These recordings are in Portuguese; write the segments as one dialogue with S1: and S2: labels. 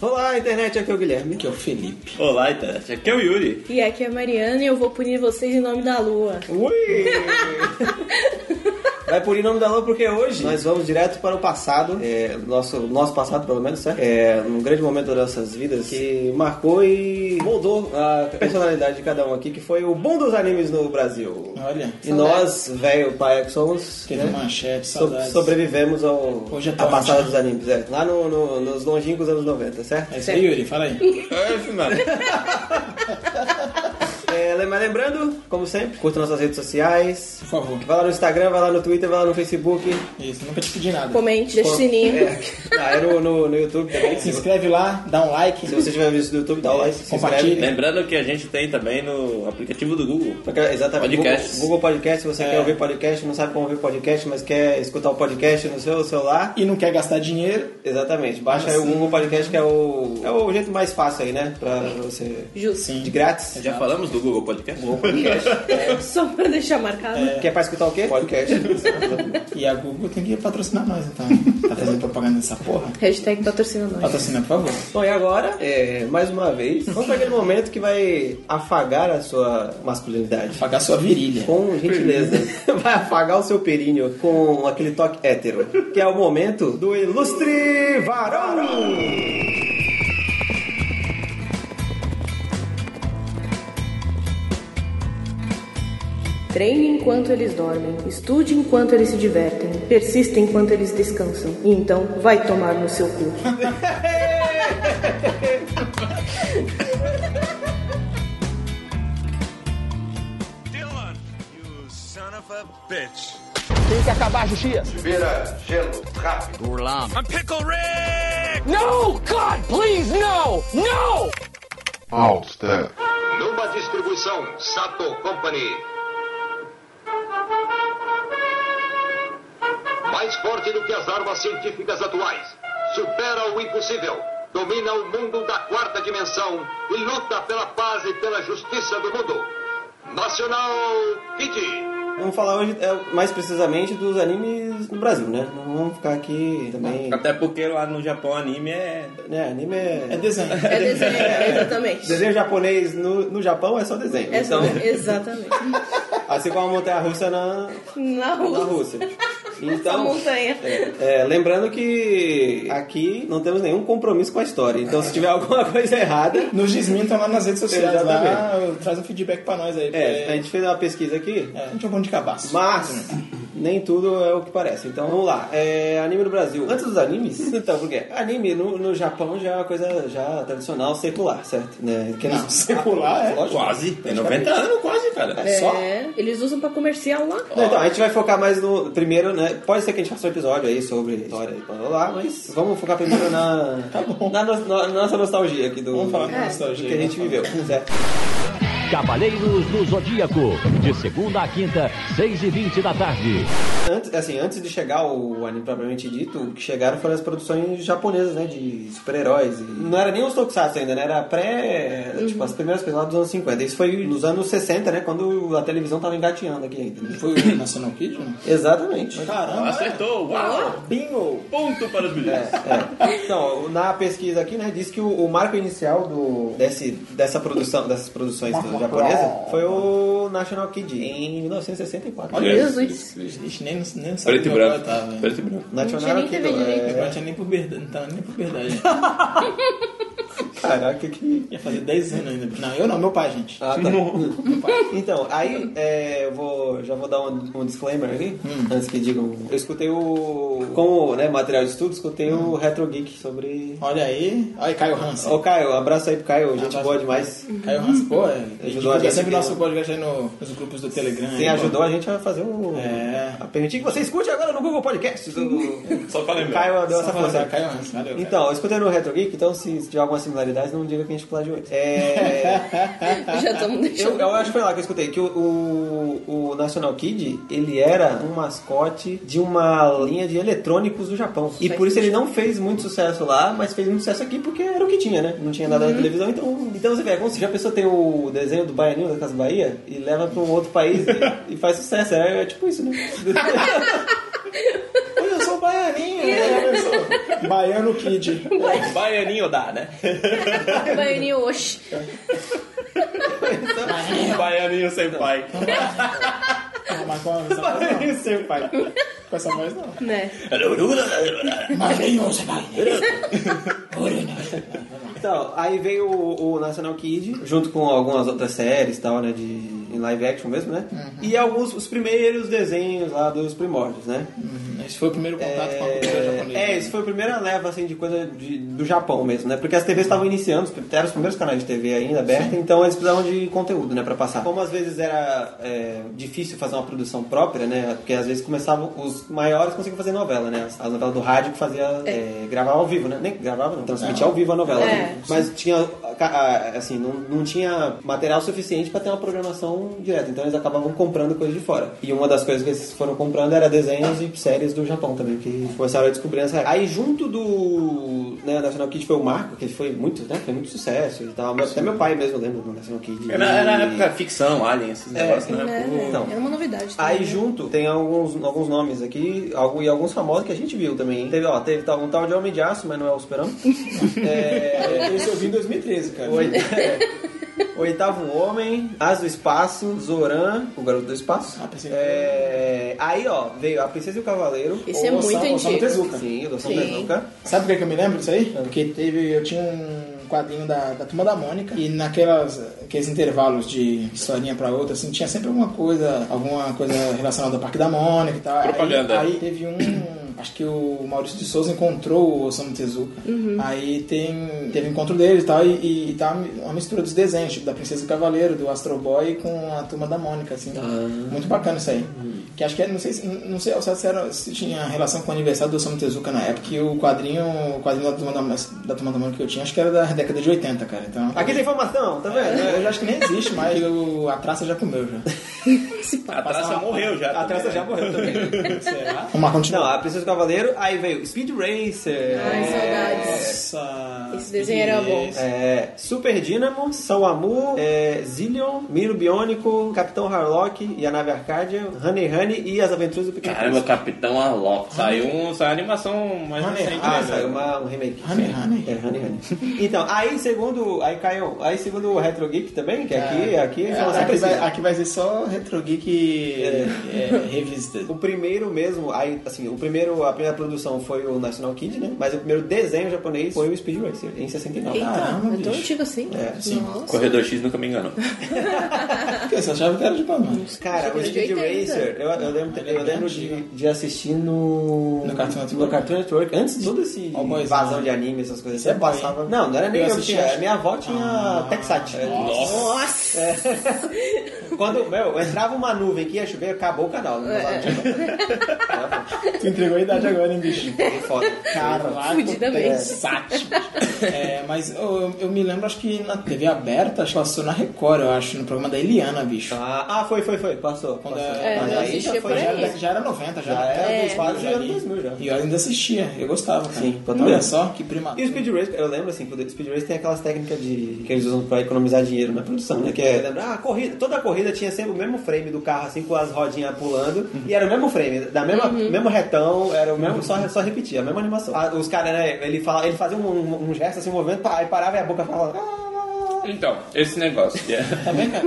S1: Olá, internet, aqui é o Guilherme.
S2: Aqui é o Felipe.
S3: Olá, internet. Aqui é o Yuri.
S4: E aqui é a Mariana e eu vou punir vocês em nome da lua.
S2: Ui!
S1: Vai por em nome da lua porque é hoje nós vamos direto para o passado, é, nosso, nosso passado pelo menos, certo? É um grande momento das nossas vidas que marcou e moldou a personalidade de cada um aqui, que foi o boom dos animes no Brasil.
S2: Olha,
S1: E nós, velho pai que somos,
S2: teve
S1: né,
S2: manchete,
S1: so-
S2: saudades.
S1: sobrevivemos ao,
S2: Hoje é
S1: à
S2: tarde.
S1: passada dos animes, é, lá no, no- nos longínquos anos 90, certo?
S2: É isso aí, Yuri, fala aí.
S3: É, final.
S1: É, lem- mas lembrando, como sempre, curta nossas redes sociais,
S2: Por favor.
S1: vai lá no Instagram, vai lá no Twitter, vai lá no Facebook,
S2: Isso, nunca te pedi nada.
S4: Comente, deixa o sininho.
S1: é, aí no, no, no YouTube também.
S2: Se inscreve lá, dá um like.
S1: Se você tiver visto no YouTube, dá o like, se
S2: Compartilhe.
S1: inscreve. Né?
S3: Lembrando que a gente tem também no aplicativo do Google.
S1: Porque- Exatamente.
S3: Podcasts.
S1: Google, Google Podcast, se você
S2: É.
S1: quer ouvir podcast, não sabe como ouvir podcast, mas quer escutar o podcast no seu celular.
S2: E não quer gastar dinheiro,
S1: Exatamente. Baixa aí o Google Podcast, que é o, é o jeito mais fácil aí, né? Pra você...
S4: Justo.
S1: De grátis.
S3: Já falamos do Google Podcast?
S4: Só pra deixar marcado.
S1: Que é pra escutar o quê? Podcast.
S2: e a Google tem que patrocinar nós, então. Tá fazendo propaganda dessa porra?
S4: Hashtag patrocina nós.
S2: Patrocina, por favor.
S1: Bom, e agora, é, mais uma vez, vamos para aquele momento que vai afagar a sua masculinidade.
S2: Pagar sua virilha.
S1: Com gentileza. Vai afagar o seu períneo com aquele toque hétero. Que é o momento do ilustre varão.
S4: Treine enquanto eles dormem, estude enquanto eles se divertem, persista enquanto eles descansam. E então, vai tomar no seu cu.
S5: Dylan, you son of a bitch. Tem que acabar a justiça. Vira gelo, rápido. Burlão. I'm Pickle Rick!
S6: Alster.
S7: Numa distribuição Sato Company. Mais forte do que as armas científicas atuais. Supera o impossível. Domina o mundo da quarta dimensão e luta pela paz e pela justiça do mundo. Nacional Kid.
S1: Vamos falar hoje é, mais precisamente dos animes no Brasil, né? Não vamos ficar aqui também.
S3: Até porque lá no Japão anime é.
S1: Né, anime
S2: É
S1: é.
S2: desenho.
S4: É desenho, exatamente.
S1: Desenho japonês no, no Japão é só desenho.
S4: É
S1: então,
S4: Exatamente.
S1: assim como a montanha russa na,
S4: Na
S1: na
S4: rua.
S1: Rússia. Então,
S4: Na montanha.
S1: É, lembrando que aqui não temos nenhum compromisso com a história. Então, se tiver alguma coisa errada.
S2: Nos desmintam lá nas redes sociais. Lá,
S1: Exatamente.
S2: traz um feedback pra nós aí.
S1: É, a
S2: porque-
S1: gente fez uma pesquisa aqui.
S2: é, a gente é um bom de cabaço.
S1: Mas nem tudo é o que parece. Então vamos lá. É, anime no Brasil. Antes dos animes? Então, porque anime no, no Japão já é uma coisa já tradicional, secular, certo? Né? Que
S2: Não, secular, é.
S1: Lógico.
S3: Quase. Tem 90 anos, quase, cara.
S1: É. Só?
S4: É, eles usam pra comercial lá.
S1: Não, então, a gente vai focar mais no. Primeiro, né? Pode ser que a gente faça um episódio aí sobre história e blá blá blá, mas vamos focar primeiro na.
S2: Tá bom.
S1: Na, no- na nossa nostalgia aqui do.
S2: Vamos falar com
S1: do
S2: a
S4: É.
S2: nostalgia.
S1: que a gente viveu, É, certo?
S8: Cavaleiros do Zodíaco, de segunda a quinta, 6 e 20 da tarde.
S1: Antes, assim, antes de chegar o anime propriamente dito, o que chegaram foram as produções japonesas, né? De super-heróis. e- Não era nem os tokusatsu ainda, né? Era pré... Tipo, as primeiras coisas lá dos anos 50. Isso foi nos anos 60, né? Quando a televisão tava engateando aqui ainda. né?
S2: Foi o National Kid, né?
S1: Exatamente.
S2: Caramba.
S3: Ah, Acertou! Uau!
S2: Bingo!
S3: Ponto para os bilhetes.
S1: É. Então, na pesquisa aqui, né, diz que o, o marco inicial do, desse, dessa produção, dessas produções japonesas foi o National Kid em 1964.
S2: Olha
S4: Jesus.
S2: Ixi, nem, nem sabia
S3: Preto e
S2: onde ela
S3: branco.
S2: tava, né?
S3: Preto e branco.
S1: National
S4: nem TV direito.
S2: Eu não tinha nem puberdade, não tava nem puberdade.
S1: é, Caraca, que...
S2: Ia fazer 10 anos ainda. Não, eu não, meu pai, gente.
S1: Ah, tá. Então, aí é, eu vou, já vou dar um, um disclaimer aqui,
S2: Hum.
S1: antes que digam. Eu escutei o. Como né, material de estudo, escutei
S2: Hum.
S1: o Retro Geek sobre.
S2: Olha aí. Olha aí, Caio Hansen.
S1: Ô Caio, abraço aí pro Caio, gente
S2: Abraço.
S1: boa demais.
S2: Caio Hansen, pô,
S1: Ajudou
S2: é.
S1: a
S2: divulga
S1: gente
S2: sempre
S1: aqui,
S2: nosso
S1: né?
S2: podcast aí no- nos grupos do Telegram.
S1: Quem
S2: aí,
S1: ajudou a gente a fazer o.
S2: É.
S1: A permitir que você escute agora no Google Podcast. O
S3: Só pra lembrar.
S1: Caio
S2: Pô.
S1: deu
S2: Só
S1: essa
S2: falar
S1: força.
S2: da Caio Hansen, valeu. cara.
S1: Então, eu escutei no Retro Geek, então se, se tiver alguma similaridade, não diga que a gente plagiou ele. É.
S4: Já estamos
S1: Eu,
S4: deixando.
S1: eu acho que foi lá que eu escutei que o, o, o National Kid ele era um mascote de uma linha de eletrônicos do Japão. E por isso ele não fez muito sucesso lá, mas fez muito sucesso aqui porque era o que tinha, né? Não tinha nada na televisão, então. Então você vê, é como se já a pessoa tem o desenho do Baianinho da Casa Bahia e leva pra um outro país e, e faz sucesso. É, é tipo isso, né?
S2: Oi, eu sou o Baianinho. Baiano Kid.
S3: Baianinho dá, né?
S6: Baianinho Oxi.
S3: Baianinho sem pai.
S2: Não, mas é com essa voz não. Seu pai. Com essa voz não.
S6: Né?
S2: Marinho, você vai. Urina.
S1: Então, aí veio o, o National Kid, junto com algumas outras séries e tal, né? De em live action mesmo, né? E alguns, os primeiros desenhos lá dos primórdios, né?
S2: Uhum. Esse foi o primeiro contato com a cultura japonesa. né?
S1: É, isso foi a primeira leva, assim, de coisa de- do Japão mesmo, né? Porque as TVs estavam iniciando, eram os primeiros canais de TV ainda aberta, então eles precisavam de conteúdo, né, pra passar. Como às vezes era é, difícil fazer uma produção própria, né? Porque às vezes começavam, os maiores conseguiam fazer novela, né? As, as novelas do rádio que fazia, é, gravava ao vivo, né? Nem gravava, não, transmitia ao vivo a novela. né? Mas tinha, a- a- assim, não, não tinha material suficiente pra ter uma programação direta, então eles acabavam comprando coisa de fora. E uma das coisas que eles foram comprando era desenhos e séries do Japão também, que começaram a descobrir essa época. Aí junto do né, National Kid foi o Marco, que foi muito, né? Foi muito sucesso e tal. Meu- Até meu pai mesmo lembra do National Kid.
S3: Era, era
S1: E-
S3: É época ficção, alien, esses negócios, né?
S1: Então,
S6: Era uma novidade.
S1: Aí
S6: também, né?
S1: junto tem alguns, alguns nomes aqui algu- e alguns famosos que a gente viu também. hein? Teve, ó, teve tal- um tal de Homem de Aço, mas não é o Superão. é, esse eu vi em 2013, cara. Oitavo Homem, As do Espaço, Zoran, o Garoto do Espaço.
S2: Ah, pensei que-
S1: É, aí, ó, veio A Princesa e o Cavaleiro.
S6: Esse é
S2: Osamu-
S6: muito
S2: Osamu
S6: antigo.
S2: Tezuka.
S1: Sim, o Doção
S6: Sim.
S1: Tezuka.
S2: Sabe por que que eu me lembro disso aí? Porque teve, eu tinha um quadrinho da, da Turma da Mônica e naquelas aqueles intervalos de historinha pra outra, assim, tinha sempre alguma coisa, alguma coisa relacionada ao Parque da Mônica e tal. Aí-
S3: Propaganda.
S2: Aí, teve um... Acho que o Maurício de Souza encontrou o Osamu Tezuka.
S6: Uhum.
S2: Aí tem, teve encontro dele e tal, e, e, e tá uma mistura dos desenhos, tipo, da Princesa e o Cavaleiro, do Astro Boy com a Turma da Mônica, assim.
S6: Ah.
S2: Muito bacana isso aí. Que acho que, é- não sei, se- não sei ao certo se, era, se tinha relação com o aniversário do Osamu Tezuka na época, e o quadrinho, o quadrinho da Turma da, da Turma da Mônica que eu tinha, acho que era da década de 80, cara. Então...
S6: Ah,
S1: Aqui tem informação, tá vendo?
S6: É.
S2: Hoje acho que nem existe, mas o- a traça já comeu já.
S3: A traça morreu já.
S1: A traça já morreu também.
S2: Vamos lá,
S1: Não,
S2: continuar.
S1: A Princesa e o Cavaleiro, aí veio Speed Racer.
S6: Ai, saudades.
S2: Nossa.
S6: Esse desenho era bom.
S1: É, Super Dynamo, São Amu, é, Zillion, Miro Biônico, Capitão Harlock e a Nave Arcadia, Honey Honey e as Aventuras do Pequeno
S3: Caramba,
S1: Príncipe.
S3: Capitão Arlock. Saiu, um, saiu a animação mais
S2: Honey,
S3: recente.
S1: Ah,
S3: né?
S1: saiu uma- um remake.
S2: Honey, honey.
S1: É, Honey Honey. Então, aí segundo. Aí caiu. Aí segundo o Retro Geek também, que aqui, aqui,
S2: É,
S1: informação
S2: aqui, vai,
S1: precisa.
S2: aqui vai ser só Retro Geek é, Revisited.
S1: O primeiro mesmo, aí, assim, o primeiro, a primeira produção foi o National Kid, né? Mas o primeiro desenho japonês foi o Speed Racer, em 69.
S6: Eita,
S2: Caramba,
S6: é tão
S2: bicho.
S6: antigo assim?
S1: É,
S2: sim.
S6: Nossa.
S3: Corredor X nunca me enganou.
S2: Porque você achava que era de Batman.
S1: Cara, o
S6: Acho que
S1: Speed
S6: é de 80.
S1: Racer, eu, eu lembro, eu lembro de, de assistir no.
S2: No Cartoon Network.
S1: no Cartoon Network, Antes de todo esse
S2: Alguma coisa,
S1: vazão
S2: né?
S1: de anime, essas coisas,
S2: Isso é
S1: eu
S2: bom,
S1: passava.
S2: hein?
S1: Não, não era nem
S2: Eu
S1: eu,
S2: assistia,
S1: tinha.
S2: acho-
S1: Minha avó tinha Texat. É.
S6: Nossa.
S1: Quando, meu, entrava uma nuvem que ia chover, acabou o canal.
S6: É.
S1: Não passava,
S2: Tu entregou a idade agora, hein, bicho?
S1: é. Foda.
S2: Caraca,
S6: Fudidamente.
S2: Sátio. É, mas eu, eu me lembro, acho que na TV aberta, acho que passou na Record, eu acho, no programa da Eliana, bicho.
S1: Ah, ah, foi, foi, foi. Passou.
S2: Quando
S1: passou. Mas
S6: É,
S2: é-
S6: eu
S1: aí já foi.
S6: assistia por
S1: Já,
S6: aí.
S1: era-
S2: já, já era 90, já.
S1: já era
S6: É.
S1: dos quase
S2: Já
S1: anos
S2: ali.
S1: 2000 já.
S2: E eu ainda assistia, eu gostava, cara.
S1: Sim, pra tu
S2: Olha
S1: ver.
S2: só, que prima.
S1: E o Speed Racer, eu lembro assim, que o Speed Racer tem aquelas técnicas de, que eles usam pra economizar dinheiro na produção, né? Que é, lembra, ah, corrida, toda a corrida tinha sempre o mesmo frame do carro, assim, com as rodinhas pulando,
S2: Uhum.
S1: e era o mesmo frame, da mesma, mesmo retão, era o mesmo, só, só repetia, a mesma animação. Ah, os caras, né, ele, fala, ele fazia um, um- um gesto, assim, um movimento, pá, aí parava e a boca falava... "Ah".
S3: Então, esse negócio.
S2: Tá bem, cara?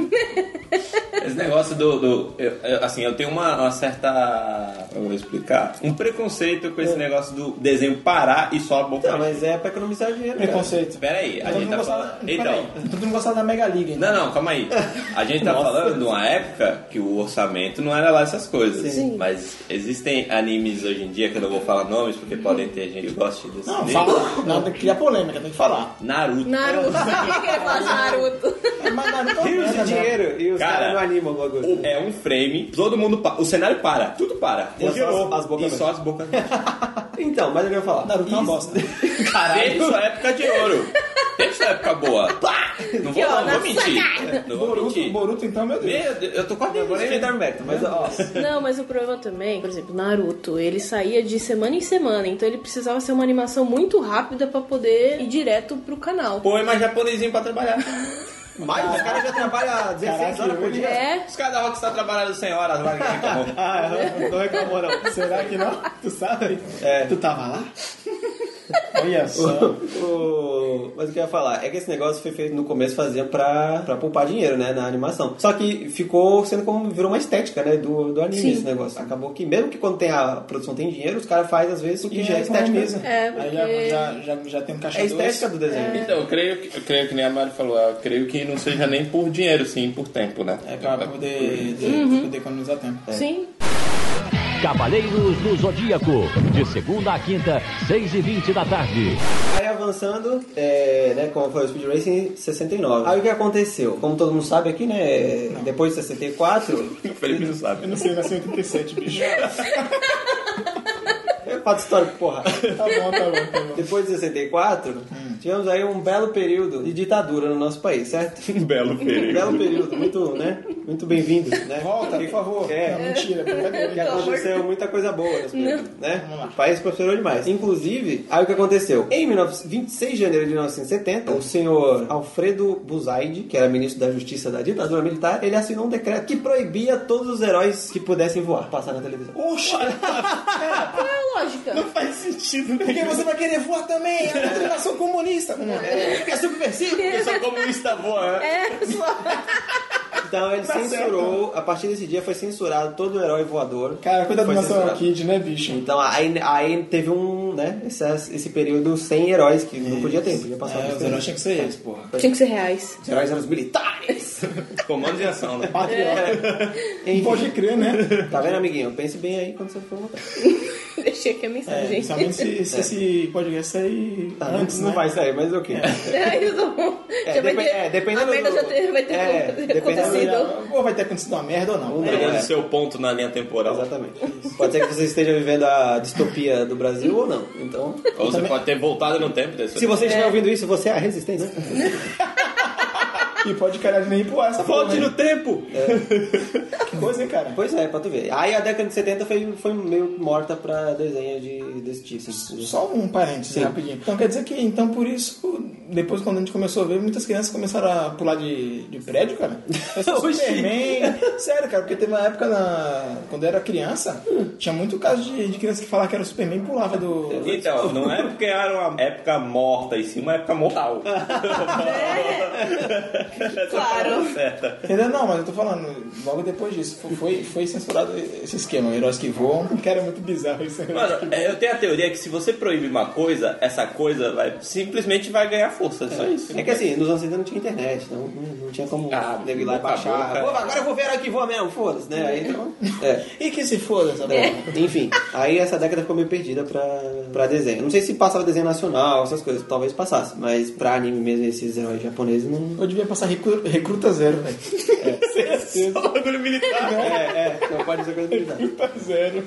S3: Esse negócio do. do- eu- eu- assim, eu tenho uma, uma certa. Como eu vou explicar? Um preconceito
S2: É.
S3: com esse negócio do desenho parar e só a boca.
S2: Tá,
S1: Não, mas é pra economizar dinheiro, cara.
S2: Preconceito.
S3: Pera aí, a
S2: Todo
S3: gente
S2: mundo
S3: tá
S2: gostava-
S3: falando.
S2: peraí,
S3: Então.
S2: todo mundo gostava da Mega League, né?
S3: Não, não, calma aí. A gente tá falando de uma época que o orçamento não era lá essas coisas. Mas existem animes hoje em dia que eu não vou falar nomes porque podem ter gente que gosta desse
S2: Uhum. Não,
S3: anime.
S2: fala. Não, tem que criar polêmica, tem que falar.
S3: Naruto.
S6: Naruto. Por que que ele fala de Naruto?
S2: Mas Naruto é uma
S1: Rios
S2: merda,
S1: de
S2: né?
S1: dinheiro, e os
S3: Cara,
S1: caras não animam o bagulho.
S3: É um frame, todo mundo. Pa... O cenário para, tudo para.
S1: E só
S3: Congelou.
S1: as- as bocas
S3: E só as bocas.
S1: Então, mas eu ia falar...
S2: Naruto é uma
S1: isso-
S2: bosta.
S3: Teve sua época de ouro. Teve sua época boa. Pá! Não vou,
S6: ó,
S3: não,
S6: na
S3: vou mentir. Não vou
S2: Boruto,
S3: mentir.
S2: Boruto, então, meu Deus.
S3: Meu Deus, eu tô quase
S1: Eu vou nem dar mérito, mas ó...
S6: Não, mas o problema também, por exemplo, Naruto, ele saía de semana em semana, então ele precisava ser uma animação muito rápida pra poder ir direto pro canal.
S3: Põe mais japonesinho pra trabalhar.
S1: Mas os caras já trabalham 16
S2: Caraca,
S1: horas por dia.
S6: É.
S3: Os caras da Rockstar trabalharam 100 horas, vai tá que reclamou.
S1: Ah, não reclamou não.
S2: Será que não? Tu sabe?
S1: É.
S2: Tu tava lá? Olha só.
S1: O- Mas o que eu ia falar é que esse negócio foi feito no começo fazia pra, pra poupar dinheiro, né? Na animação. Só que ficou sendo como virou uma estética, né? Do, do anime
S6: Sim.
S1: esse negócio. Acabou que, mesmo que quando tem a a produção tem dinheiro, os caras fazem às vezes o que já é estética mesmo.
S6: É,
S2: Aí já, já, já, já tem um caixa
S1: É a estética do desenho.
S3: Então, eu creio, que- eu creio que nem a Mari falou, eu creio que não seja nem por dinheiro, sim por tempo, né?
S2: É pra poder, de- poder economizar tempo.
S1: É.
S6: Sim.
S8: Cavaleiros do Zodíaco, de segunda a quinta, 6 e 20 da tarde.
S1: Aí avançando, é, né, como foi o Speed Racing 69. Aí o que aconteceu? Como todo mundo sabe aqui, né? Depois de 64,
S3: O Felipe não sabe.
S2: Eu
S3: né?
S2: não sei, nasci em 87, bicho.
S1: é fato histórico, porra.
S2: Tá bom, tá bom, tá bom.
S1: Depois de 64,
S2: Hum.
S1: tivemos aí um belo período de ditadura no nosso país, certo?
S3: Um belo
S1: Um
S3: período.
S1: belo período, muito, né? Muito bem-vindo, né?
S2: Volta, por favor.
S1: É.
S2: Não, mentira.
S1: Que
S2: brincadeira.
S1: aconteceu muita coisa boa nesse período, né?
S2: Vamos lá.
S1: O país prosperou demais. Inclusive, aí o que aconteceu? Em 19 26 de janeiro de 1970, o senhor Alfredo Buzaide, que era ministro da Justiça da ditadura militar, ele assinou um decreto que proibia todos os heróis que pudessem voar passar na televisão.
S2: Oxe,
S6: Qual é a lógica?
S2: faz sentido. Porque você vai querer voar também. É uma determinação comunista. Não,
S1: É, é subversivo!
S3: Eu sou comunista boa, né?
S6: É, só.
S1: Então
S2: tá
S1: ele censurou, a partir desse dia foi censurado todo o herói voador.
S2: Cara, cuida do
S1: Foi
S2: National
S1: censurado.
S2: Kid, né, bicho?
S1: Então aí, aí teve um, né, esse, esse período sem heróis que não podia ter, podia passar
S2: É,
S1: na
S2: os heróis tinham que ser eles, porra.
S6: Tinha que ser reais.
S1: Os heróis eram os militares. É.
S3: Comando de ação, né?
S2: Patriota.
S1: Enfim.
S2: Pode crer, né?
S1: Tá vendo, amiguinho? Pense bem aí quando você for votar.
S6: Deixei aqui a
S2: É,
S6: mensagem.
S2: principalmente se, se esse podcast sair
S1: Tá,
S2: antes,
S1: não
S2: né?
S1: vai sair, mas ok.
S6: É, isso não.
S1: É,
S6: já vai
S1: depe-
S6: ter,
S1: é, dependendo
S6: a merda
S1: do-
S6: já ter- vai ter
S1: é, dependendo
S2: Vai
S6: acontecido.
S2: olhar, Ou vai ter acontecido uma merda ou não.
S1: É.
S3: Pegando seu ponto na linha temporal.
S1: Exatamente. Pode ser que você esteja vivendo a distopia do Brasil ou não. Então,
S3: Ou você pode ter voltado no tempo desse.
S1: se você estiver ouvindo isso, você é a resistência.
S2: E pode caralho nem pular essa porra.
S3: Volte
S2: hein?
S3: no tempo!
S2: Que coisa, hein, cara?
S1: Pois é, pra tu ver. Aí a década de 70 foi, foi meio morta pra desenho de, desse tipo.
S2: Só um parênteses rapidinho. Então quer dizer que então por isso, depois quando a gente começou a ver, muitas crianças começaram a pular de, de prédio, cara. Vai ser
S1: Oxi.
S2: Superman. Sério, cara, porque teve uma época na, quando eu era criança, tinha muito caso de, de criança que falava que era o Superman e pulava do.
S3: Então, não é porque era uma época morta, e sim uma época mortal.
S6: Claro.
S3: é Certa.
S2: Entendeu? Não, mas eu tô falando, logo depois disso, fo- foi, foi censurado esse esquema, heróis que voam, que era muito bizarro isso. né?
S3: Mano, é, eu tenho a teoria que se você proíbe uma coisa, essa coisa vai, simplesmente vai ganhar força. É só isso.
S1: É que assim, nos anos 70 não tinha internet, então não, não tinha como
S3: Ah,
S1: nego ir lá e
S3: boca a
S1: baixar.
S3: boca.
S1: Pô, agora eu vou ver aqui, vou mesmo, foda-se, né? Aí, então, é.
S2: E que se foda essa
S1: É,
S2: porra.
S1: Enfim, aí essa década ficou meio perdida pra, pra desenho. Não sei se passava desenho nacional, essas coisas, talvez passasse, mas pra anime mesmo, esses heróis japoneses não.
S2: Eu devia passar recru- recruta zero, né? velho.
S3: Orgulho militar.
S1: É, é, não pode ser coisa militar.
S2: Recruta zero.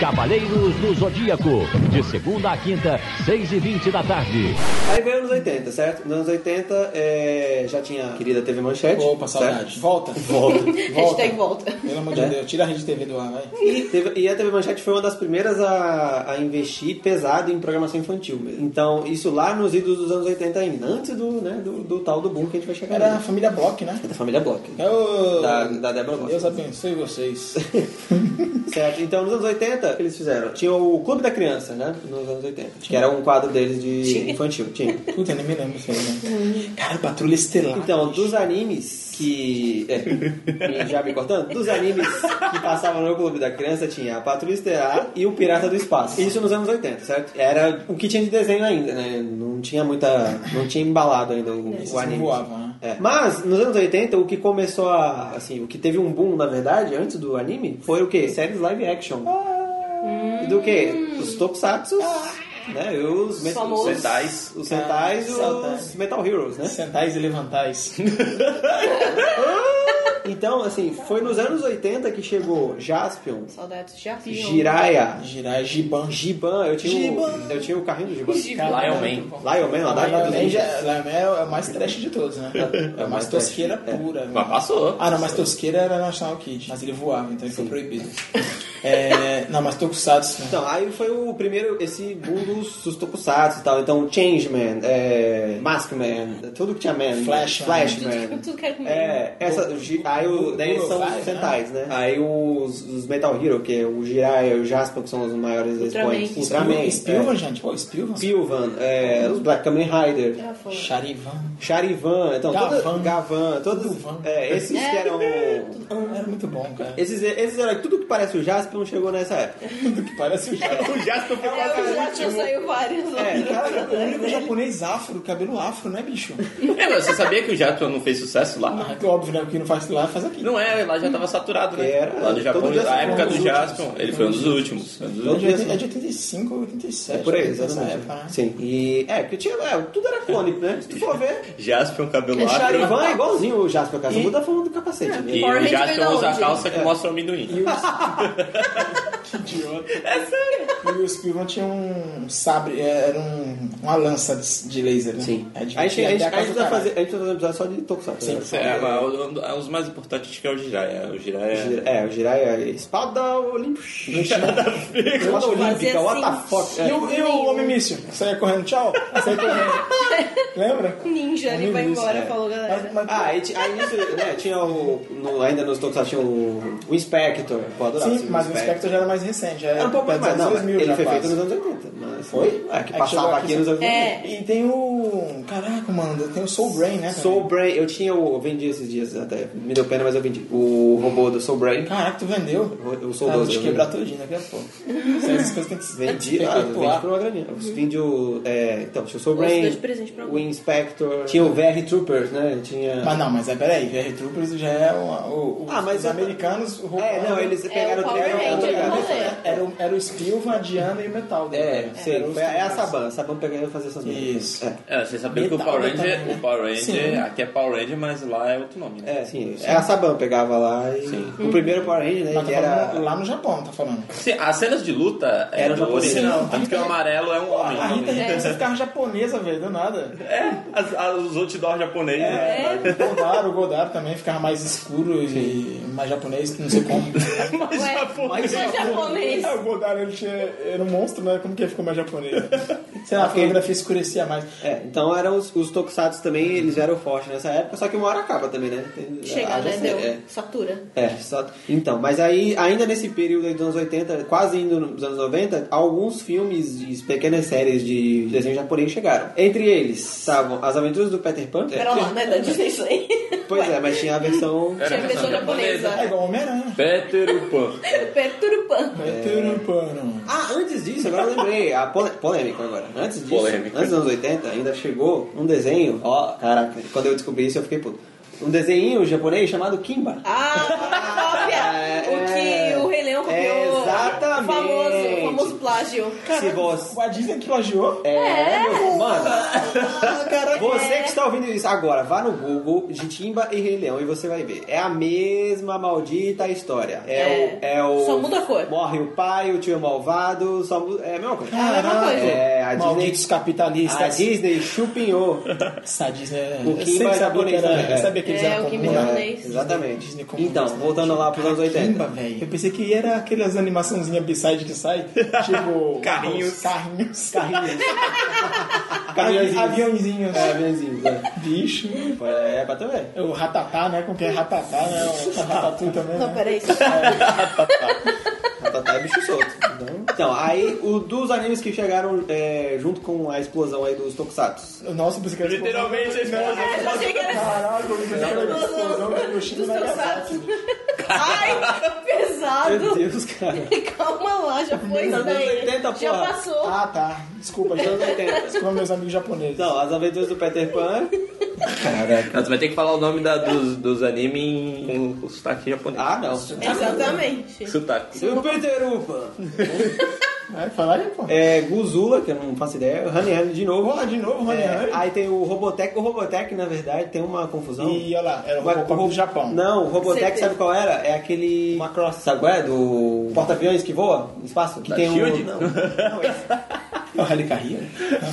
S8: Cavaleiros do Zodíaco, de segunda a quinta, 6 e 20 da tarde.
S1: Aí veio anos 80, certo? Nos anos 80 é, já tinha a querida TV Manchete.
S2: Opa, saudade.
S1: certo?
S2: Volta. Volta.
S6: Hashtag volta.
S2: Pelo amor de
S1: É.
S2: Deus, tira a rede TV do ar, vai.
S1: E, teve- e a TV Manchete foi uma das primeiras a, a investir pesado em programação infantil mesmo. Então, isso lá nos idos dos anos 80 ainda, antes do, né, do, do tal do boom que a gente vai chegar.
S2: Era a
S1: ali.
S2: família Block, né?
S1: da família Block.
S2: Eu...
S1: Da- da Débora Bloch.
S2: Deus abençoe vocês.
S1: Certo, então nos anos 80 o que eles fizeram? Tinha o Clube da Criança, né? Nos anos 80. Que era um quadro deles de infantil. Tinha.
S2: Puta, nem me lembro isso aí, né? Cara, Patrulha Estelar.
S1: Então, dos animes que. É, já me cortando? Dos animes que passavam no Clube da Criança tinha a Patrulha Estelar e o Pirata do Espaço. Isso nos anos 80, certo? Era o que tinha de desenho ainda, né? Não tinha muita. Não tinha embalado ainda o,
S2: Esses
S1: o anime.
S2: não voavam, né?
S1: É. Mas, nos anos 80, o que começou a. Assim, o que teve um boom, na verdade, antes do anime, foi o quê? Séries live action. E do quê? Os Tokusatsu, né? E os. met-
S6: famosos.
S1: os Sentais. Os Sentais e os
S2: Sentais.
S1: Metal Heroes, né?
S2: Sentais e levantais.
S1: E Então, assim, foi nos anos 80 que chegou Jaspion,
S4: Saudades de avião.
S1: Jiraya,
S2: Girar Giban.
S1: Giban. Eu tinha, o, eu tinha o carrinho do Giban.
S3: Lion Man.
S1: Lion Man, lá da
S2: Lion Man já- Lion Man é o mais trash de todos, né? É o mais tosqueira pura. né?
S3: Mas passou.
S2: Ah, não, mas tosqueira era National Kid, mas ele voava, então ele foi proibido. É, não, mas Tokusatsu. né?
S1: Então, aí foi o primeiro, esse boom dos, dos tokusatsu e tal. Então, Changeman, é, Maskman, tudo que tinha man.
S2: Flashman.
S1: Flashman.
S4: Tudo que era com
S1: É, essa, gi- aí o, daí
S2: Google
S1: são
S2: vai,
S1: os Sentais, né? Aí os, os Metal Hero, que é o Jiraiya e o Jasper, que são os maiores
S4: Ultraman.
S1: expoentes. Ultraman.
S2: Spilvan,
S1: é.
S2: gente, pô, Spilvan.
S1: Spilvan, é, os Black Kamen Rider.
S4: Já foi.
S2: Charivan.
S1: Charivan, então toda-
S2: Gavan.
S1: Gavan, todos
S2: Gavan.
S1: é, esses que eram
S2: Era muito bom, cara.
S1: esses esses eram tudo que parece o Jasper não chegou nessa época.
S2: que parece o Charivan.
S3: O Jasper foi
S4: É,
S3: quase
S4: eu já tinha saído vários
S1: É,
S4: outros.
S2: Cara, o único japonês afro, cabelo afro, né, bicho?
S3: É, mas você sabia que o Jasper não fez sucesso lá?
S2: Ah, que óbvio, né? O que não faz lá, faz aqui.
S3: Não é, lá já tava saturado, né?
S1: Era,
S3: lá no Japão,
S1: todo dia
S3: na
S1: foi
S3: época
S1: um dos
S3: do Jasper, ele foi um dos últimos. um dos
S2: É de
S3: últimos.
S2: 80 é de 85 ou 87.
S1: assim. É Por aí,
S2: né, dessa
S1: exatamente.
S2: época, né?
S1: Sim. E é, porque tinha. é, tudo era clone, né? Se tu for ver,
S3: Jasper, um cabelo
S1: o
S3: afro.
S1: Charivan é igualzinho o Jasper Casa Muda falando do capacete.
S2: É,
S1: né?
S3: E
S4: Power
S3: o
S4: Ranger
S3: Jasper
S4: da
S3: usa a
S4: onde?
S3: calça que mostra o amendoim.
S2: E o Spilvan tinha um sabre, era um, uma lança de, de laser, né?
S1: Sim.
S2: É de-
S1: a gente, a gente,
S2: até
S1: a gente
S2: casa do
S1: vai
S2: caralho.
S1: fazer, a gente vai fazer um episódio só de Tokusatsu.
S2: Sim,
S1: né?
S2: sim.
S3: É, mas um, um- os mais importantes que é o Jiraiya. O Jiraiya...
S1: É, o Jiraiya espada olímpica. Espada olímpica, what the fuck.
S2: E o, e o homem míssil? Saia correndo, tchau. Saia correndo. Lembra?
S4: Ninja, ele vai
S2: Ninja,
S4: embora,
S2: é.
S4: falou, galera.
S2: Mas- mas-
S1: Ah, aí, ti- aí nisso, né, tinha o. no- ainda nos Tokusatsu tinha o, o Inspector. Pô, adorava
S2: sim,
S1: assistir
S2: mas o Spectre é já era mais recente. Já era,
S1: Era um pouco mais, mas
S2: perto dos
S1: não,
S2: 2000
S1: ele
S2: já
S1: foi
S2: quase.
S1: feito nos anos 80. Mas,
S2: Foi?
S1: É, que
S2: É que chegou
S1: passava
S2: aqui
S1: aqui nos anos 80.
S4: É.
S2: E tem o... Caraca, mano, tem o Soul Brain, né? também?
S1: Soul Brain, eu tinha o. Eu vendi esses dias até, me deu pena, mas eu vendi. O robô do Soul Brain.
S2: Caraca, tu vendeu?
S1: Eu sou
S2: Cara,
S1: doze,
S2: vou te
S1: eu
S2: Ah, quebrar
S1: vendi.
S2: todinho daqui a pouco. Essas coisas tem que se
S1: Vendi, ah, vendi por uma graninha. Os vendi o. É, então, tinha o Soul
S4: Os dois
S1: Brain,
S4: de presente pra
S1: o Inspector, tinha o VR Troopers, né? Tinha.
S2: Mas não, mas é, peraí, VR Troopers já é o, o- os,
S1: Ah, mas
S2: os
S1: eu-
S2: americanos... o
S1: é, não, eles pegaram
S4: o
S1: o
S4: Power
S1: trem.
S4: Ranger,
S1: obrigado.
S4: eu falei.
S2: Era, o- era o Spilvan, a Diana e o Metal.
S1: É,
S2: né?
S1: sim,
S2: Era os
S1: foi- é a
S2: Troopers.
S1: Saban. A Saban pegando e fazer essas
S2: Isso.
S1: É.
S3: É, você sabia que o
S2: Metal
S3: Power
S2: também,
S3: Ranger...
S2: né?
S3: O Power Ranger...
S2: Sim.
S3: Aqui é Power Ranger, mas lá é outro nome, né?
S1: É, sim. É a Saban pegava lá e. O primeiro Power Ranger, né?
S2: Mas
S1: Que
S2: tá
S1: era.
S2: falando lá no Japão, tá falando.
S3: Sim, as cenas de luta é
S1: Era
S3: do
S1: japonês.
S3: original. Tanto que o amarelo é um homem.
S2: A Rita Ribeiro, essas carros então, japonesa, velho, do nada.
S3: É, as- as- os outdoor japoneses. né?
S2: O Godaro, o Godaro também ficava mais escuro e mais japonês, não sei como.
S3: Mas
S4: Ué,
S3: japonês.
S4: Sou japonês.
S2: É, o Godaro ele tinha, era um monstro, né? Como que ele ficou mais japonês? Sei lá, a fotografia escurecia mais.
S1: É, então eram os, os tokusatsu também, eles eram fortes nessa época, só que uma hora acaba também, né? Tem-
S4: Chega,
S1: haja
S4: né?
S1: sé-
S4: Deu.
S1: É.
S4: Satura.
S1: É, só... Então, mas aí, ainda nesse período aí dos anos 80, quase indo nos anos 90, alguns filmes e pequenas séries de desenho japonês chegaram. Entre eles estavam As Aventuras do Peter Pan.
S4: Pera lá, né? Da Disney isso aí.
S1: Pois é, mas tinha a versão.
S3: Era
S4: Tinha pessoa japonesa.
S2: É igual Homem-Aranha. um
S3: Peter Pan.
S4: Perturban.
S2: É. Peterpano.
S1: Ah, antes disso, agora eu lembrei. A pole- polêmica agora. Antes disso,
S3: Polêmica.
S1: antes dos anos 80, ainda chegou um desenho. Ó, caraca, quando eu descobri isso eu fiquei puto. Um desenhinho japonês chamado Kimba.
S4: Ah, cópia!
S1: É,
S4: o que o Rei Leão copiou.
S1: exatamente.
S4: O famoso, o famoso plágio.
S1: Se você.
S2: A Disney que plagiou.
S1: É, meu, mano.
S4: Ah,
S1: Você que está ouvindo isso agora, vá no Google de Timba e Rei Leão e você vai ver. É a mesma maldita história. É,
S4: É.
S1: o, é o.
S4: Só muda a cor.
S1: Morre o pai, o tio é malvado, só muda. É a mesma coisa.
S4: É a mesma coisa.
S1: É, a
S2: Malditos
S1: Disney. A
S2: capitalistas.
S1: Disney chupinhou.
S2: Essa Disney era...
S1: O
S2: Eu
S1: Kimba
S2: sempre
S1: é
S2: sabia que
S1: japonês
S2: era...
S1: também,
S2: Eu
S1: é.
S2: sabia que eles
S4: É,
S2: eram
S4: o Kimba
S2: comunistas.
S4: japonês.
S1: É, exatamente.
S2: Disney comunista,
S1: Então, voltando lá para os anos 80.
S2: Caramba, velho. Eu pensei que era aquelas animaçãozinhas B-side que sai, tipo.
S3: Carrinhos.
S2: os Carrinhos.
S1: Carrinhos.
S2: Avi-
S1: Caminhõezinhos.
S2: Aviãozinhos.
S1: É, aviãozinhos, é.
S2: Bicho.
S1: É, pra também.
S2: O ratatá, né? Com que é ratatá, né? O ratatu também.
S4: Não,
S2: Né?
S4: peraí.
S1: Ratatá é bicho solto. Então, então, aí o dos animes que chegaram é, junto com a explosão aí dos Tokusatsu.
S2: Nossa, eu pensei que era
S3: Literalmente, a
S1: é
S2: explosão.
S3: esposa.
S4: Eu achei que era
S2: Caralho, eu pensei que é era explosão de Hiroshima e
S4: dos
S2: Nagasaki.
S4: cansados. Ai,
S6: Ah,
S4: pesado.
S1: Deus, cara.
S4: Calma lá, já foi isso
S1: Anos
S4: daí.
S1: 80,
S4: já
S1: porra.
S4: passou.
S2: Ah, tá. Desculpa, gente.
S1: Anos 80.
S2: Desculpa, meus amigos japoneses.
S1: Então, as aventuras do Peter Pan.
S3: Não, você vai ter que falar o nome da- dos, dos animes em- com o sotaque japonês.
S1: Ah, não.
S4: Exatamente.
S3: Sotaque.
S1: O Peter Upa.
S2: Vai falar aí, pô.
S1: É, Guzula, que eu não faço ideia. Honey Honey de novo.
S2: Porra, de novo, Honey
S1: É,
S2: Honey.
S1: Aí tem o Robotech. O Robotech, na verdade, tem uma confusão.
S2: E olha lá, era o
S1: Mas
S2: Robocop
S1: Ro-
S2: do Japão.
S1: Não, o Robotech,
S6: Certeza.
S1: sabe qual era? É aquele. Macross. Sabe qual é? Do porta-aviões que voa no espaço? Que
S3: Da
S1: tem
S3: Shield?
S1: um. Não, não, esse.
S2: É O Rally Carrinho.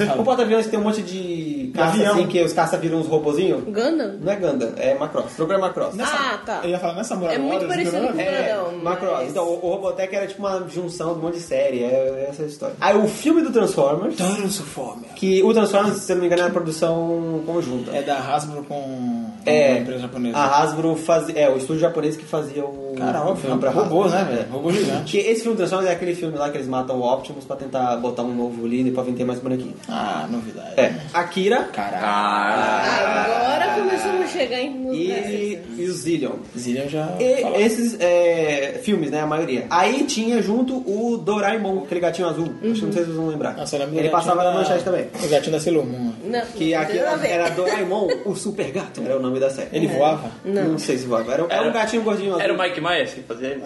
S1: O porta-aviões que tem um monte de caça
S2: Avião.
S1: assim, que os caças viram uns robozinhos.
S6: Gundam?
S1: Não é Ganda, é Macross. Programa Macross.
S6: Ah, tá.
S2: Eu ia falar nessa moral.
S6: É muito parecido com o
S1: É,
S6: Não, mas-
S1: Macross. Então, o, o Robotech era tipo uma junção de um monte de série, é, é essa a história. Aí o filme do Transformers,
S2: É Transformer.
S1: que o Transformers, se eu não me engano, era produção conjunta. É,
S2: É da Hasbro com com a empresa japonesa.
S1: A Hasbro fazia. É, o estúdio japonês que fazia o.
S2: Ah, Cara,
S1: o
S2: óbvio,
S1: filme pra
S2: robô,
S1: Hasbro.
S2: né, velho? Robô gigante.
S1: Que esse filme do Transformers é aquele filme lá que eles matam o Optimus pra tentar botar um novo líder pra vender mais bonequinho.
S2: Ah, novidade.
S1: É. Akira
S2: Caraca.
S3: Ah,
S6: Agora começamos a chegar em... nos
S1: e,
S6: lugares.
S1: e o Zillion.
S2: Zillion já.
S1: E
S2: falou.
S1: esses é, filmes, né? A maioria. Aí tinha junto o Doraemon, aquele gatinho azul. Acho que não sei se vocês vão lembrar.
S2: Nossa, eu lembro do
S1: Ele
S2: gatinho
S1: passava na
S2: da-
S1: manchete também.
S2: O gatinho da Sailor Moon. ó.
S6: Não,
S1: Que
S6: não
S1: aqui
S6: tem nada a ver. É.
S1: era Doraemon, o super gato. Era o nome da série.
S2: Ele voava.
S1: Não. sei se voava. Era, era um
S3: Era-
S1: gatinho gordinho azul.
S3: Era o Mike Myers que fazia isso?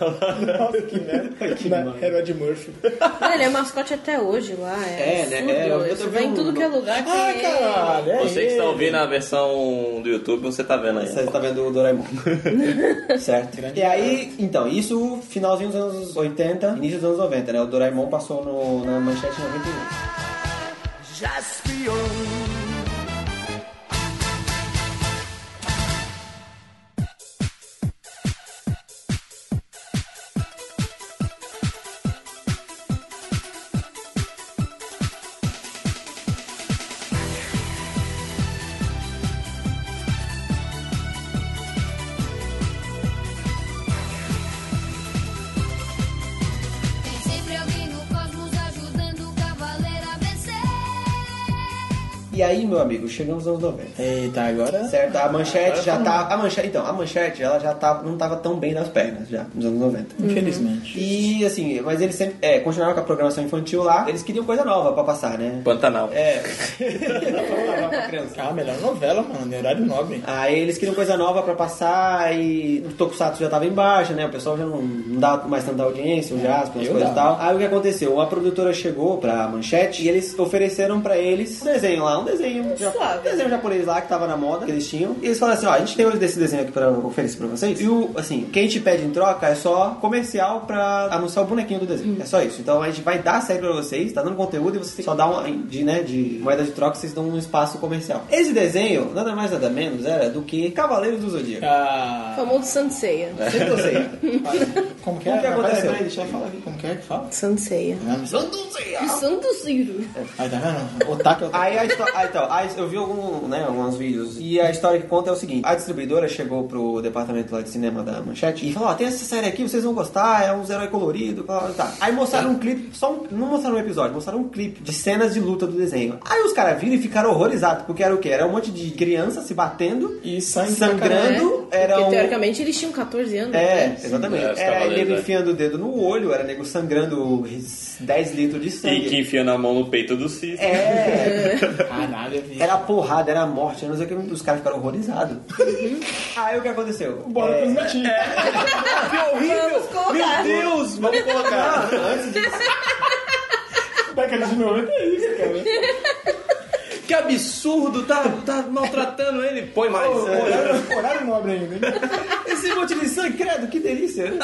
S2: Nossa, que merda.
S1: Que
S2: Na-
S1: merda.
S2: Era o Ed Murphy.
S6: Ah, ele é mascote até hoje lá. É,
S1: É, né?
S6: absurdo.
S1: É, eu- eu
S6: Isso
S1: tô
S6: vai em
S1: vendo
S6: tudo
S1: um-
S6: que é lugar. tem
S2: Ah,
S6: ele.
S2: caralho. é
S3: Você que está
S2: ele.
S3: ouvindo a versão do YouTube, você tá vendo aí.
S1: Você tá vendo o Doraemon. certo.
S2: Grande
S1: E aí, então, isso finalzinho dos anos 80, início dos anos 90, né? O Doraemon passou no, na manchete em 91.
S9: Tem sempre alguém no cosmos ajudando o cavaleiro a vencer.
S1: E aí, meu amigo, chegamos aos anos 90.
S2: Eita, agora.
S1: Certo, a manchete já tá. A manchete, então, a manchete ela já tá, não tava tão bem nas pernas já, nos anos 90.
S2: Infelizmente.
S1: E assim, mas eles sempre. É, continuaram com a programação infantil lá, eles queriam coisa nova pra passar, né?
S3: Pantanal.
S1: É. pra criança.
S2: Ah, melhor novela, mano. Em horário nobre.
S1: Aí eles queriam coisa nova pra passar e o Tokusatsu já tava em baixa, né? O pessoal já não, não dá mais tanta audiência, o Jasper, as
S2: Eu
S1: coisas e
S2: dava.
S1: tal. Aí o que aconteceu? A produtora chegou pra Manchete e eles ofereceram pra eles um desenho lá, um desenho, ja-
S6: Suave.
S1: um desenho japonês lá que tava na moda, que eles tinham. E eles falaram assim, ó, a gente tem esse desenho aqui pra oferecer pra vocês. E o, assim, o que a gente pede em troca é só comercial pra anunciar o bonequinho do desenho. É só isso. Então a gente vai dar a série pra vocês, tá dando conteúdo e vocês só dá um, de, né, de moeda de troca, vocês dão um espaço comercial. Esse desenho, nada mais nada menos, era do que Cavaleiros do Zodíaco.
S2: Ah.
S6: Famoso Sanseia.
S1: Sempre eu sei.
S2: Como que
S1: Como
S2: é?
S1: que
S2: Mas
S1: aconteceu?
S2: peraí, deixa eu falar aqui. Como que é que fala? Tá
S6: Sanseia. Santo Ciro.
S2: Aí tá vendo? Otaku é otaku.
S1: Aí a história. então, aí eu vi algum, né, alguns vídeos. E a história que conta é o seguinte: a distribuidora chegou pro departamento lá de cinema da Manchete e falou: Ó, tem essa série aqui, vocês vão gostar, é uns herói colorido. blá, blá, blá. Aí mostraram um clipe, só um- não mostraram um episódio, mostraram um clipe de cenas de luta do desenho. Aí os caras viram e ficaram horrorizados, porque era o quê? Era um monte de criança se batendo,
S2: E sangue pra
S1: sangrando,
S6: É,
S1: era
S6: Porque
S1: um.
S6: teoricamente eles tinham 14 anos.
S1: É,
S6: né?
S1: exatamente.
S3: É, os
S1: Era
S3: cavaleiros,
S1: nego
S3: né?
S1: enfiando o dedo no olho, era nego sangrando 10 litros de sangue.
S3: E que enfia na mão no peito do Cis.
S1: É,
S2: Caralho, bicho.
S1: Era porrada, era morte, não sei o que, os caras ficaram horrorizados. Aí o que aconteceu?
S2: Bora transmitir.
S6: Vamos colocar.
S3: Deus, vamos colocar.
S2: Década de 90 é isso, cara.
S3: que absurdo, tá, tá maltratando ele. Põe mais.
S2: Pô, Horário, horário nobre ainda, né? hein?
S1: Esse monte de sangue, credo, que delícia!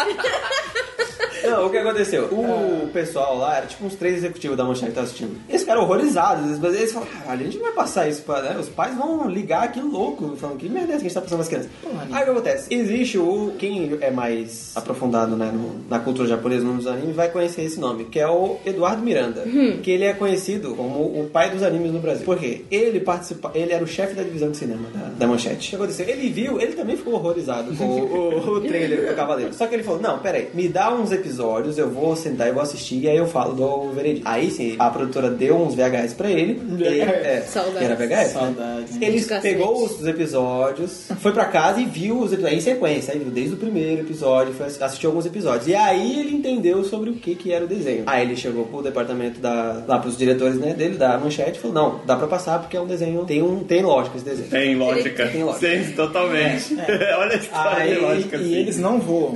S1: Não, o que aconteceu? O pessoal lá, era tipo uns três executivos da manchete que estavam assistindo. Eles ficaram horrorizados, mas eles falaram, caralho, a gente não vai passar isso pra. Né? Os pais vão ligar aqui louco, falando que merda é essa que a gente tá passando as crianças. Aí o que acontece? Existe o. Quem é mais aprofundado né, no- na cultura japonesa, no mundo dos animes, vai conhecer esse nome, que é o Eduardo Miranda. Que ele é conhecido como o pai dos animes no Brasil. Por quê? Ele participa, ele era o chefe da divisão de cinema da, da manchete. O que aconteceu? Ele viu, ele também ficou horrorizado com o, o- o trailer do Cavaleiro. Só que ele falou: não, peraí, me dá uns episódios, eu vou sentar e vou assistir, e aí eu falo do veredito. Aí sim, a produtora deu uns VHS pra ele. ele é,
S6: Saudades.
S1: que Era VHS?
S2: Saudades.
S1: Ele
S6: De cacete.
S1: pegou os episódios, foi pra casa e viu os episódios em sequência. Aí viu desde o primeiro episódio, foi ass- assistiu alguns episódios. E aí ele entendeu sobre o que, que era o desenho. Aí ele chegou pro departamento da. lá pros diretores né, dele, da manchete, e falou: não, dá pra passar porque é um desenho. Tem, um, tem lógica esse desenho.
S3: Tem lógica.
S1: Tem lógica. É,
S3: Sim, totalmente. Olha a história
S1: Aí,
S3: de lógica.
S2: E
S3: sim.
S2: eles não voam.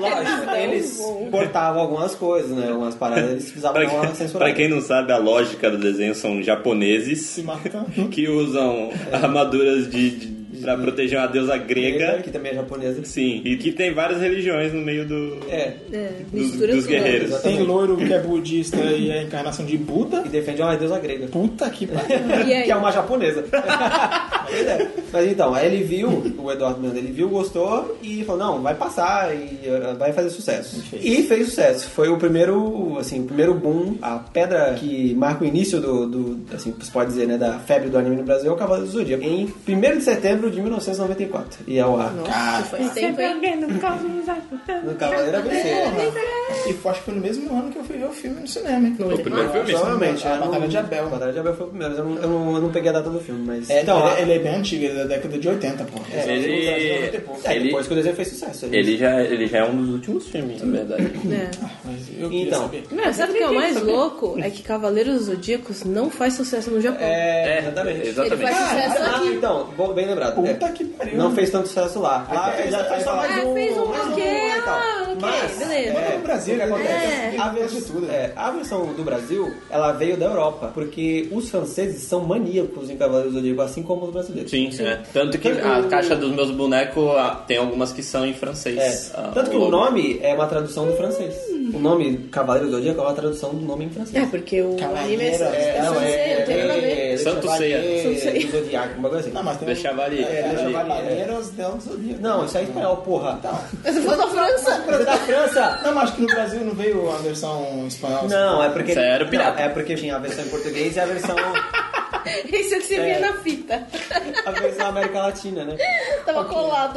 S1: Lógico, né? eles cortavam algumas coisas, né? Algumas paradas eles precisavam
S3: Pra
S1: dar uma
S3: quem,
S1: censurada.
S3: pra quem não sabe, a lógica do desenho são japoneses
S2: Se matando.
S3: que usam
S1: É.
S3: armaduras de, de, pra proteger uma deusa grega.
S1: que também é japonesa.
S3: Sim, e que tem várias religiões no meio do,
S1: É,
S6: É,
S3: dos,
S6: mistura
S3: dos
S6: tudo.
S3: guerreiros.
S2: Tem loiro que é budista e é a encarnação de Buda.
S1: e defende uma deusa grega.
S2: Puta que pariu.
S6: E aí?
S1: Que é uma japonesa. Pois é. Mas então, aí ele viu, o Eduardo Miranda, ele viu, gostou e falou, não, vai passar e eh, vai fazer sucesso. E fez sucesso. Foi o primeiro, assim, o primeiro boom, a pedra que marca o início do, do assim, se pode dizer, né, da febre do anime no Brasil é o Cavaleiro do Zodíaco. Em 1 de setembro de 1994. E é o ar.
S6: Nossa, faz tempo, hein?
S1: No Cavaleiro
S2: É.
S1: ABC.
S2: E foi- acho que foi no mesmo ano que eu fui ver o filme no cinema. hein?
S3: O primeiro filme.
S1: Ah, Provavelmente. é.
S2: A
S1: eu não-
S2: Batalha de Abel.
S1: A Batalha de Abel foi o primeiro. Eu não, eu não, eu não peguei a data do filme, mas...
S2: É,
S1: então,
S2: ele,
S1: a-
S2: ele é bem antigo, ele é da década de 80, pô.
S1: é,
S3: Ele-
S1: é,
S3: ele-
S1: depois que o desenho fez sucesso. ele-
S3: Ele já, ele já é um dos últimos filmes, na verdade.
S6: É.
S2: Mas eu queria
S1: Então.
S2: saber.
S6: Não, sabe o que é o mais louco? É que Cavaleiros Zodíacos não faz sucesso no Japão.
S1: É, exatamente.
S3: Exatamente.
S6: Ele faz sucesso
S1: Ah,
S6: aqui.
S1: então, bom, bem lembrado.
S2: Puta
S1: É.
S2: que pariu.
S1: Não fez tanto sucesso lá. Lá
S2: fez-
S1: já faz só
S2: é,
S1: mais
S6: É,
S1: um.
S6: fez um
S1: mais
S6: ok,
S1: e tal.
S6: ah, ok,
S1: Mas,
S6: beleza.
S1: é,
S2: No Brasil,
S1: o que acontece?
S2: é.
S1: A, vers-
S2: Tem de tudo.
S1: é, a versão do Brasil, ela veio da Europa, porque os franceses são maníacos em Cavaleiros do Zodíaco, assim como os brasileiros.
S3: Sim, é. Tanto que a caixa dos meus bonecos ah, tem algumas que são em
S1: É.
S3: francês. Ah,
S1: Tanto que o
S3: logo.
S1: nome é uma tradução do francês. O nome Cavaleiros do Zodíaco é uma tradução do nome em
S6: É,
S1: francês.
S6: porque o anime é,
S2: Cavaleiro,
S6: é,
S1: não,
S6: francês, não tem nada a ver.
S1: é,
S3: Santo
S1: Chevalier
S3: Ceia.
S1: do
S6: Santo Ceia.
S1: Zodíaco, um bagulho assim.
S2: Não, Ah, mas tem
S3: Deixa Javali.
S2: É,
S1: deixa
S2: deixa
S1: Javali.
S2: Cavaleiros del Zodíaco.
S1: Não, isso aí é espanhol, porra.
S6: Mas eu vou da França.
S1: Você é da França!
S2: Não, mas acho que no Brasil não veio a versão assim, espanhola.
S1: Não, é porque.
S3: Isso aí era o
S1: não,
S3: pirata.
S1: é porque tinha a versão em português e a versão,
S6: Esse é o que você via na fita.
S1: a versão América Latina, né?
S6: Tava colado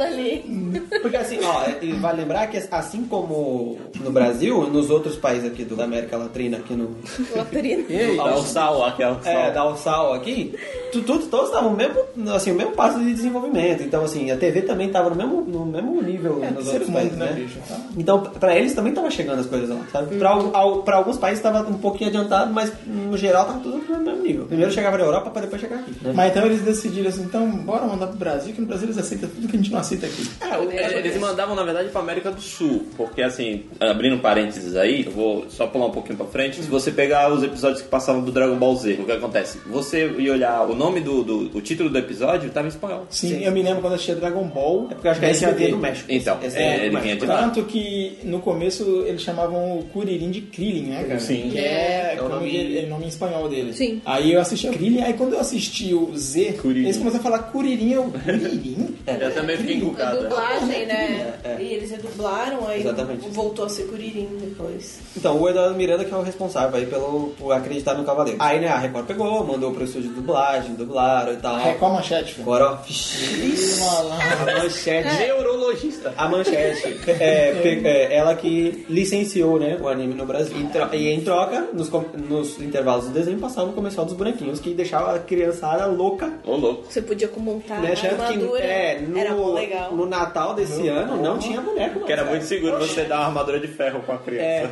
S6: ali.
S1: Porque assim, ó, e vale lembrar que assim como no Brasil, nos outros países aqui do, da América Latina, aqui no.
S6: Latrina.
S3: Ei, dá o sal, aquela sal.
S1: É, da Alçal aqui, tu, tu- todos estavam no mesmo, assim, o mesmo passo de desenvolvimento. Então, assim, a TV também estava no mesmo, no mesmo nível nos
S2: ser
S1: outros
S2: humano,
S1: países,
S2: né,
S1: né?
S2: bicho? Tá.
S1: Então, pra eles também tava chegando as coisas lá, sabe? Pra, al- al- pra alguns países tava um pouquinho adiantado, mas no geral tava tudo no mesmo nível. Primeiro chegava na Europa pra depois chegar aqui, né?
S2: Mas então eles decidiram assim, então bora mandar pro Brasil, que no Brasil eles aceitam tudo que a gente não aceita aqui.
S3: É, o- é, eles mandavam, na verdade, pra América do Sul. Porque, assim, abrindo parênteses aí, eu vou só pular um pouquinho pra frente. Se você pegar os episódios que passavam do Dragon Ball Z, o que acontece? Você ia olhar o nome do... do o título do episódio tava em espanhol.
S2: Sim, eu me lembro quando eu assistia Dragon Ball.
S1: É porque eu acho que a gente já né? veio do México.
S3: Então,
S1: Esse
S3: é,
S1: do
S3: ele
S1: México.
S3: vinha de lá.
S2: Tanto que no começo eles chamavam o Kuririn de Krillin, né, cara?
S3: Sim.
S2: Que é,
S1: É o
S2: como
S1: nome-
S2: ele- é o nome em espanhol dele.
S6: Sim.
S2: Aí eu assisti o Krillin, aí quando eu assisti o Z,
S3: Kuririn.
S2: eles começaram a falar Kuririn, é eu, Kuririn?
S3: É, Eu também fiquei
S6: A
S3: encucado.
S6: dublagem, né? E eles redublaram, aí
S1: É, Exatamente.
S6: voltou a ser Kuririn depois.
S1: Então, o Eduardo Miranda que é o responsável aí pelo por acreditar no Cavaleiro. Aí, né, a Record pegou, mandou pro estúdio de dublagem, dublaram e tal.
S2: Record Manchete, filho.
S1: Agora, ó, vixi,
S2: Malandro.
S1: a
S6: É.
S1: manchete.
S3: Neurologista.
S1: A manchete. É, pe- é, ela que licenciou, né, o anime no Brasil. Em tro- e em troca, nos, com- nos intervalos do desenho, passava o comercial dos bonequinhos, que deixava a criançada louca
S3: Ô, louco.
S6: Você podia montar
S1: né?
S6: a
S1: Achando que
S6: armadura.
S1: é, no,
S6: Ah, Era mó legal.
S1: no Natal desse ano não tinha boneco.
S3: Uhum. Que era muito seguro você dar uma armadura de ferro com a criança.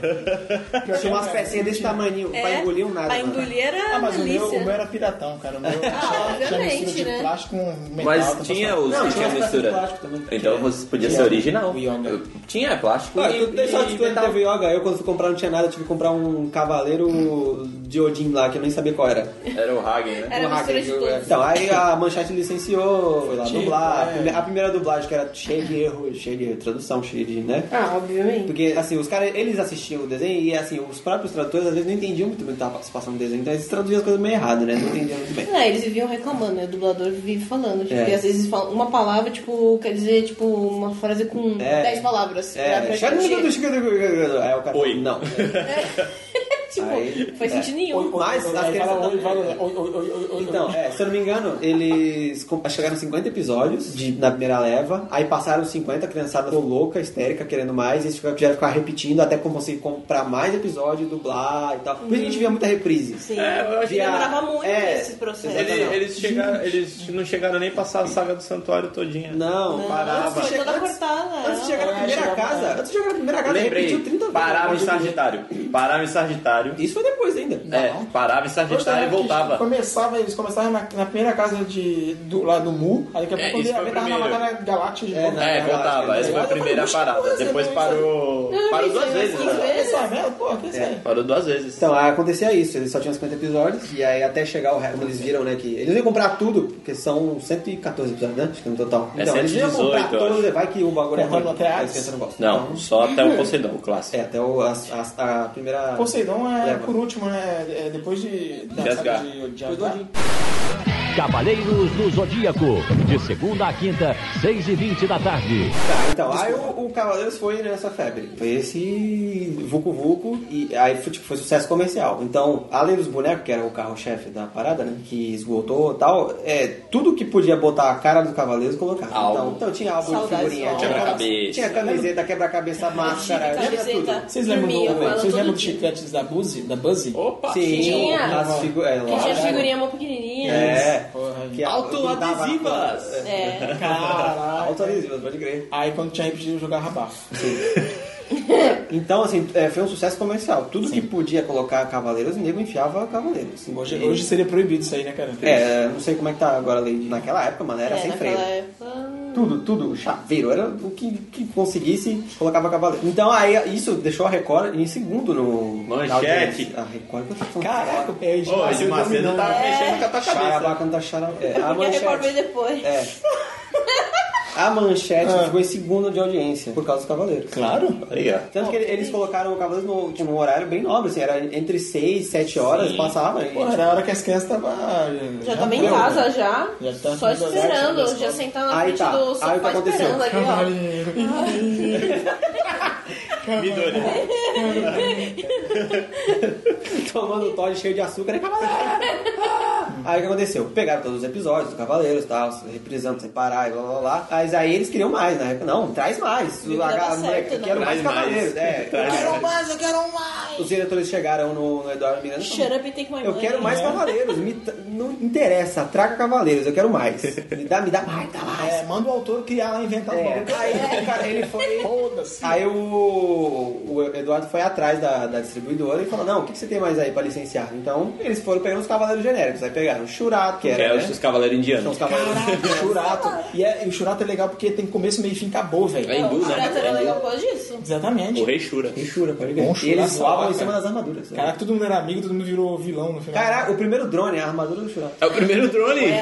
S1: Tinha umas pecinhas desse tamanho, pra engolir um nada.
S6: É, Pra
S1: mano.
S6: engolir era
S2: Ah, mas o meu, o
S6: delícia. Ah,
S2: meu
S1: é
S2: era piratão, cara. O meu tinha, tinha mistura
S6: obviamente,
S2: de
S6: né?
S2: plástico com metal. tá
S3: Mas tinha
S2: passando.
S3: os
S1: Não, tinha
S3: que tinha
S1: as peças de
S3: mistura.
S1: plástico também.
S3: Então
S1: Tinha.
S3: você podia
S2: Tinha.
S3: ser original.
S2: O yoga.
S3: Tinha plástico.
S1: Ah,
S3: e-
S1: tu, deixa eu
S3: e
S1: te explicar,
S3: metal.
S1: teve yoga. Eu, quando fui comprar, não tinha nada. Eu tive que comprar um cavaleiro de Odin lá, que eu nem sabia qual era.
S3: Era o Hagen, né?
S6: Era
S1: um
S6: mistura de
S1: hacker.
S6: todos.
S1: Então, aí a Manchete licenciou, foi lá
S2: Tipo,
S1: dublar.
S2: é.
S1: A prime- A primeira dublagem, que era cheia de erro, cheia de tradução, cheia de, né?
S6: Ah, obviamente.
S1: Porque, assim, os caras, eles assistiam o desenho e, assim, os próprios tradutores, às vezes, não entendiam muito bem o que tava se passando no desenho. Então, eles traduziam as coisas meio errado, né? Não entendiam muito bem.
S6: Não, eles viviam reclamando, né? O dublador vive falando. Tipo,
S1: É.
S6: E às vezes fala uma palavra, tipo, quer dizer, tipo, uma frase com
S1: É.
S6: 10 palavras. Dá
S1: É,
S6: pra
S1: chega no
S6: gente-
S1: do Chico do Aí o cara.
S3: Oi.
S1: Não.
S6: Tipo,
S1: Aí- é.
S6: faz sentido nenhum.
S1: Mas as
S2: Aí
S1: crianças
S2: fala,
S1: tão-
S2: oi, fala, oi, oi, oi, oi, oi.
S1: Então, é, se eu não me engano, eles com- chegaram a 50 episódios de- na primeira leva, aí passaram os 50, a criançada ficou louca, histérica, querendo mais, e eles ficaram- tiveram que ficar repetindo até como conseguir comprar mais episódios, dublar e tal. Por isso que a gente via muita reprise.
S6: Sim.
S3: É, eu acho
S6: que
S1: que a-
S6: demorava muito
S1: é,
S6: esse processo.
S1: exatamente.
S3: Ele- eles, chegaram, eles não chegaram nem a passar a saga do santuário todinha.
S1: Não,
S6: Não,
S1: parava.
S6: Foi toda cortada.
S1: Antes de chegar na
S2: É,
S1: primeira
S2: chegava-
S1: casa, antes de chegar na primeira casa,
S3: Lembrei,
S1: repetiu 30
S3: parava em
S1: episódios.
S3: Sagitário. Parava em Sagitário.
S1: Isso foi depois ainda.
S2: Não,
S3: É,
S2: não.
S3: parava em Sargentário e
S2: Quando era que
S3: voltava.
S2: Começava, eles começavam na, na primeira casa de, do, lá do Mu, aí daqui a
S3: É,
S2: pouco
S3: isso
S2: eu
S3: foi
S2: ia
S3: o
S2: tava na
S3: primeiro.
S2: Batalha Galáctica de
S1: É,
S2: novo.
S1: não,
S3: É, voltava. Essa foi a primeira parada.
S2: assim,
S3: Depois parou. Parou duas vezes,
S6: duas
S3: né?
S6: vezes.
S2: Essa merda, porra, "É,
S1: É.
S2: que isso aí?
S3: Parou duas vezes.
S1: Então, aí acontecia isso, eles só tinham 50 episódios, e aí até chegar o recorde, eles viram, né, que eles iam comprar tudo, porque são 114 episódios, né, acho que no total.
S3: É
S1: eles iam comprar
S3: 118, eu
S1: todos, vai que o bagulho é
S2: Comprando
S1: ruim,
S2: até
S1: aí
S2: as-
S1: esquenta o negócio.
S3: Não,
S1: Então,
S3: só até o Poseidon, o
S1: é,
S3: clássico.
S1: até o, a, a, a primeira...
S2: Poseidon é
S1: leva.
S2: por último, né? É depois de. Da
S3: Asgard.
S2: saga de, de Asgard.
S8: Cavaleiros do Zodíaco. De segunda a quinta, seis e vinte da tarde.
S1: Tá, então, aí o, o Cavaleiros foi nessa febre. Foi esse Vucu Vucu, e aí foi, tipo, foi sucesso comercial. Então, além dos bonecos, que era o carro-chefe da parada, né, que esgotou e tal, é, tudo que podia botar a cara do Cavaleiros colocava. Então,
S3: Álbum.
S1: então tinha álbum de
S6: Saudades
S1: figurinha,
S6: do
S1: tinha,
S6: álbum.
S3: Quebra-cabeça.
S1: tinha camiseta, quebra-cabeça, máscara, tinha tudo.
S6: Camiseta.
S2: Vocês lembram,
S6: Dormia
S2: do,
S6: com ela
S2: vocês
S6: todo
S2: lembram dos
S6: dia.
S2: chicletes da Buzzy? Da Buzzy?
S3: Opa!
S1: Sim,
S6: tinha.
S1: as figu- é,
S6: Que tinha
S1: lógico.
S6: figurinha mó pequenininha.
S1: É,
S2: Porra,
S1: que a-
S3: Autoadesivas.
S1: É,
S6: É.
S2: Caralho.
S1: Autoadesivas, pode crer.
S2: Aí quando tinha repetido, eu jogava bafo.
S1: Então, assim, é, foi um sucesso comercial. Tudo que podia colocar Cavaleiros, o nego enfiava Cavaleiros.
S2: Hoje,
S1: E-
S2: hoje seria proibido isso aí, né, cara?
S1: É, não sei como é que tá agora a lei. Naquela época, mano, era
S6: É,
S1: sem freio. Ah,
S6: naquela época.
S1: Tudo, tudo, chaveiro, era o que, que conseguisse, colocava cavaleiro. Então aí isso deixou a Record em segundo no.
S3: Manchete.
S1: na audiência. A Record que eu tô falando.
S2: Caraca, é
S3: Ô, esse
S2: Edmacedo
S3: Macedo
S2: dominando.
S3: tá
S1: né?
S3: mexendo com a tua
S1: Xarabá
S3: cabeça.
S1: canta xarabá. É, a
S6: Porque a Record
S1: manchete.
S6: veio depois.
S1: É. A manchete ficou em segundo de audiência por causa dos cavaleiros.
S2: Claro.
S3: Obrigado.
S1: Tanto que eles colocaram o Cavaleiros no, tipo, um horário bem nobre, assim, era entre 6 e 7 horas, passava. e,
S2: Porra,
S1: tipo,
S2: era a hora que as crianças tava.
S6: Já tava em casa já.
S2: Já tá
S6: só
S2: no lugar, já
S6: esperando.
S2: tá
S6: Já sentado na
S1: Aí
S6: frente
S1: tá.
S6: do sofá
S1: Aí o que aconteceu?
S6: esperando ali, ó.
S2: Caralho.
S3: Midori.
S6: É.
S1: tomando Todd cheio de açúcar. né? Aí o que aconteceu? Pegaram todos os episódios do Cavaleiros e tal, reprisando sem parar e blá blá blá. Mas aí eles queriam mais, né? Não, traz mais.
S6: Viu que
S1: A-
S6: dava
S1: a-
S6: certo,
S1: eu
S6: né?
S1: quero mais
S3: Traz mais.
S1: Cavaleiros. É, eu
S3: Traz
S1: quero
S3: mais.
S1: mais, eu quero mais. Os diretores chegaram no, no Eduardo Miranda. e
S6: Shut
S1: falaram,
S6: up and take my
S1: Eu
S6: money.
S1: quero mais Cavaleiros. Me tra- não interessa, traga Cavaleiros, eu quero mais. Me dá, me dá mais, dá mais.
S2: É, manda o autor criar lá, inventar um
S1: É,
S2: bagulho.
S1: Aí, cara, ele foi.
S2: Foda-se.
S1: Aí o, o Eduardo foi atrás da, da distribuidora e falou: Não, o que, que você tem mais aí pra licenciar? Então eles foram pegando os cavaleiros genéricos. Aí pegaram o Churato, que
S3: Que
S1: era.
S3: é
S1: né?
S3: os cavaleiros
S1: São os
S3: indianos.
S1: cavaleiros.
S2: Churato. E, é- e o Churato é legal porque tem começo, meio e fim, acabou, velho.
S3: É hindu,
S6: O Shurato era
S3: né?
S6: legal por causa disso.
S2: Exatamente.
S3: O rei Shura.
S1: E Shura, pode ver.
S2: Bom
S1: E
S2: Shurato,
S1: eles voavam em
S2: cara.
S1: cima das armaduras. né?
S2: Caraca, todo mundo era amigo, todo mundo virou vilão no final.
S1: Caraca, o primeiro drone é a armadura do Churato.
S3: É o primeiro drone.
S6: É.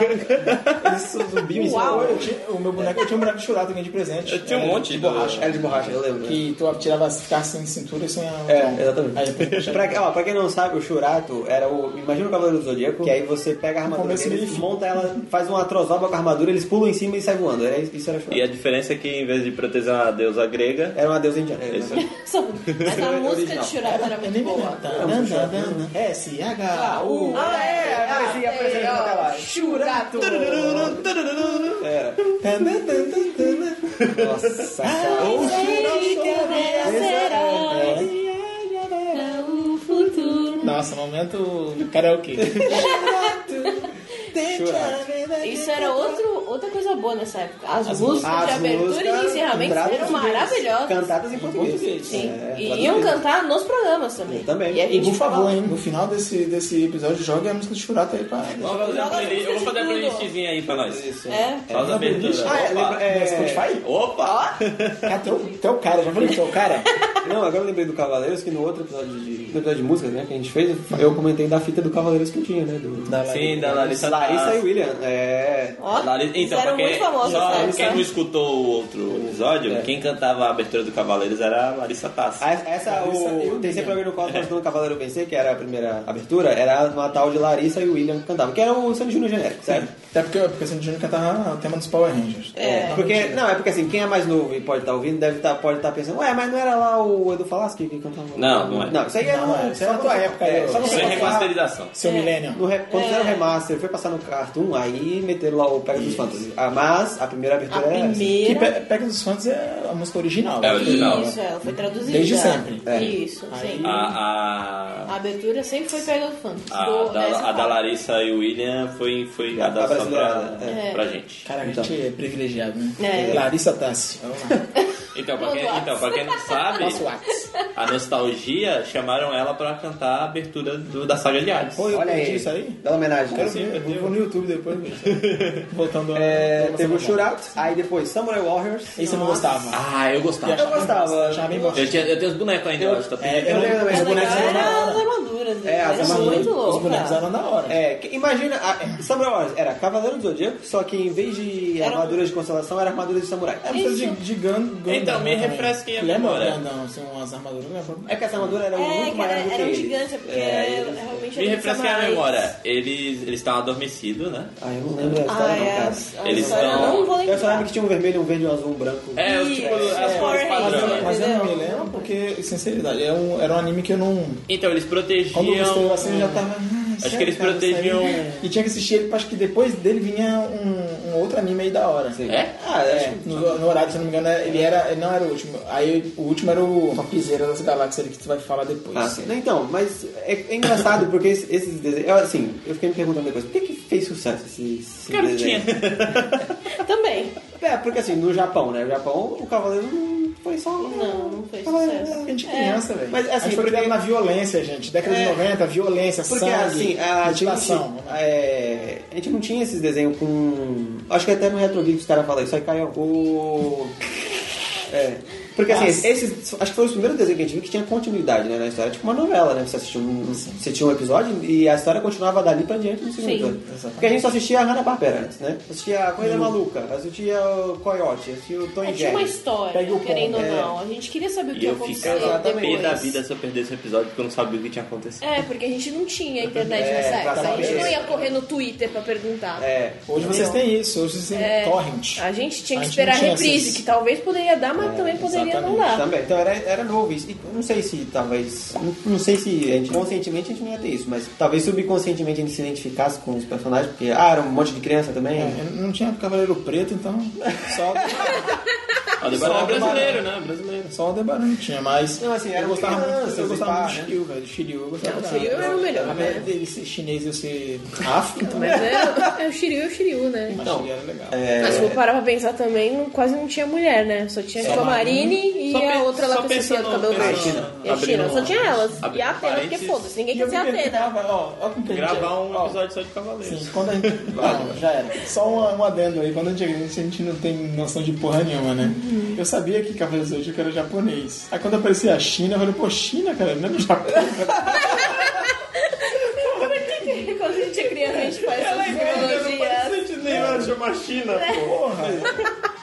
S2: eles subiam em cima. Eu tinha- O meu boneco, eu tinha um boneco de Churato que eu ganhei de presente.
S3: Eu tinha um
S2: Era
S3: monte
S2: de
S3: do-
S2: borracha.
S1: Era de borracha, eu lembro.
S2: Que tu tirava, ficava sem cintura e sem a...
S1: É, exatamente.
S2: Aí depois-
S1: pra, ó, pra quem não sabe, o Churato era o. Imagina o Cavaleiro do Zodíaco, que aí você pega a armadura
S2: Começo, meio e
S1: deles,
S2: fim.
S1: monta ela, faz uma trozoba com a armadura, eles pulam em cima e saem voando. Era isso, isso era Churato.
S3: E a diferença é que em vez de proteger a deusa grega, é
S1: Era uma deusa indiana.
S6: É,
S3: eles-
S6: Essa- Mas a música de Shurato era
S2: Eu nem
S6: muito
S2: me
S6: boa.
S2: lembro. S-H-U.
S1: Ah, é, a Marcinha apresenta aquela.
S6: Churato.
S3: É.
S1: Era. Nossa,
S6: Ah,
S1: cara.
S2: Nossa, momento karaokê.
S6: Isso era outro, outra coisa boa nessa época. As,
S1: As
S6: músicas de
S1: músicas
S6: abertura e de encerramento
S1: cantadas
S6: eram
S1: em português.
S6: maravilhosas.
S1: Cantadas em português.
S2: português,
S6: Sim.
S1: É, Então,
S6: e
S1: traduzidas.
S6: iam cantar nos programas também.
S1: Também.
S6: E a
S2: E
S6: gente
S2: por favor,
S6: falava-
S2: hein? No final desse, desse episódio, joga a música do Churato aí pra.
S3: Vou fazer a playlist- Eu vou fazer a playlistzinha aí pra nós.
S1: Isso.
S6: É.
S3: Só as aberturas.
S1: Ah, é, lembra-
S3: Opa!
S1: é, um,
S2: No Spotify?
S3: Opa!
S2: Cara, tem o- tem o cara, já falei que tem o cara.
S1: Não, agora eu lembrei do Cavaleiros que no outro episódio de, no episódio de música né, que a gente fez, eu comentei da fita do Cavaleiros que eu tinha, né? Do,
S3: Sim, da Larissa.
S1: Larissa e William. É.
S6: Ó,
S3: Larissa-
S6: eles
S3: Então, pra
S6: eram
S3: quem,
S6: muito famosos.
S3: só
S6: sabe?
S3: quem é não escutou o outro episódio,
S1: É.
S3: quem cantava a abertura do Cavaleiros era a Larissa Tassi.
S1: Ah, Essa, o, tem sempre alguém no qual nós do Cavaleiro Vencer, que era a primeira abertura, era uma tal de Larissa e o William que cantavam, que era o Sandy Júnior genérico, certo?
S2: Até porque, porque o Sandy Júnior cantava o tema dos Power Rangers.
S1: É, porque, não, é porque assim, quem é mais novo e pode estar ouvindo, deve tá, pode estar pensando, ué, mas não era lá o Edu Falaschi que cantava?
S3: Não, não é.
S1: Não, isso aí era,
S2: Não,
S1: no-
S2: é, isso era na tua época,
S1: é,
S2: né?
S1: só no
S3: Sem
S1: remaster.
S3: remasterização.
S2: Seu Millennium.
S1: No re- quando fizeram o remaster, foi passar no Cartoon, aí meteram lá o Pegasus Fantasy. Ah, mas a primeira
S6: A
S1: abertura é era essa.
S2: É, Que
S6: primeira.
S2: Pe Pega dos Fãs é a música original.
S3: É a original.
S6: Isso, ela foi traduzida.
S2: Desde sempre.
S1: É.
S6: Isso, sim.
S3: A, a,
S6: A abertura sempre foi pega do fã.
S3: a,
S6: Do- essa
S3: da, a da
S6: parte.
S3: Larissa e o William foi, foi É, a né? adaptação pra,
S1: brasileirada, é.
S3: pra gente.
S2: Cara, a gente é privilegiado, né?
S6: É.
S2: Larissa Tassi. Vamos lá.
S3: Então, pra quem, então, pra quem não sabe,
S2: Nosso Axe.
S3: a nostalgia, chamaram ela pra cantar a abertura do- da saga de Hades.
S1: Pô, eu
S10: Olha
S1: perdi
S10: aí.
S1: isso aí.
S10: Dá uma homenagem.
S1: Quero
S3: Sim,
S1: ver,
S3: perdeu.
S1: vou no YouTube depois. Voltando a...
S10: É,
S1: a-
S10: teve o Shootout, aí depois Samurai Warriors.
S2: Esse eu não gostava.
S3: Ah, eu
S10: Eu
S3: gostava.
S10: gostava.
S2: Achava bem bom.
S3: Eu, tinha, eu tenho os bonecos ainda, eu, acho. Tá
S2: É,
S10: Eu
S2: eu
S10: lembro
S2: lembro
S10: também.
S2: os bonecos eram na
S6: Era as
S2: hora.
S6: armaduras dele.
S10: É, as
S6: era
S10: armaduras,
S6: muito
S2: Os
S6: louco.
S2: bonecos eram na hora.
S1: É, que- imagina, a, é, Samurai Warriors era Cavaleiro do Zodíaco, só que em vez de
S6: Era um-
S1: armaduras de constelação, era armaduras de samurai. É,
S2: Era coisa é de, de gun, né? gun
S3: Então, me
S2: também.
S3: refresquem a
S2: Lembra?
S3: memória.
S2: Não, é né? não, são as armaduras. Não lembro.
S1: É que essa armadura era
S6: É,
S1: muito
S6: que
S1: maior
S6: era,
S1: do que
S6: era um
S1: ele.
S6: gigante, é porque realmente
S3: Me
S6: era um
S3: refresquem a
S6: samurai.
S3: memória. Eles eles estavam adormecidos, né?
S1: Ah, eu não lembro a história
S6: Ah,
S1: não,
S6: é.
S1: cara.
S6: a- a
S3: Eles
S6: história eu
S3: estão-
S6: Não vou
S1: Eu só
S6: lembrar.
S1: lembro que tinha um vermelho, um verde, um azul, um branco.
S3: É, os tipo,
S6: Isso,
S3: as
S6: é,
S3: cores
S6: Power
S2: Mas,
S3: padrão.
S2: eu- mas é, eu não me
S6: Entendeu?
S2: lembro porque, sinceridade, é um- era um anime que eu não.
S3: Então, eles
S2: Quando eu
S3: protegiam...
S2: gostei assim, eu já tava. "Ah,
S3: é Acho
S2: sério,
S3: que eles
S2: cara, isso aí?"
S3: protegiam-
S2: E tinha que assistir ele, acho que depois dele vinha um, um outro anime aí da hora.
S3: É?
S2: Ah, é. No, no horário, se eu não me engano, ele era. Ele não era o último. Aí o último era o Topzera das Galáxias ali que tu vai falar depois. assim.
S1: Ah, sim. Então, mas é, é engraçado porque es- esses desenhos. eu, Assim, eu fiquei me perguntando depois, por que, que fez sucesso esse, esse desenho?
S6: Também.
S1: É, porque assim, no Japão, né? No Japão, o Cavaleiro não foi só.
S6: Não, não foi
S1: Cavaleiro-
S6: sucesso.
S2: A gente é criança, velho.
S1: Mas, assim,
S2: a gente foi
S1: porque-
S2: criado na violência, gente. Década
S1: É.
S2: de 90, violência,
S1: Porque
S2: sangue,
S1: assim, a gente,
S2: mutilação.
S1: é, a gente não tinha esses desenhos com. Acho que até no Retrogeek os caras falam isso, aí caiu o. É. Porque assim,
S2: Nossa.
S1: esses, acho que foi os primeiros desenhos que a gente viu que tinha continuidade né, na história, tipo uma novela, né? Você assistia um, você tinha um episódio e a história continuava dali pra diante no segundo
S6: Sim.
S1: episódio.
S2: Exatamente.
S1: Porque a gente só assistia a Hanna-Barbera antes, né? Assistia a Coisa Maluca, assistia o Coyote, assistia o Tom
S6: É,
S1: e
S6: tinha uma
S1: Jerry.
S6: história,
S2: Pega o ponto,
S6: querendo ou
S1: é.
S6: não. A gente queria saber o
S3: E
S6: que
S3: eu
S6: aconteceu
S3: ficava pé
S6: depois.
S3: da vida se eu perdesse o episódio porque eu não sabia o que tinha acontecido.
S6: É, porque a gente não tinha internet
S1: É,
S6: nessa época. A
S1: exatamente.
S6: gente não ia correr no Twitter pra perguntar.
S1: É.
S2: Hoje vocês têm isso, hoje vocês têm torrent.
S6: A gente tinha que
S2: A gente
S6: esperar a
S2: não tinha
S6: reprise,
S2: essas-
S6: que talvez poderia dar, mas também poderia não
S2: exatamente.
S6: dar.
S1: Também. Então era, era novo isso. E não sei se talvez. Não, não sei se a gente, conscientemente a gente não ia ter isso, mas talvez subconscientemente a gente se identificasse com os personagens, porque ah, era um monte de criança também.
S2: Eu não tinha Cavaleiro Preto, então só,
S3: Ah, Debarão é
S2: Só
S3: brasileiro, né? Brasileiro.
S2: só o Debaran tinha, mas
S1: Não, assim, era
S2: eu gostava
S1: crianças
S2: muito, eu
S1: e
S2: gostava
S1: pá, né?
S2: muito do Shiryu, velho. do Shiryu eu gostava
S6: Não, o
S2: da-
S6: Shiryu era o melhor,
S2: Apesar
S6: né?
S2: dele ser chinês e eu ser afro, então,
S6: Mas é, é o Shiryu, é o Shiryu, né?
S2: mas
S1: Então,
S2: Shiryu era legal.
S3: É.
S6: Mas se for parar pra pensar também, não- quase não tinha mulher, né? Só tinha a Marine e
S3: Só
S6: a
S3: pe-
S6: outra lá
S3: só
S6: que assistia do
S3: pensando-
S6: cabelo
S3: pensando-
S6: verde. E a
S3: abrindo
S6: China, só
S3: um-
S6: tinha elas. E a
S3: abrindo
S6: Atena, porque
S3: parênteses.
S6: foda-se, ninguém
S2: E eu
S6: quer
S2: me
S6: ser Atena.
S2: perguntava, ó, ó como que a gente é.
S3: Gravar um
S2: ó,
S3: episódio só de Cavaleiros.
S2: Sim, quando a gente. Não, já era. Só um, um adendo aí, quando a gente é criança, a gente não tem noção de porra nenhuma, né? Eu sabia que Cavaleiros do Zodíaco era japonês. Aí quando aparecia a China, eu falei, pô, China, cara, não é no Japão.
S6: Quando a gente é criança, a gente faz
S3: é
S6: essas analogias.
S3: chama China, pô.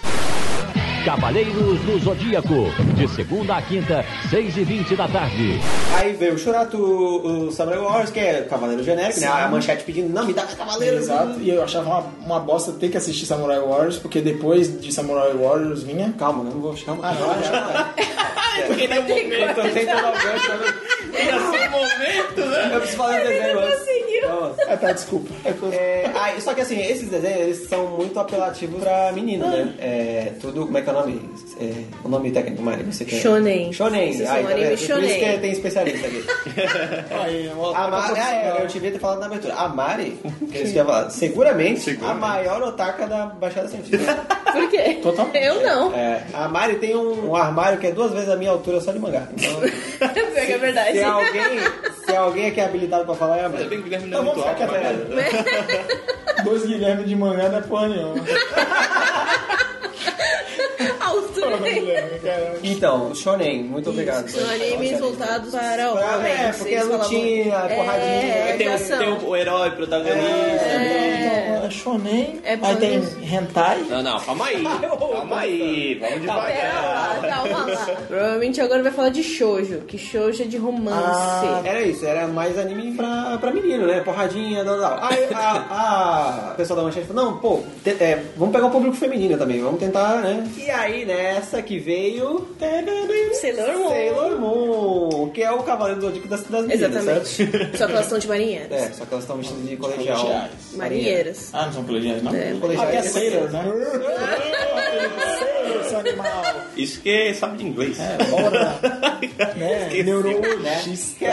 S8: Cavaleiros do Zodíaco. De segunda a quinta, seis e vinte da tarde.
S1: Aí veio o Shurato, o o Samurai Wars, que é Cavaleiro Genérico, né? A manchete pedindo, não, me dá Cavaleiro.
S2: Exato, e eu achava uma, uma bosta ter que assistir Samurai Warriors, porque depois de Samurai Warriors vinha.
S1: Calma, eu não vou chamar. É. Então,
S2: Ah, não,
S3: Aquele momento.
S1: Tô tentando alcançar, né?
S3: Aquele momento, né?
S1: Eu preciso falar do desenho
S6: é
S1: antes.
S6: conseguiu.
S1: Nossa.
S2: Ah, tá, desculpa.
S1: É, aí- só que assim, esses desenhos eles são muito apelativos pra menino, né? É, tudo, como é que é o nome? É, o nome técnico, Mari, você quer?
S6: Shonen.
S1: Shonen.
S6: Esses
S1: Ai,
S6: são
S1: tá vendo?
S6: animes
S1: Por isso
S6: shonen.
S1: que tem especialista aqui.
S2: Aí, é uma-
S1: A Mari, ah, é, eu te devia ter falado na abertura. A Mari, que eu ia falar, seguramente, a maior otaka da Baixada Santista.
S6: Por quê?
S2: Totalmente.
S6: Eu não.
S1: É, a Mari tem um, um armário que é duas vezes a minha altura só de mangá. Então,
S6: Pior que é verdade.
S1: se alguém, se alguém aqui é habilitado pra falar, é a Mari.
S3: Ainda bem que o Guilherme não
S2: Então
S3: é muito
S2: vamos ficar
S3: alto,
S2: quieto,
S3: né?
S2: velho. Dois Guilherme de mangá não é porra nenhuma.
S6: A altura
S2: Porra, Guilherme, caramba.
S1: Então, Shonen, muito obrigado.
S6: né? São animes voltados
S1: Pra-
S6: para homens.
S1: é, porque
S6: eles
S1: a lutinha,
S6: falavam-
S1: a porradinha.
S6: É,
S3: né? Tem, um- o,
S6: ação.
S3: tem o, o herói protagonista.
S2: Então, é shonen,
S6: É
S2: aí tem
S6: japonês.
S2: hentai.
S3: Não, não, calma aí. Calma aí, vamos
S6: Pera
S3: devagar.
S6: lá, calma lá. Provavelmente agora vai falar de shoujo, que shoujo é de romance.
S1: Ah, Era isso, era mais anime pra, pra menino, né? Porradinha, tal, tal. Aí a, a pessoa da manchete falou, não, pô, te- é, vamos pegar o público feminino também, vamos tentar, né? E aí, nessa que veio...
S6: Sailor Moon.
S1: Sailor Moon, que é o cavaleiro do Zodíaco das, das meninas, certo?
S6: Exatamente. Só que elas são de marinheiras.
S1: É, só que elas estão vestidas de colegial.
S2: colegiais.
S6: Marinheiras.
S2: Ah, não são colegiais, não?
S6: É,
S1: colegiais.
S2: Ah, é sailor, né? Sailor, seu animal.
S3: Isso que é sabe de inglês. Né?
S2: né? É, bora. né? Neurologista.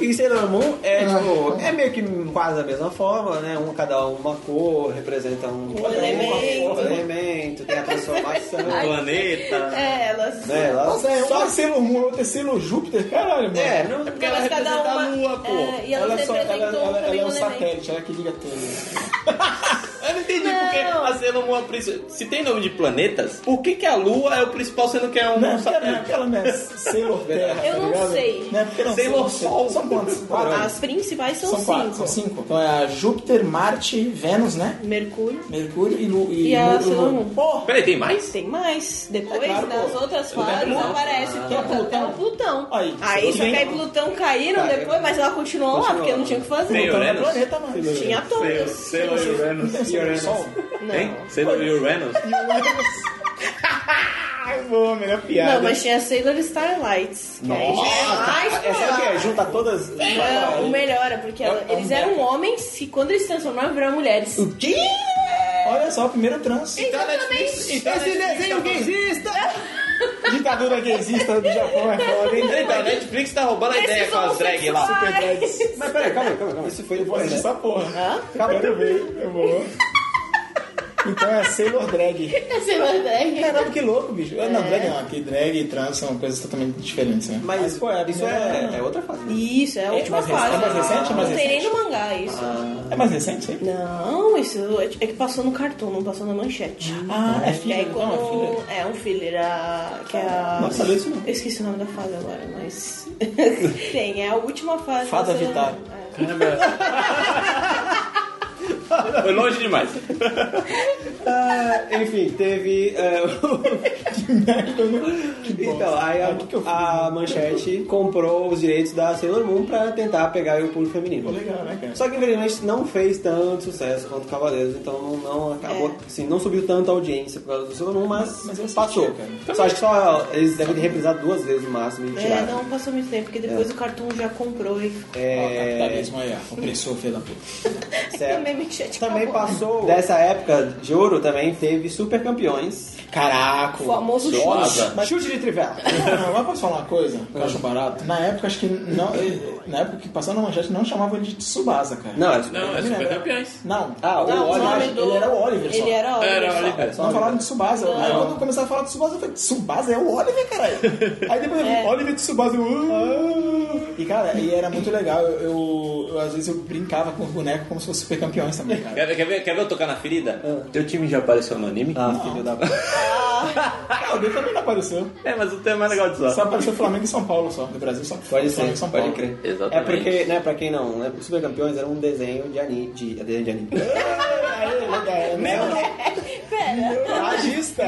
S1: E Sailor Moon é, tipo, é meio que quase a mesma forma, né? Um, cada uma cor representa um, cada
S6: elemento.
S1: Um, elemento, tem a transformação.
S3: Planeta.
S6: É, elas.
S1: né? Ela
S2: Nossa, é
S1: só
S2: uma selo Moon, outra é selo Júpiter, caralho, mano.
S1: É, não,
S3: Porque ela
S6: Mas cada
S3: representa a
S6: uma-
S3: lua, pô.
S6: é, e elas
S2: ela, só, ela,
S6: representam
S2: ela, ela é um
S6: também um elemento.
S2: satélite, ela que liga tudo.
S3: Eu não entendi porque a Sailor Moon é o principal. Se tem nome de planetas, por que, que a Lua é o principal sendo que é um
S2: Não, porque, não é
S3: satélite?
S2: porque ela não é Sailor Terra,
S6: Eu
S2: tá
S6: não
S2: ligado?
S6: sei.
S2: Não é porque não
S3: Sailor
S2: sei.
S3: Sol.
S2: São quantos? Quatro.
S6: As principais são,
S2: São quatro, são
S6: cinco.
S2: cinco. Então é a Júpiter, Marte, Vênus, né?
S6: Mercúrio.
S2: Mercúrio e Lu,
S6: E a
S2: Lu-
S6: Sailor
S2: Lu-
S6: Moon.
S2: Pô,
S3: Peraí, tem mais?
S6: Tem mais. Depois
S2: É claro,
S6: das
S2: pô.
S6: outras fases aparece
S2: Tem
S6: Plutão.
S2: a Ah, Plutão.
S6: Plutão.
S2: Aí,
S6: Aí
S2: você
S6: só que
S2: tem-
S6: aí Plutão caíram
S1: Caiu.
S6: depois, mas ela continuou lá,
S1: Continuou.
S6: porque não tinha o que fazer.
S3: Tem
S2: Plutão é
S3: Uranus?
S2: planeta, mano. um
S6: Tinha todas.
S3: Sailor Uranus.
S2: Tem Sailor Sol.
S3: Tem? Sailor Uranus?
S2: Ai, boa, melhor piada.
S6: Não, mas tinha Sailor Starlights. Que aí já é mais pra
S1: Essa é o
S6: lá.
S1: quê? Junta todas.
S6: Não, o melhor é porque ela- eles eram homens e quando eles se transformaram viraram mulheres.
S2: um
S6: Então,
S2: O é quê? Olha só, o primeiro trans.
S6: Exatamente.
S1: Esse desenho que existe!
S2: Ditadura gaysista do Japão é foda, hein?
S3: Peraí, a Netflix tá roubando a ideia com as drag lá.
S1: Mas peraí, calma aí, calma aí, calma aí. Isso foi
S2: Eu vou
S1: depois,
S2: assistir
S1: né?
S2: essa porra.
S6: Hã?
S2: Calma, eu ver, eu vou. Então é Sailor Drag.
S6: É Sailor Drag.
S2: Caramba, que louco, bicho. Ah, Não, drag não. Que drag e trans são coisas totalmente diferentes, né?
S1: Mas
S2: pô, é a
S1: isso
S2: primeira-
S1: é, é outra fase.
S6: Isso, é a última
S2: mais
S6: fase.
S2: recente? É mais recente? É mais
S6: não tem nem
S2: recente?
S6: no mangá isso.
S2: É mais recente aí?
S6: Não, isso é é que passou no cartão, não passou na manchete.
S2: Ah, é
S6: Que aí
S2: filho.
S6: quando...
S2: Não, é filho.
S6: é um filler, a... que é a...
S1: Não sabia isso, não.
S6: Eu esqueci o nome da fase agora, mas... tem, é a última fase. da
S2: Fada
S6: Sailor
S2: Vitara.
S6: Moon. É.
S3: Foi longe demais.
S1: Ah, enfim, teve. é, então, aí a, a Manchete comprou os direitos da Sailor Moon pra tentar pegar o público feminino.
S2: Legal, né, cara?
S1: Só que infelizmente não fez tanto sucesso quanto Cavaleiros, então não, não acabou,
S6: É.
S1: assim, não subiu tanto a audiência por causa do Sailor Moon, mas,
S2: Mas eu assisti,
S1: passou.
S2: cara.
S1: Só acho que só eles devem ter reprisado duas vezes no máximo e
S6: É,
S1: tiraram.
S6: não passou muito tempo, porque depois o cartão já comprou e...
S2: Ó,
S1: É,
S2: capitalismo aí, ó. Opressor, filho da puta.
S1: certo.
S6: Também me tinha de
S1: Também
S6: acabou.
S1: passou. Dessa época de ouro também teve Super Campeões.
S2: Caraca.
S6: O famoso chute.
S3: Foda.
S1: Mas chute de trivela.
S2: Não, mas posso falar uma coisa que eu acho barato? Na época, acho que não, eh, na época que passou na manchete, não chamava ele de Tsubasa, cara.
S1: Não, é Super
S3: Não, é super campeões.
S2: Não.
S1: Ah, o
S6: Não, o nome
S1: Oliver.
S6: do...
S2: ele era o Oliver só.
S6: Ele era o Oliver
S3: Era,
S6: só.
S3: olha,
S2: Só não
S1: né?
S2: falaram de Tsubasa. Aí quando começaram a falar de Tsubasa, eu falei, Tsubasa é o Oliver, caralho. Aí depois eu vi,
S1: É.
S2: Oliver de Tsubasa. eu, "Ah". E cara, e era muito legal. Eu, eu- eu, às vezes eu brincava com os bonecos como se fosse super campeões também, cara.
S3: Quer ver, quer, ver, quer ver eu tocar na ferida? Teu time já apareceu no anime?
S1: Ah, filho da
S2: Ah, o dele também não apareceu.
S3: É, mas o tema é mais legal disso.
S2: Só apareceu Flamengo e São Paulo só. Do Brasil só.
S1: Pode
S2: Flamengo e
S1: ser,
S2: São Paulo.
S1: pode crer.
S3: Exatamente.
S1: É porque, né, pra quem não, né, Super Campeões era um desenho de anime. De, é desenho de anime.
S2: Ah, é né? Ragista.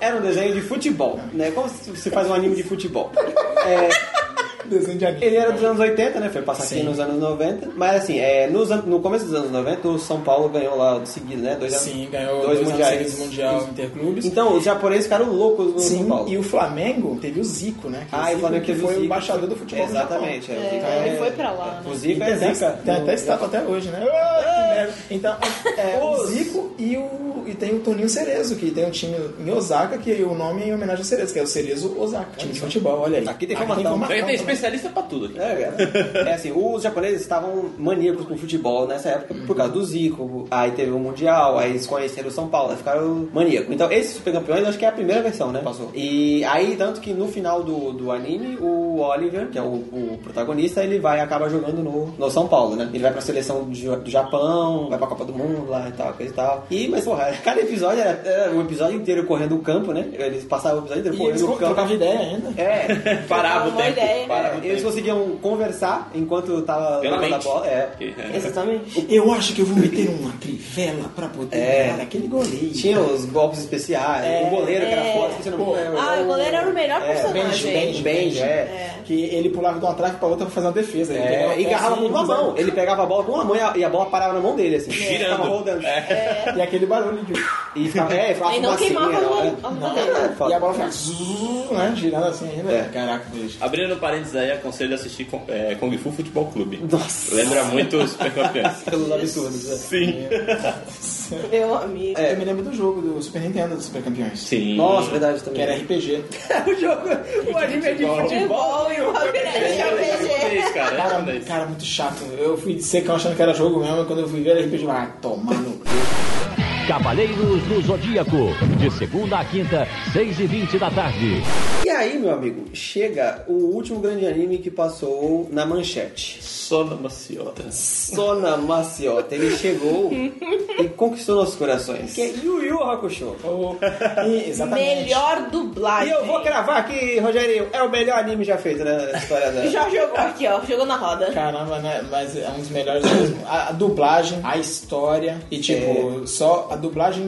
S1: Era um desenho de futebol, né? Como se se faz um anime de futebol. É,
S2: Desenho de anime.
S1: ele era dos anos 80, né? Foi passar aqui
S2: Sim.
S1: nos anos 90. Mas assim, é, nos an- no começo dos anos 90, o São Paulo ganhou lá de seguida, né? Dois anos-
S2: Sim, ganhou
S1: dois,
S2: anos
S1: mundiais.
S2: seguidos mundial interclubes.
S1: Então, os japoneses ficaram loucos no São
S2: Sim,
S1: Paulo.
S2: e o Flamengo teve o Zico, né? Que
S1: Ah, e
S2: Zico
S1: o Flamengo
S2: que
S1: teve o
S2: foi
S1: Zico.
S2: o embaixador do futebol. do Japão.
S1: Exatamente, é, o Zico
S6: É, ele foi pra lá.
S1: O
S6: Né?
S1: Zico é
S2: Tem,
S1: zica.
S2: tem até estátua até hoje, né? Ah, que merda. Então, é, o Zico e, o, e tem o Toninho Cerezo, que tem um time em Osaka, que o nome é em homenagem ao Cerezo, que é o Cerezo Osaka. Time de futebol, olha aí.
S1: Aqui tem informação.
S3: Tem, tem especialista pra tudo aqui.
S1: É, cara. é assim, os japoneses estavam maníacos com futebol nessa época por causa do Zico, aí teve o Mundial, aí eles conheceram o São Paulo, aí ficaram maníacos. Então, esses Super Campeões, acho que é a primeira versão, né? Passou. E aí, tanto que no final do, do anime, o Oliver, que é o, o protagonista, ele vai acaba jogando no, no São Paulo, né? Ele vai pra seleção do, Ja- do Japão, vai pra Copa do Mundo lá e tal, coisa e tal. E, mas, porra, cada episódio era, era o episódio inteiro correndo o campo, né? Eles passavam o episódio inteiro
S2: E
S1: correndo
S2: eles
S1: o campo.
S2: trocavam ideia ainda.
S1: É,
S3: Parava o
S6: Uma
S3: tempo.
S6: ideia, né?
S3: Parava o
S1: eles
S3: tempo.
S1: conseguiam conversar enquanto tava
S3: Pela
S1: rolando a
S3: mente.
S1: bola. É.
S3: Que- é.
S6: Exatamente.
S2: Eu acho que eu vou meter uma trivela pra poder ganhar aquele goleiro.
S1: Tinha os golpes especiais, o goleiro que era forte, esqueci o nome.
S2: Pô,
S1: É,
S6: É, Ah, o goleiro era o melhor
S1: É,
S6: personagem.
S1: Benji, Benji, é.
S2: um Que ele pulava de uma trave pra outra pra fazer uma defesa. Ele pegava
S1: É,
S2: o
S1: e
S2: pé
S1: agarrava
S2: assim,
S1: com uma
S2: cruzava.
S1: mão. Ele pegava a bola com uma mão e a, e a bola parava na mão dele, assim.
S3: Girando. É.
S1: Ficava rodando.
S2: E aquele barulho de...
S1: E ficava, é, ficava
S6: Aí não
S1: fumacinha,
S6: queimava
S1: ó,
S6: o
S1: né?
S6: goleiro.
S1: É, foda.
S2: E a bola ficava... zzzz, Né, girando assim ainda.
S1: É.
S2: Caraca, bicho.
S3: Abrindo parênteses aí, aconselho a assistir é, Kung Fu Futebol Clube.
S1: Nossa.
S3: Lembra muito os super campeões.
S1: Pelos absurdos. é.
S3: Sim.
S6: Meu amigo.
S2: É. Eu me lembro do jogo do Super Nintendo, dos Super Campeões.
S3: Sim.
S1: Nossa, verdade
S2: Que
S1: também.
S2: era RPG.
S1: o
S3: jogo, o anime é de futebol e o RPG. cara, é
S2: Cara,
S3: japonês.
S2: cara, muito chato. Eu fui secão achando que era jogo mesmo, e quando eu fui ver era RPG, vai tomar no cu.
S8: Cavaleiros do Zodíaco, de segunda a quinta, seis e vinte da tarde.
S1: E aí, meu amigo, chega o último grande anime que passou na manchete.
S3: Só na maciota.
S1: Sona Maciota. Ele chegou e conquistou nossos corações. Que é Yu Yu Hakusho.
S2: E, exatamente.
S6: Melhor dublagem.
S1: E eu vou cravar aqui, Rogério, é o melhor anime já feito né, na história da...
S6: Já jogou aqui, ó. Jogou na roda.
S2: Caramba, né? Mas é um dos melhores mesmo. A, a dublagem, a história e tipo, só a dublagem.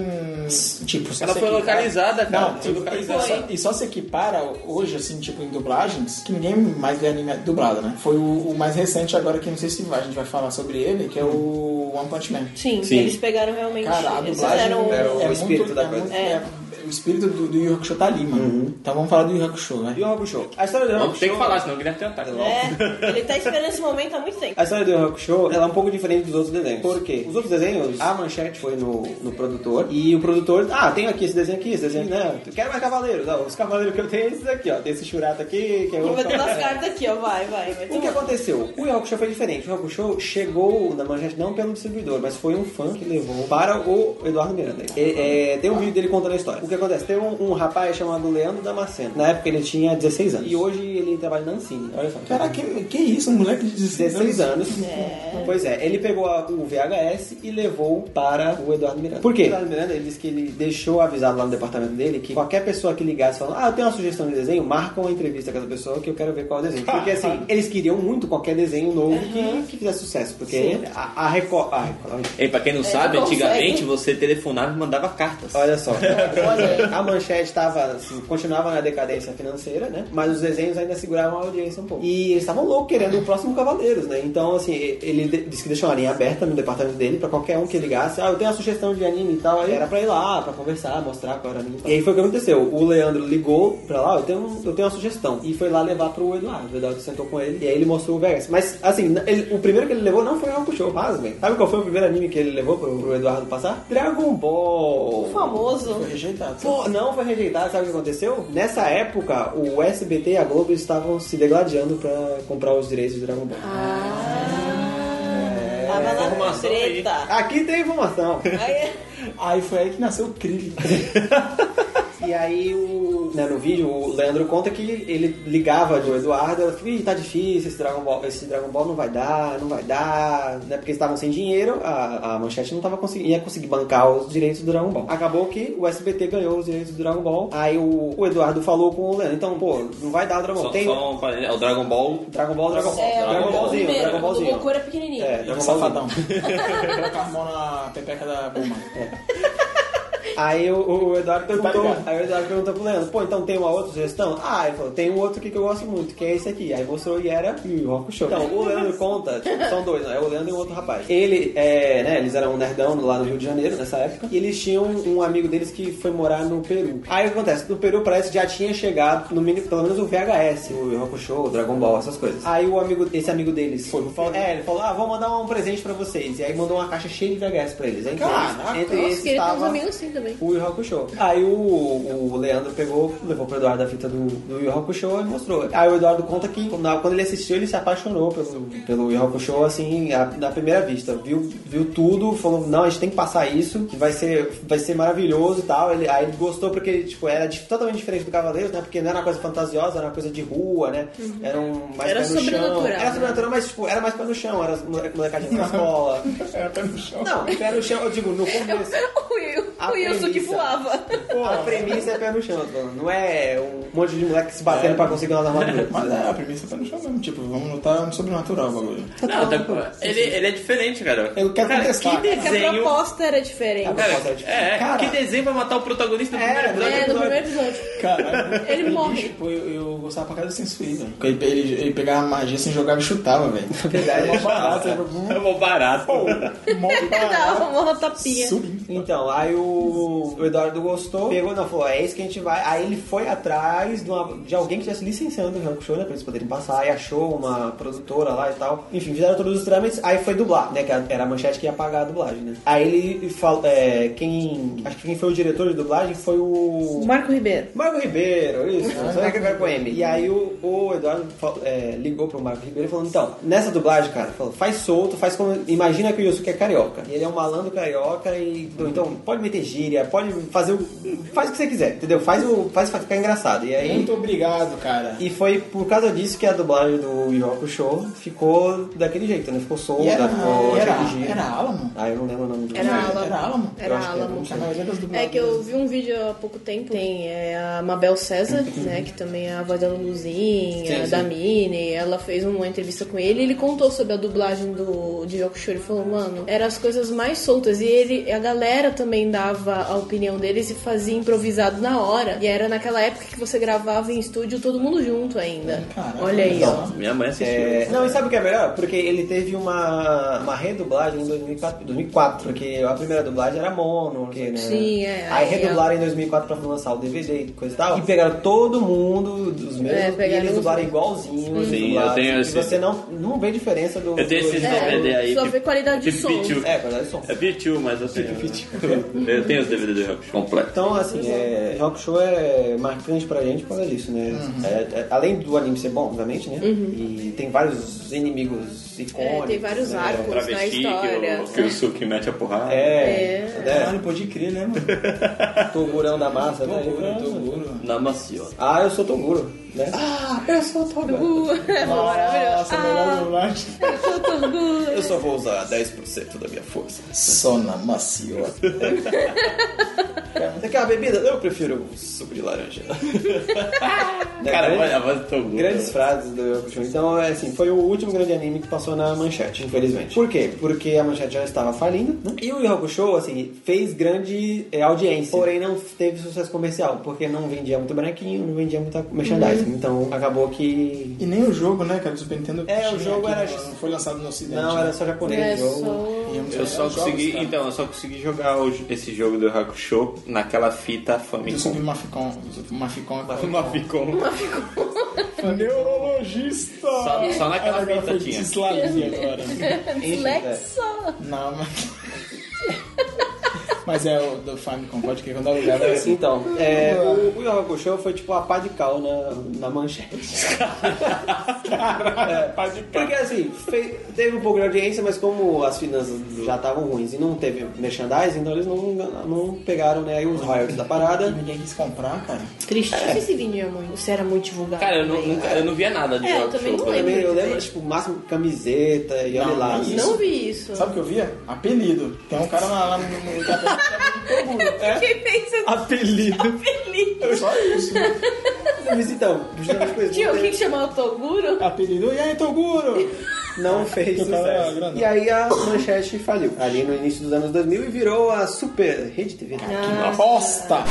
S2: Tipo, só
S3: É. Ela
S2: se
S3: foi
S2: equipara-
S3: localizada, cara.
S2: Não,
S3: Foi
S2: tipo, e,
S3: localizada.
S2: só, e só se equipara hoje, assim, tipo, em dublagens, que ninguém mais vê anime dublado, né? Foi o, o mais recente agora que não sei se vai- a gente vai falar sobre ele, que é o One Punch Man.
S6: Sim,
S3: Sim.
S6: eles pegaram realmente.
S2: Cara, a
S6: eles
S2: dublagem
S6: fizeram- um-
S1: é o
S2: muito-
S1: espírito da coisa.
S2: muito- é, o espírito do, do Yu Yu Hakusho tá ali, mano. Então vamos falar do Yu Yu Hakusho, né?
S1: Yu Yu Hakusho. A história do Yu
S3: Não,
S1: Hakusho...
S3: tem que falar, senão o Guilherme tem um ataque.
S6: É, ele tá esperando esse momento há muito tempo.
S1: A história do Yu Yu Hakusho ela é um pouco diferente dos outros desenhos. Por quê? Os outros desenhos, a manchete foi no, no produtor e o produtor, ah, tenho aqui esse desenho aqui, esse desenho, né? Quero mais cavaleiros. Não, os cavaleiros que eu tenho é esses aqui, ó. Tem esse Shurata aqui, que é
S6: Vou
S1: outro.
S6: bater nas
S1: cavaleiro.
S6: cartas aqui, ó. Vai, vai. um vai.
S1: O que aconteceu? O Yoko Show foi diferente. O Yoko Show chegou na manchete não pelo distribuidor, mas foi um fã que levou para o Eduardo Miranda. É, é, tem um vídeo dele contando a história. O que acontece? Tem um, um rapaz chamado Leandro Damasceno. Na época ele tinha 16 anos. E hoje ele trabalha na Ancine. Olha só.
S2: Cara, que, que isso? Um moleque de 16 anos.
S1: 16 anos. Pois é, ele pegou a- o VHS e levou para o Eduardo Miranda. Por quê? O Eduardo Miranda ele disse que ele deixou avisado lá no departamento dele que qualquer pessoa que ligasse falando, ah, eu tenho uma sugestão de desenho, marca uma entrevista com essa pessoa que eu quero ver qual é o desenho. Porque assim, eles queriam muito qualquer desenho novo que, que fizesse sucesso. Porque a, a Record. A Record
S3: Ei, pra quem não sabe,
S6: É, não consegue.
S3: antigamente você telefonava e mandava cartas.
S1: Olha só, a manchete estava, assim, continuava na decadência financeira, né? Mas os desenhos ainda seguravam a audiência um pouco. E eles estavam loucos querendo o próximo Cavaleiros, né? Então, assim, ele de- disse que deixou uma linha aberta no departamento dele pra qualquer um que ligasse. Ah, eu tenho uma sugestão de anime e tal. Aí era pra ir lá, pra conversar, mostrar qual era a anime. E, tal. e aí foi o que aconteceu. O Leandro ligou pra lá, "Ó, eu tenho, um- eu tenho uma sugestão. E foi lá levar pro Eduardo. O Eduardo sentou com ele e aí ele mostrou o Vegas. Mas, assim, n- ele- o primeiro que ele levou não foi o Show, pasmem. Sabe qual foi o primeiro anime que ele levou pro, pro Eduardo passar? Dragon Ball.
S6: O famoso.
S2: Foi rejeitado.
S1: Pô, não foi rejeitado, sabe o que aconteceu? Nessa época, o SBT e a Globo estavam se degladiando pra comprar os direitos de Dragon Ball. É,
S6: Tava na
S3: Informação aí.
S6: treta.
S1: Aqui tem informação.
S6: Aí, é,
S2: Aí foi aí que nasceu o crime.
S1: E aí, o, né, no vídeo, o Leandro conta que ele ligava do Eduardo, ela falou, Ih, tá difícil esse Dragon Ball, esse Dragon Ball não vai dar, não vai dar, né? Porque eles estavam sem dinheiro, a, a manchete não tava conseguindo, ia conseguir bancar os direitos do Dragon Ball. Acabou que o SBT ganhou os direitos do Dragon Ball, aí o, o Eduardo falou com o Leandro, então, pô, não vai dar o Dragon Ball.
S3: Só,
S1: Tem
S3: só um parênteses, é o Dragon Ball.
S1: Dragon Ball, Dragon Ball.
S6: é,
S1: Dragon
S6: o
S1: Ballzinho,
S6: primeiro,
S1: Dragon
S6: o do
S1: Ballzinho.
S6: Loucura pequenininho.
S1: É, Dragon Ballzinho.
S2: Safadão. Coloca a mão na pepeca da Puma.
S1: Aí o, o Eduardo perguntou,
S2: Tá ligado.
S1: aí o Eduardo perguntou pro Leandro, pô, então tem uma outra sugestão? Ah, ele falou, tem um outro aqui que eu gosto muito, que é esse aqui. Aí mostrou e era e o Rock Show. Então, o Leandro conta, tipo, são dois, né? É o Leandro e um outro rapaz. Ele, é, né, eles eram um nerdão lá no Rio de Janeiro nessa época, e eles tinham um amigo deles que foi morar no Peru. Aí o que acontece? No Peru parece que já tinha chegado, no mínimo, pelo menos o VHS, o Rock Show, o Dragon Ball, essas coisas. Aí o amigo, esse amigo deles foi pro Paulo. É, ele falou, ah, vou mandar um presente pra vocês. E aí mandou uma caixa cheia de VHS pra eles. Entre
S2: Caraca,
S1: eles, entre esses
S6: Porque ele tem uns
S1: tava-
S6: amigos assim também.
S1: o Yu Hakusho. Aí o, o Leandro pegou, levou pro Eduardo a fita do, do Yu Hakusho e mostrou. Aí o Eduardo conta que na- quando ele assistiu, ele se apaixonou pelo, pelo Yu Hakusho, assim, a- na primeira vista. Viu, viu tudo, falou, não, a gente tem que passar isso, que vai ser, vai ser maravilhoso e tal. Ele, aí ele gostou porque, tipo, era dif- totalmente diferente do Cavaleiros, né? Porque não era uma coisa fantasiosa, era uma coisa de rua, né? Era um mais
S6: Uhum. Era
S1: pé no chão.
S6: sobrenatural,
S1: Era
S6: né?
S1: sobrenatural, mas, tipo, era mais pé no chão. Era mole- molecadinha na escola.
S2: Era É, pé no chão.
S1: Não, pé no chão, eu digo, no começo.
S6: O Will-
S1: A
S6: o Wilson que
S1: premissa.
S6: voava.
S1: A premissa é pé no chão, tô falando. não é um monte de moleque se batendo pra conseguir umas armaduras.
S2: Mas é, a premissa é pé no chão mesmo. Tipo, vamos lutar no sobrenatural o bagulho.
S3: Não, tá- ele, ele é diferente, cara.
S2: Eu quero
S3: cara,
S2: contestar.
S3: Que
S6: É que a
S3: desenho.
S6: proposta era diferente.
S1: Cara,
S3: Cara, é,
S2: Cara.
S3: que desenho vai matar o protagonista do primeiro episódio?
S6: É, no primeiro episódio.
S2: Caralho.
S6: Ele morre.
S2: Tipo, eu, eu gostava pra casa sem suí, velho. Porque Ele, ele, ele pegava magia sem jogava e chutava, velho. Verdade, é barato.
S3: É mó barato.
S6: Dava uma tapinha.
S1: Então, aí o, o Eduardo gostou, pegou não, falou, é isso que a gente vai. Aí ele foi atrás de, uma- de alguém que estivesse licenciando o Rank Show, né? Pra eles poderem passar, aí achou uma produtora lá e tal. Enfim, fizeram todos os trâmites, aí foi dublar, né? Que era a manchete que ia pagar a dublagem, né? Aí ele falou, é, quem. Acho que quem foi o diretor de dublagem foi o.
S6: Marco Ribeiro.
S1: Marco Marco Ribeiro, isso.
S10: Ah,
S1: só
S10: Marco
S1: que agora com M. E aí o, o Eduardo fal- é, ligou pro Marco Ribeiro e falou, então, nessa dublagem, cara, falou, faz solto, faz como. Imagina que o Yusuke é carioca. E ele é um malandro carioca e. Então, pode meter gíria, pode fazer o. Faz o que você quiser, entendeu? Faz o. Faz ficar engraçado. E aí.
S2: Muito obrigado, cara.
S1: E foi por causa disso que a dublagem do Yoko Show ficou daquele jeito, né? Ficou solta,
S2: E era,
S1: ficou
S2: era,
S1: cheia de gíria.
S2: era Alamo?
S1: Ah, eu não lembro o nome do
S6: Era
S1: filme.
S6: Alamo.
S2: Era é Alamo?
S1: Eu
S6: Era
S1: acho que era,
S6: Alamo.
S1: não
S2: A
S1: sei.
S2: maioria das dublagens.
S6: É que eu vi um vídeo há pouco tempo. Tem é, a Mabel César, né? Que também é a voz da Luluzinha,
S1: Sim, sim.
S6: da Mini. Ela fez uma entrevista com ele e ele contou sobre a dublagem do de Yokusho. Ele falou, mano, eram as coisas mais soltas. E ele, a galera também dava a opinião deles e fazia improvisado na hora. E era naquela época que você gravava em estúdio todo mundo junto ainda.
S2: Caraca,
S6: Olha aí, ó.
S2: então.
S3: Minha mãe assistiu.
S1: É, não, e sabe o que é melhor? Porque ele teve uma, uma redublagem em 2004, 2004, porque a primeira dublagem era mono, que, né?
S6: Sim, é,
S1: Aí
S6: aí
S1: redublaram em 2004 pra lançar o DVD e coisa e tal. E pegaram todo mundo, os
S6: É,
S1: mesmos, e
S6: pegaram
S1: eles
S6: os-
S1: dublaram igualzinho.
S3: Sim,
S1: dublaram,
S3: eu tenho
S1: e
S3: esse-
S1: você não, não vê diferença do...
S3: Eu tenho
S1: do
S3: esses
S1: original.
S3: DVD aí.
S6: É, só
S3: que-
S6: vê qualidade de
S3: que
S6: som.
S3: pitiu.
S1: É, qualidade de som.
S3: É Pitiu, mas assim. Eu, eu tenho os DVD do Rock Show completo.
S1: Então, assim, é, Rock Show é marcante pra gente por causa disso, né?
S6: Uhum.
S1: É, é, além do anime ser bom, obviamente, né? E tem vários inimigos
S6: É,
S1: icônicos.
S6: tem vários
S1: né?
S6: arcos na
S3: Travesti,
S6: história.
S3: que o, que o Suki mete a porrada.
S1: É,
S6: É.
S1: né?
S10: Caralho, pode crer, né, mano?
S1: Togurão da massa, né?
S10: Toguro, Toguro.
S3: Na maciota.
S1: Ah, eu sou Toguro, né?
S6: Uh, é maravilhoso.
S2: Nossa, melhor
S6: Ah.
S2: dublagem.
S1: Eu só vou usar 10% da minha força.
S2: Sona maciota.
S1: Você quer uma bebida? Eu prefiro um suco de laranja. Né,
S3: Cara,
S1: grandes-
S3: olha a voz é do Togu.
S1: Grandes frases do Yoko Show. Então, é assim, foi o último grande anime que passou na manchete, infelizmente. Por quê? Porque a manchete já estava falindo, né? E o Yoko Show, assim, fez grande é, audiência, porém não teve sucesso comercial, porque não vendia muito bonequinho, não vendia muita merchandising. Então, acabou que...
S2: E nem o jogo, né, cara? O Super Nintendo.
S1: É, o
S2: tinha
S1: jogo
S2: aqui,
S1: era
S2: Não
S1: just-
S2: não foi lançado no Ocidente.
S1: Não,
S2: né?
S1: era só japonês
S6: É
S1: o jogo.
S6: só...
S2: E é um dos
S3: Eu
S2: melhores
S3: só
S2: jogos,
S3: consegui,
S2: cara.
S3: então, eu só consegui jogar hoje esse jogo do Rock Show naquela fita
S2: Do
S3: Famicom.
S2: Super Maficon. Do Super Maficon. é
S3: Famicom.
S2: Neurologista!
S3: Só- só
S2: Ela
S3: naquela
S2: agora
S3: fita
S2: foi
S3: tinha.
S2: dislalia agora. né?
S1: né?
S6: Lexa!
S2: Não, mas... mas é o do Famicom, pode que quando alugava era assim.
S1: Então, é, o, o Yoko Show foi tipo a pá de cal na, na manchete. Caralho, pá de cal. Porque assim, fe- teve um pouco de audiência, mas como as finanças já estavam ruins e não teve merchandising, então eles não, não pegaram né, aí os royalties da parada.
S2: Ninguém quis comprar, cara.
S6: Triste. Não sei se vendia muito. Você era muito divulgado.
S3: Cara, eu não, nunca- eu não via nada de
S6: É, eu
S3: Rock
S6: também
S3: Show.
S6: não
S3: por exemplo.
S1: Também eu lembro, tipo, máximo camiseta e olha
S2: Não,
S1: lá.
S2: nem
S6: Não vi isso.
S2: Sabe o que eu via? Apelido. Tem um cara lá, lá no... no-
S3: É?
S6: Fiquei pensando
S1: Apelido.
S6: feliz.
S2: Só isso.
S1: Mas então, justamente por isso,
S6: Tinha
S1: não teve-
S6: alguém que chamava o Toguro?
S2: Apelido. E aí, Toguro?
S1: não fez
S2: Eu tava
S1: sucesso.
S2: grandão.
S1: E aí a manchete faliu. Ali no início dos anos 2000 e virou a super rede né? TV.
S6: Ah,
S2: Aposta!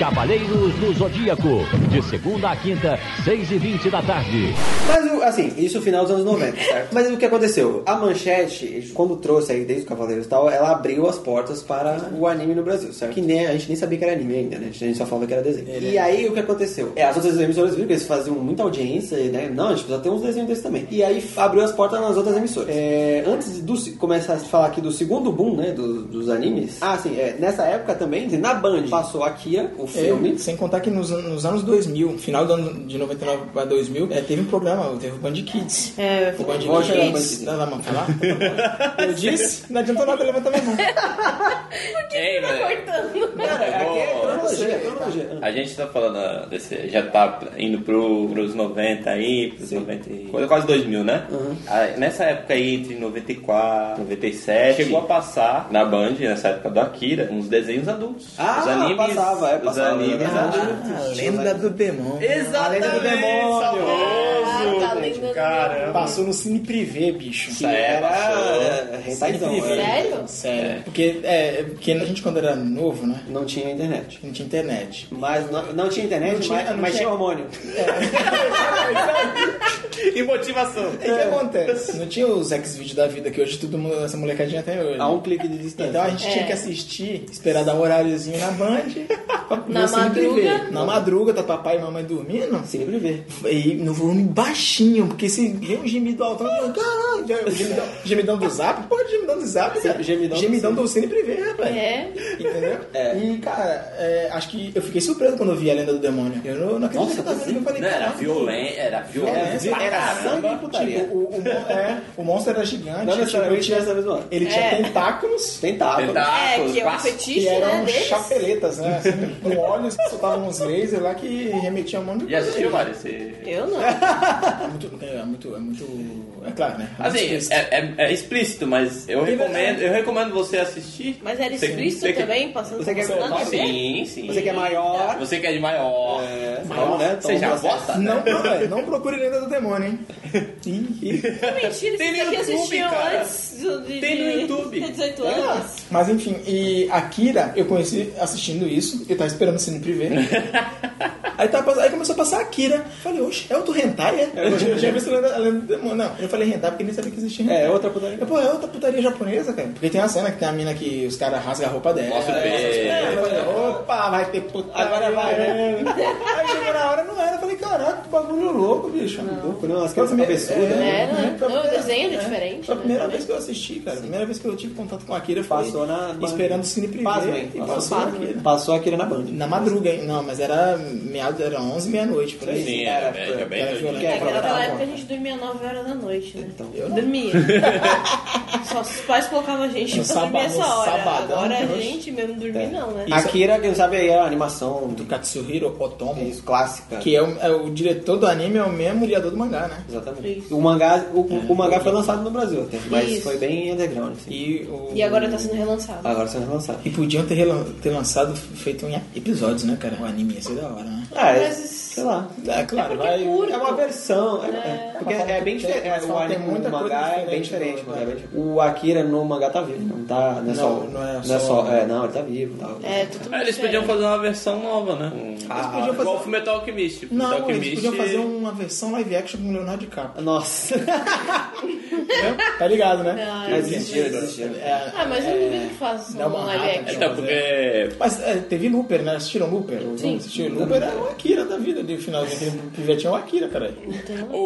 S8: Cavaleiros do Zodíaco, de segunda a quinta, seis e vinte da tarde.
S1: Mas, o- assim, isso final dos anos 90, certo? Mas o que aconteceu? A Manchete, quando trouxe aí desde o Cavaleiros e tal, ela abriu as portas para o anime no Brasil, certo? Que nem, a gente nem sabia que era anime ainda, né? A gente só falava que era desenho. E aí, o que aconteceu? É, as outras emissoras viram que eles faziam muita audiência, né? Não, a gente precisa ter uns desenhos desse também. E aí, abriu as portas nas outras emissoras. É, antes do se- começar a falar aqui do segundo boom, né? do- dos animes. Ah, sim, é, nessa época também, na Band, passou Akira, o filme.
S2: É, sem contar que nos, an- nos anos 2000, final do ano de 99 para 2000, é, teve um programa, teve o Band Kids.
S6: É,
S2: O Band
S1: Vou chegar no Band
S2: Kids.
S1: Kids.
S2: Dá na mão, tá lá? Eu disse, não adiantou nada levantar minha mão.
S3: Ei, é velho.
S6: cortando.
S1: Aqui é cronologia, é cronologia.
S3: A gente tá falando ah, desse. Já tá indo pro, pros 90 aí, pros 90 e- coisa Quase 2000, né? Aí, nessa época aí, entre 94, 97, chegou a passar na Band, nessa época do Akira, uns desenhos adultos.
S1: Ah,
S3: os animes.
S1: passava, é,
S3: os
S1: passava,
S3: animes
S1: né?
S3: adultos.
S2: A Ah, lenda do Bemon.
S3: Exatamente,
S1: A lenda do demônio.
S3: saudoso,
S6: Ah, tá, a lenda do
S3: Caramba.
S2: Passou no Cine Privé, bicho.
S1: Que era rentaidão.
S2: Sempre
S1: era.
S6: Sério?
S2: Sério. Porque, é, porque a gente quando era novo, né?
S1: Não tinha internet.
S2: Não tinha internet.
S1: Mas não, não tinha internet,
S2: Não tinha-
S1: mas,
S2: não
S1: mas
S2: tinha-
S1: tinha hormônio.
S3: E motivação.
S2: E É, o que acontece? Não tinha os X-Videos da vida, que hoje todo mundo, essa molecadinha tem hoje.
S1: A um clique de distância.
S2: Então a gente
S6: É.
S2: tinha que assistir, esperar dar um horáriozinho na Band. pra ver
S6: Na
S2: o Cine Privé.
S6: madruga.
S2: Na madruga, tá papai e mamãe dormindo.
S1: Sempre vê.
S2: E no volume baixinho, porque Porque se vem um gemido alto, eu falo, caralho, já- é o gemidão, gemidão do zap? Porra, gemidão do zap, cara.
S1: gemidão do
S2: do Cine Privé, rapaz.
S6: É.
S2: Entendeu? E, cara, é, acho que eu fiquei surpreso quando eu vi a lenda do demônio. Eu não, não
S3: Nossa,
S2: acreditava
S3: assim,
S2: eu falei,
S3: não, era
S2: "Caralho".
S3: violento, era violento.
S2: Era, era sangue e
S1: putaria.
S2: Tipo, o, o, mon- é, o monstro era gigante.
S1: Não
S2: tipo, ele
S1: necessariamente
S2: tinha,
S1: dessa vez, não.
S2: ele tinha
S6: É.
S2: tentáculos
S1: Tentáculo.
S6: É,
S3: Tentáculos,
S6: que é um
S3: Ah, braços.
S2: que
S6: fetiche, né,
S2: eram
S6: deles.
S2: chapeletas, né? Assim, com olhos que soltavam uns lasers lá que remetiam a um monte de
S3: E
S2: coisa.
S3: assistiu, Mário, esse...
S6: Eu não.
S2: É muito, é muito, é muito. É claro, né?
S3: Assim,
S2: Muito
S3: é, é- é explícito, mas eu recomendo, eu recomendo você assistir.
S6: Mas era
S3: Você-
S6: explícito
S3: você que-
S6: também, passando
S1: Você quer ver o
S6: nada a
S1: nome?
S6: ver.
S3: Sim, sim.
S1: Você que é maior.
S3: Você que é de maior.
S1: É,
S3: maior.
S1: então, né?
S3: Você já
S1: Então,
S3: vota?
S2: não, não, é, não procure lenda do demônio, hein?
S6: é Mentira, vocês
S3: Tem no
S6: aqui
S3: YouTube,
S6: assistiam
S3: cara.
S6: antes do- de,
S3: Tem no
S6: de-
S3: YouTube.
S6: de 18 anos.
S2: Mas enfim, e Akira, eu conheci assistindo isso, eu tava esperando o Cine Privé. aí, tava, pass- aí começou a passar Akira. Falei, oxe, é outro hentai, é? Eu tinha- tinha visto a lenda, a lenda do demônio. Não, eu falei hentai porque nem sabia que existia hentai.
S1: É, outra putaria.
S2: Eu, Pô, é outra putaria japonesa, cara. Porque tem uma cena que tem a mina que os caras rasgam a roupa dela.
S3: Mostra o
S2: essas
S3: peito.
S2: coisas. Eu falei, Opa, vai ter putaria.
S1: Agora vai,
S2: né? Aí chegou na hora, não era. Eu falei, caraca, que bagulho louco, bicho.
S1: Louco, não, as crianças cabeçudas. né?
S6: É, não,
S2: Foi a
S6: não, o
S2: primeira-
S6: desenho era diferente,
S2: Foi a
S6: né,
S2: primeira
S6: também.
S2: vez que eu assisti, cara. A primeira vez que eu tive contato com a Akira foi
S1: Passou na-
S2: esperando o Cine Privé.
S1: Pasmem,
S2: e
S1: Passou
S2: é, passou a Akira.
S6: né?
S1: aquele. Passou aquele na Band.
S2: Na madruga, hein? Não, mas era meados, era 11, meia-noite, por aí.
S3: Sim,
S2: era,
S3: era bem- era bem doido.
S2: violento.
S1: É,
S6: É que naquela
S1: Tá
S6: época a gente dormia 9 horas da noite, né?
S2: Então,
S6: Dormia. Só os pais colocavam a gente
S2: No
S6: pra dormir
S2: sábado,
S6: essa hora.
S2: sabadão, É.
S6: Agora a
S2: oxe.
S6: gente mesmo dormir não, né?
S1: Akira, quem sabe aí é a animação do
S2: Katsuhiro Otomo,
S1: isso, clássica.
S2: que é o, é o diretor do anime, é o mesmo criador do mangá, né?
S1: Exatamente. O mangá, o, o mangá foi lançado no Brasil até, mas
S6: Isso.
S1: foi bem underground. assim.
S2: É. E, o-
S6: E agora tá sendo relançado.
S2: Ah,
S1: Agora são lançados.
S2: E podiam ter, relan- ter lançado, feito em episódios, né, cara? O anime ia ser da hora, né?
S1: Ah, é,
S6: Mas-
S1: sei lá.
S2: É claro,
S6: porque
S2: vai.
S6: é curto.
S1: É uma versão, é, é, porque
S2: Mas
S1: é bem
S2: tem-
S1: diferente. É,
S2: mas
S1: o
S2: fala, tem
S1: anime
S2: muita
S1: no
S2: coisa
S1: mangá é bem diferente.
S2: diferente, né?
S1: o mangá é bem diferente. O Akira no mangá tá vivo, não tá, não é só,
S2: Não, não é
S1: não é
S2: só-
S1: só, é, não, ele tá vivo, e tal.
S6: É, tudo
S3: Ah, Eles podiam fazer uma versão nova, né?
S1: Ah,
S3: Ah, igual o Fullmetal Alchemist. Fullmetal
S2: Não, eles
S3: Alchemist-
S2: podiam fazer um- uma versão live action com o Leonardo DiCaprio.
S1: Nossa,
S2: Tá ligado, né?
S6: Ah,
S1: não existia, não existia.
S2: É,
S6: Ah, mas eu não duvido que faça
S2: Dá
S6: uma
S2: uma
S6: live
S2: rata,
S6: action.
S3: Então, porque
S2: mas é, teve Looper, né? Assistiram Looper?
S6: Sim.
S2: Assistiram Looper era o Akira da vida ali, o finalzinho. Aquele pivetinho é o Akira, cara.
S3: O,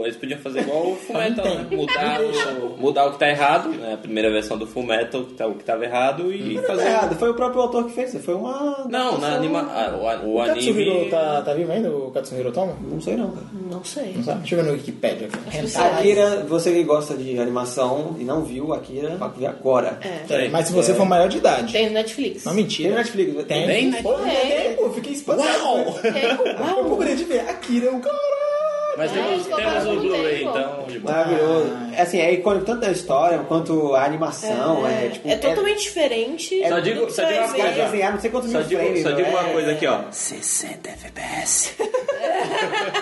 S3: o- eles podiam fazer igual o Fullmetal,
S2: Não
S3: né?
S2: tem.
S3: Mudar o, mudar o que tá errado, né? A primeira versão do Fullmetal, que tá, o que tava errado, e
S1: Tá
S3: fazer...
S1: errado, foi o próprio autor que fez, foi uma.
S3: Não, na anima... ah, o, a- o
S2: O Katsuhiro
S3: anime...
S2: tá, tá vivo ainda? O Katsuhiro Tomo?
S1: Não sei não, cara.
S6: Não sei.
S2: Não sabe? Deixa eu ver no Wikipedia. cara.
S6: Acho que
S2: Hentai.
S1: Akira, você que gosta de animação e não viu Akira, vai ver agora.
S6: É.
S2: É, Mas se você for maior de idade.
S6: Tem no Netflix.
S2: Não,
S1: Tem
S2: mentira.
S1: na Netflix, né? tem. né?
S3: Tem?
S2: Pô, tem, pô. Fiquei espantado. Uau!
S6: Tem.
S2: Eu procurei de ver. Akira, é o caralho!
S3: Mas
S6: Ah,
S3: temos,
S6: eles
S3: temos
S6: colocaram
S3: o
S6: no
S3: Blu-ray,
S6: tempo.
S3: então... de boa.
S1: Maravilhoso. É assim, é icônico tanto da história quanto a animação. É,
S6: É,
S1: tipo,
S6: é totalmente diferente.
S3: Só
S6: do
S3: digo-
S6: que
S3: só
S6: vai
S3: digo uma
S6: ver.
S1: É desenhar, não sei quantos
S3: Só
S1: mil
S3: digo,
S1: frames.
S3: só digo uma
S1: é.
S3: coisa aqui, ó.
S2: 60 FPS.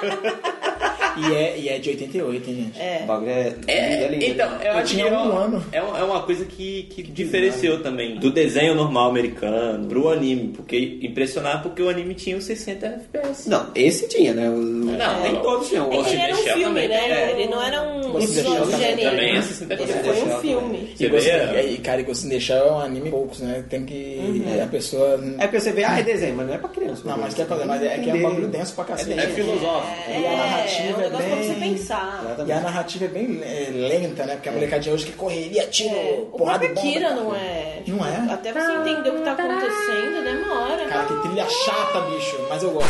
S2: e, é, e é de 88, hein, gente?
S1: O bagulho é,
S3: É,
S1: é lindo.
S3: então, eu, acho
S2: tinha
S3: que é
S2: um
S3: uma-
S2: ano.
S3: É uma, é uma coisa que, que diferenciou também do desenho normal americano pro anime, porque impressionar porque o anime tinha os 60 FPS.
S1: Não, esse tinha, né? O-
S3: Não,
S1: nem
S3: não.
S1: todos tinham.
S3: É
S6: É que ele era um
S3: Ghost in the Shell
S6: filme,
S3: também.
S6: né?
S3: É.
S6: Ele não era um
S2: Ghost in the
S6: episódio
S2: Shell
S6: genérico.
S3: também é
S6: Ele
S3: 60.
S6: foi
S1: Ghost in the
S6: um filme.
S3: Você
S2: E Ghost in-
S3: vê?
S2: e, cara, Ghost in the Shell é um anime poucos, né? Tem que. A pessoa.
S1: É porque você vê, ah, é desenho, mas não é pra criança.
S2: Não, mas quer fazer, mas é que é um
S1: Entender.
S2: bagulho denso pra cacete.
S3: É filosófico.
S6: É,
S2: E a
S6: é um
S2: narrativa é
S6: negócio pra você
S2: bem-
S6: pensar.
S2: E a narrativa é bem é, lenta, né? Porque a molecadinha hoje que correria, tiro,
S6: É, O
S2: porrada
S6: próprio
S2: e bomba.
S6: Kira não é.
S2: Não é?
S6: Até você entender o que tá acontecendo, demora. né?
S2: Cara, que
S6: Ah!
S2: trilha chata, bicho. Mas eu gosto.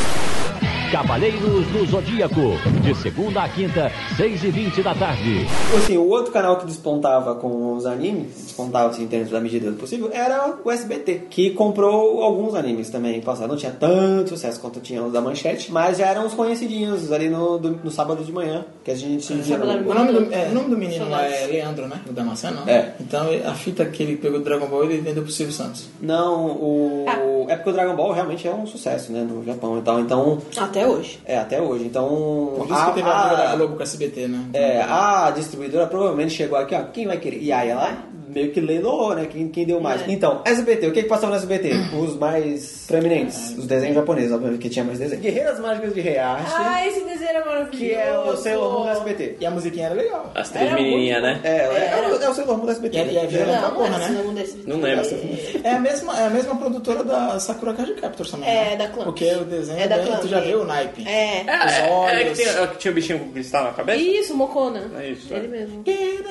S8: Cavaleiros do Zodíaco, de segunda a quinta, seis e vinte da tarde.
S1: Assim, o outro canal que despontava com os animes, despontava assim, dentro da medida do possível, era o SBT, que comprou alguns animes também no passado. Não tinha tanto sucesso quanto tinha os da Manchete, mas já eram os conhecidinhos ali no, do- no sábado de manhã, que a gente via
S6: sábado
S1: no-
S6: à
S2: O nome do, é, o nome do menino lá
S6: Saudades.
S2: é Leandro, né? O da maçã, não?
S1: É.
S2: Então a fita que ele pegou do Dragon Ball ele vendeu pro Silvio Santos.
S1: Não, o. É porque o Dragon Ball realmente é um sucesso, né? No Japão e tal. Então.
S6: Até hoje.
S1: É, até hoje. Então.
S2: Por isso que teve a briga da Globo com a SBT, né?
S1: é, a distribuidora provavelmente chegou aqui, ó. Quem vai querer? E aí ela meio que leiloou, né? Quem, quem deu mais. Então, SBT, o que, que passava no SBT? Os mais proeminentes, os desenhos japoneses, obviamente, que tinha mais desenho. Guerreiras Mágicas de Heihachi,
S6: Ah, esse desenho era maravilhoso.
S1: que é o Sailor Moon do SBT.
S2: E a musiquinha era legal.
S3: As três
S6: Era
S3: menininhas, né?
S1: É, é, é o- é o Sailor Moon do SBT.
S2: E a, e a
S1: né?
S2: Vila
S6: Não,
S2: era porra,
S6: não, é
S2: né?
S6: não desse-
S3: Não lembro.
S2: É a, mesma, é a mesma produtora da Sakura Card Captors também.
S6: É,
S2: né?
S6: da Clamp.
S2: Porque o desenho
S6: É da
S2: bem- tu já
S6: Clamp.
S2: viu o naipe.
S6: É.
S3: É, é, é que,
S2: olhos.
S3: tem, é que tinha o bichinho com cristal na cabeça?
S6: Isso, Mocona.
S3: É isso,
S6: Ele
S3: é.
S6: mesmo.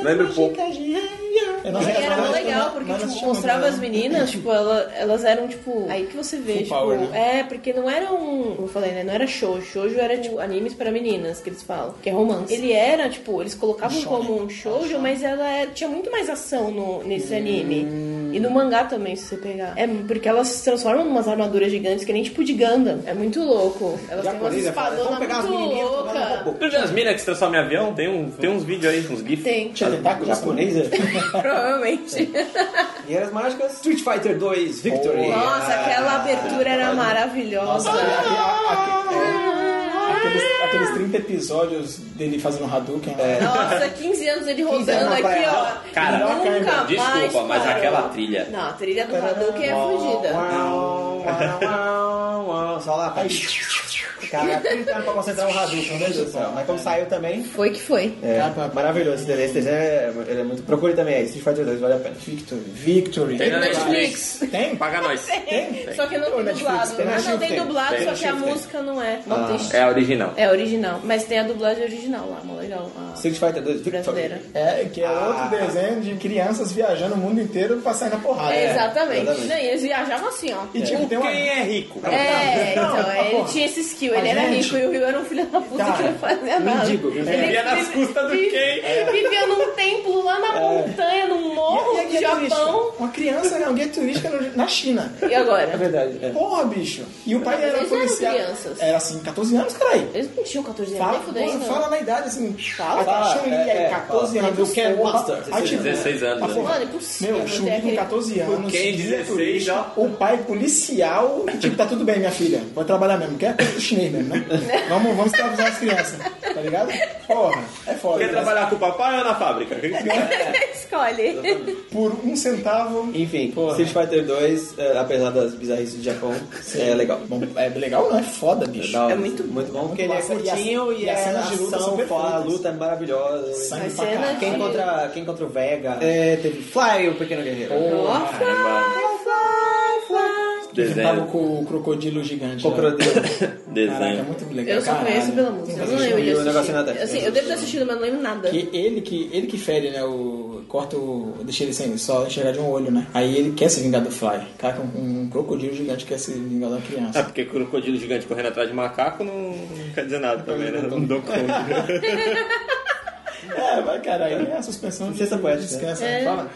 S3: Lembra um pouco.
S2: Eu
S1: um
S6: E
S2: sei,
S6: era
S2: mas-
S6: muito legal,
S2: mas-
S6: porque
S2: mas
S6: tipo,
S2: assistia muito,
S6: mostrava
S2: né?
S6: as meninas, tipo, ela- elas eram, tipo, aí que você vê,
S2: Full
S6: tipo,
S2: power,
S6: é, porque não era um, como eu falei, né, não era show, shoujo era, tipo, animes pra meninas, que eles falam, que é romance. Ele era, tipo, eles colocavam como um shoujo, mas ela era- tinha muito mais ação no, nesse anime.
S1: Hum.
S6: E no mangá também, se você pegar. É porque elas se transformam em umas armaduras gigantes, que nem tipo de Gundam. É muito louco. Elas têm umas
S1: Japonesa fala, "Vamos
S6: espadonas
S1: pegar as
S6: muito
S1: menininhas e tocar no
S6: loucas.
S1: robô."
S3: Tu já as minas que se transformam em avião? Tem, um, tem uns vídeos aí, uns gifs.
S6: Tem,
S2: Tinha tentáculos?
S1: Japonesa?
S6: provavelmente.
S1: Guerreiras Mágicas, Street Fighter 2, Victory.
S6: Nossa, aquela abertura era maravilhosa.
S2: Aquele- a- a- aqueles, aqueles 30 episódios dele fazendo Hadouken. né?
S6: Nossa, 15 anos ele rodando
S1: anos
S6: aqui,
S1: pra
S6: ó.
S3: Cara,
S6: nunca mais
S3: desculpa, mas
S6: parou.
S3: aquela trilha.
S6: Não, a trilha do Hadouken é fodida.
S1: Uau, uau, uau, uau. Só lá, pai. Cara, tentando pra um concentrar o Hadouken, meu Deus do céu. Mas como saiu também...
S6: Foi que foi.
S1: É, maravilhoso esse desenho. Esse desenho é, ele é muito... Procure também aí, Street Fighter 2, vale a pena.
S2: Victory. Victory.
S3: Tem na
S6: Netflix.
S3: Netflix.
S2: Tem?
S3: Paga nós.
S6: Só que não tem dublado.
S2: tem
S6: Ah, não,
S2: Netflix,
S6: tem
S2: tem.
S6: dublado,
S3: Tem
S6: só que a
S3: Netflix, tem.
S6: música não é. Não tem.
S3: É a original.
S6: É original. Mas tem a dublagem original lá, mó legal. A
S1: Street Fighter 2,
S6: brasileira.
S1: Victory.
S2: É, que é outro desenho de crianças viajando o mundo inteiro pra sair na porrada.
S6: É,
S2: né?
S6: exatamente.
S1: exatamente.
S6: Não, e eles viajavam assim, ó.
S2: E tipo, tem uma...
S3: Quem é rico?
S6: É, então,
S2: tá
S6: ele
S2: bom.
S6: tinha esse skill,
S2: A
S6: ele era
S2: gente-
S6: rico e o Rio era um filho da puta que
S2: Cara,
S6: não fazia nada.
S1: mendigo,
S6: Ele
S3: vivia é nas custas do
S6: vi-
S3: quem?
S6: Vivia num templo lá na montanha, num morro
S2: E a
S6: do
S2: guia
S6: Japão.
S2: turística? Uma criança era um guia turística no- na China.
S6: E agora?
S1: É verdade, é.
S2: Porra, bicho. E o pai
S6: Mas
S2: era
S6: eles eram
S2: policial.
S6: crianças.
S2: Era assim, 14 anos, caralho.
S6: Eles não tinham 14 anos,
S2: Fala,
S6: nem fudendo.
S2: porra, fala na idade assim.
S6: Fala,
S2: A
S1: fala,
S2: Chun-Li aí,
S1: é, é,
S2: 14
S1: fala.
S2: anos.
S1: Tipo, Ken
S2: porra.
S1: Master,
S2: Aí, tipo,
S3: 16
S2: a
S3: anos. né?
S2: porra,
S6: Mano, é impossível.
S2: Meu,
S6: ter
S2: Chun-Li com
S6: aquele-
S2: 14 anos.
S3: Ken,
S2: guia
S3: 16,
S2: turística, O pai policial. e, Tipo, tá tudo bem, minha filha. Vai trabalhar mesmo. Quer coisa do chinês mesmo, né? vamos, vamos escravizar as crianças. Tá ligado? Porra, é foda.
S3: Quer
S2: né?
S3: trabalhar com o papai ou na fábrica?
S6: Escolhe.
S2: Por um centavo.
S1: Enfim,
S2: Porra.
S1: Street Fighter 2, é, apesar das bizarrices do Japão, é legal.
S2: Bom, é legal, não? É foda, bicho.
S1: Da hora.
S6: É muito bom.
S1: bom, porque ele é
S2: massa. E as-
S1: curtinho e,
S2: e as
S1: é
S2: cenas de luta
S1: ação,
S2: são
S1: fora, a
S2: perfeitas.
S1: luta é maravilhosa.
S2: Sangue
S6: Mas
S2: pra
S6: cena
S2: caralho.
S6: de-
S1: Quem contra, quem contra o Vega? É, teve Fly, o Pequeno Guerreiro.
S6: Nossa,
S2: Que tava
S3: Desenho.
S2: com o crocodilo gigante.
S1: O
S2: lá.
S1: Crocodilo.
S2: Caraca, é
S3: Desenho.
S2: muito legal.
S6: eu só
S2: caralho.
S6: conheço pela música. Eu não
S1: assisti
S6: lembro
S1: o
S6: de
S1: negócio é na
S6: assistir.
S1: tela.
S6: Assim, eu devo ter assistido, mas não lembro nada.
S2: Que ele que ele que fere, né? O corta o deixa ele sem só enxergar de um olho, né? Aí ele quer se vingar do Fly. Cara, um, um crocodilo gigante quer se vingar da
S3: É
S2: criança.
S3: porque crocodilo gigante correndo atrás de macaco não, não quer dizer nada também, né? Não dou conta.
S2: É, vai caralho, é a suspensão de
S1: Licença poética,
S2: descanso,
S6: né?
S2: né?
S6: É.
S2: Fala.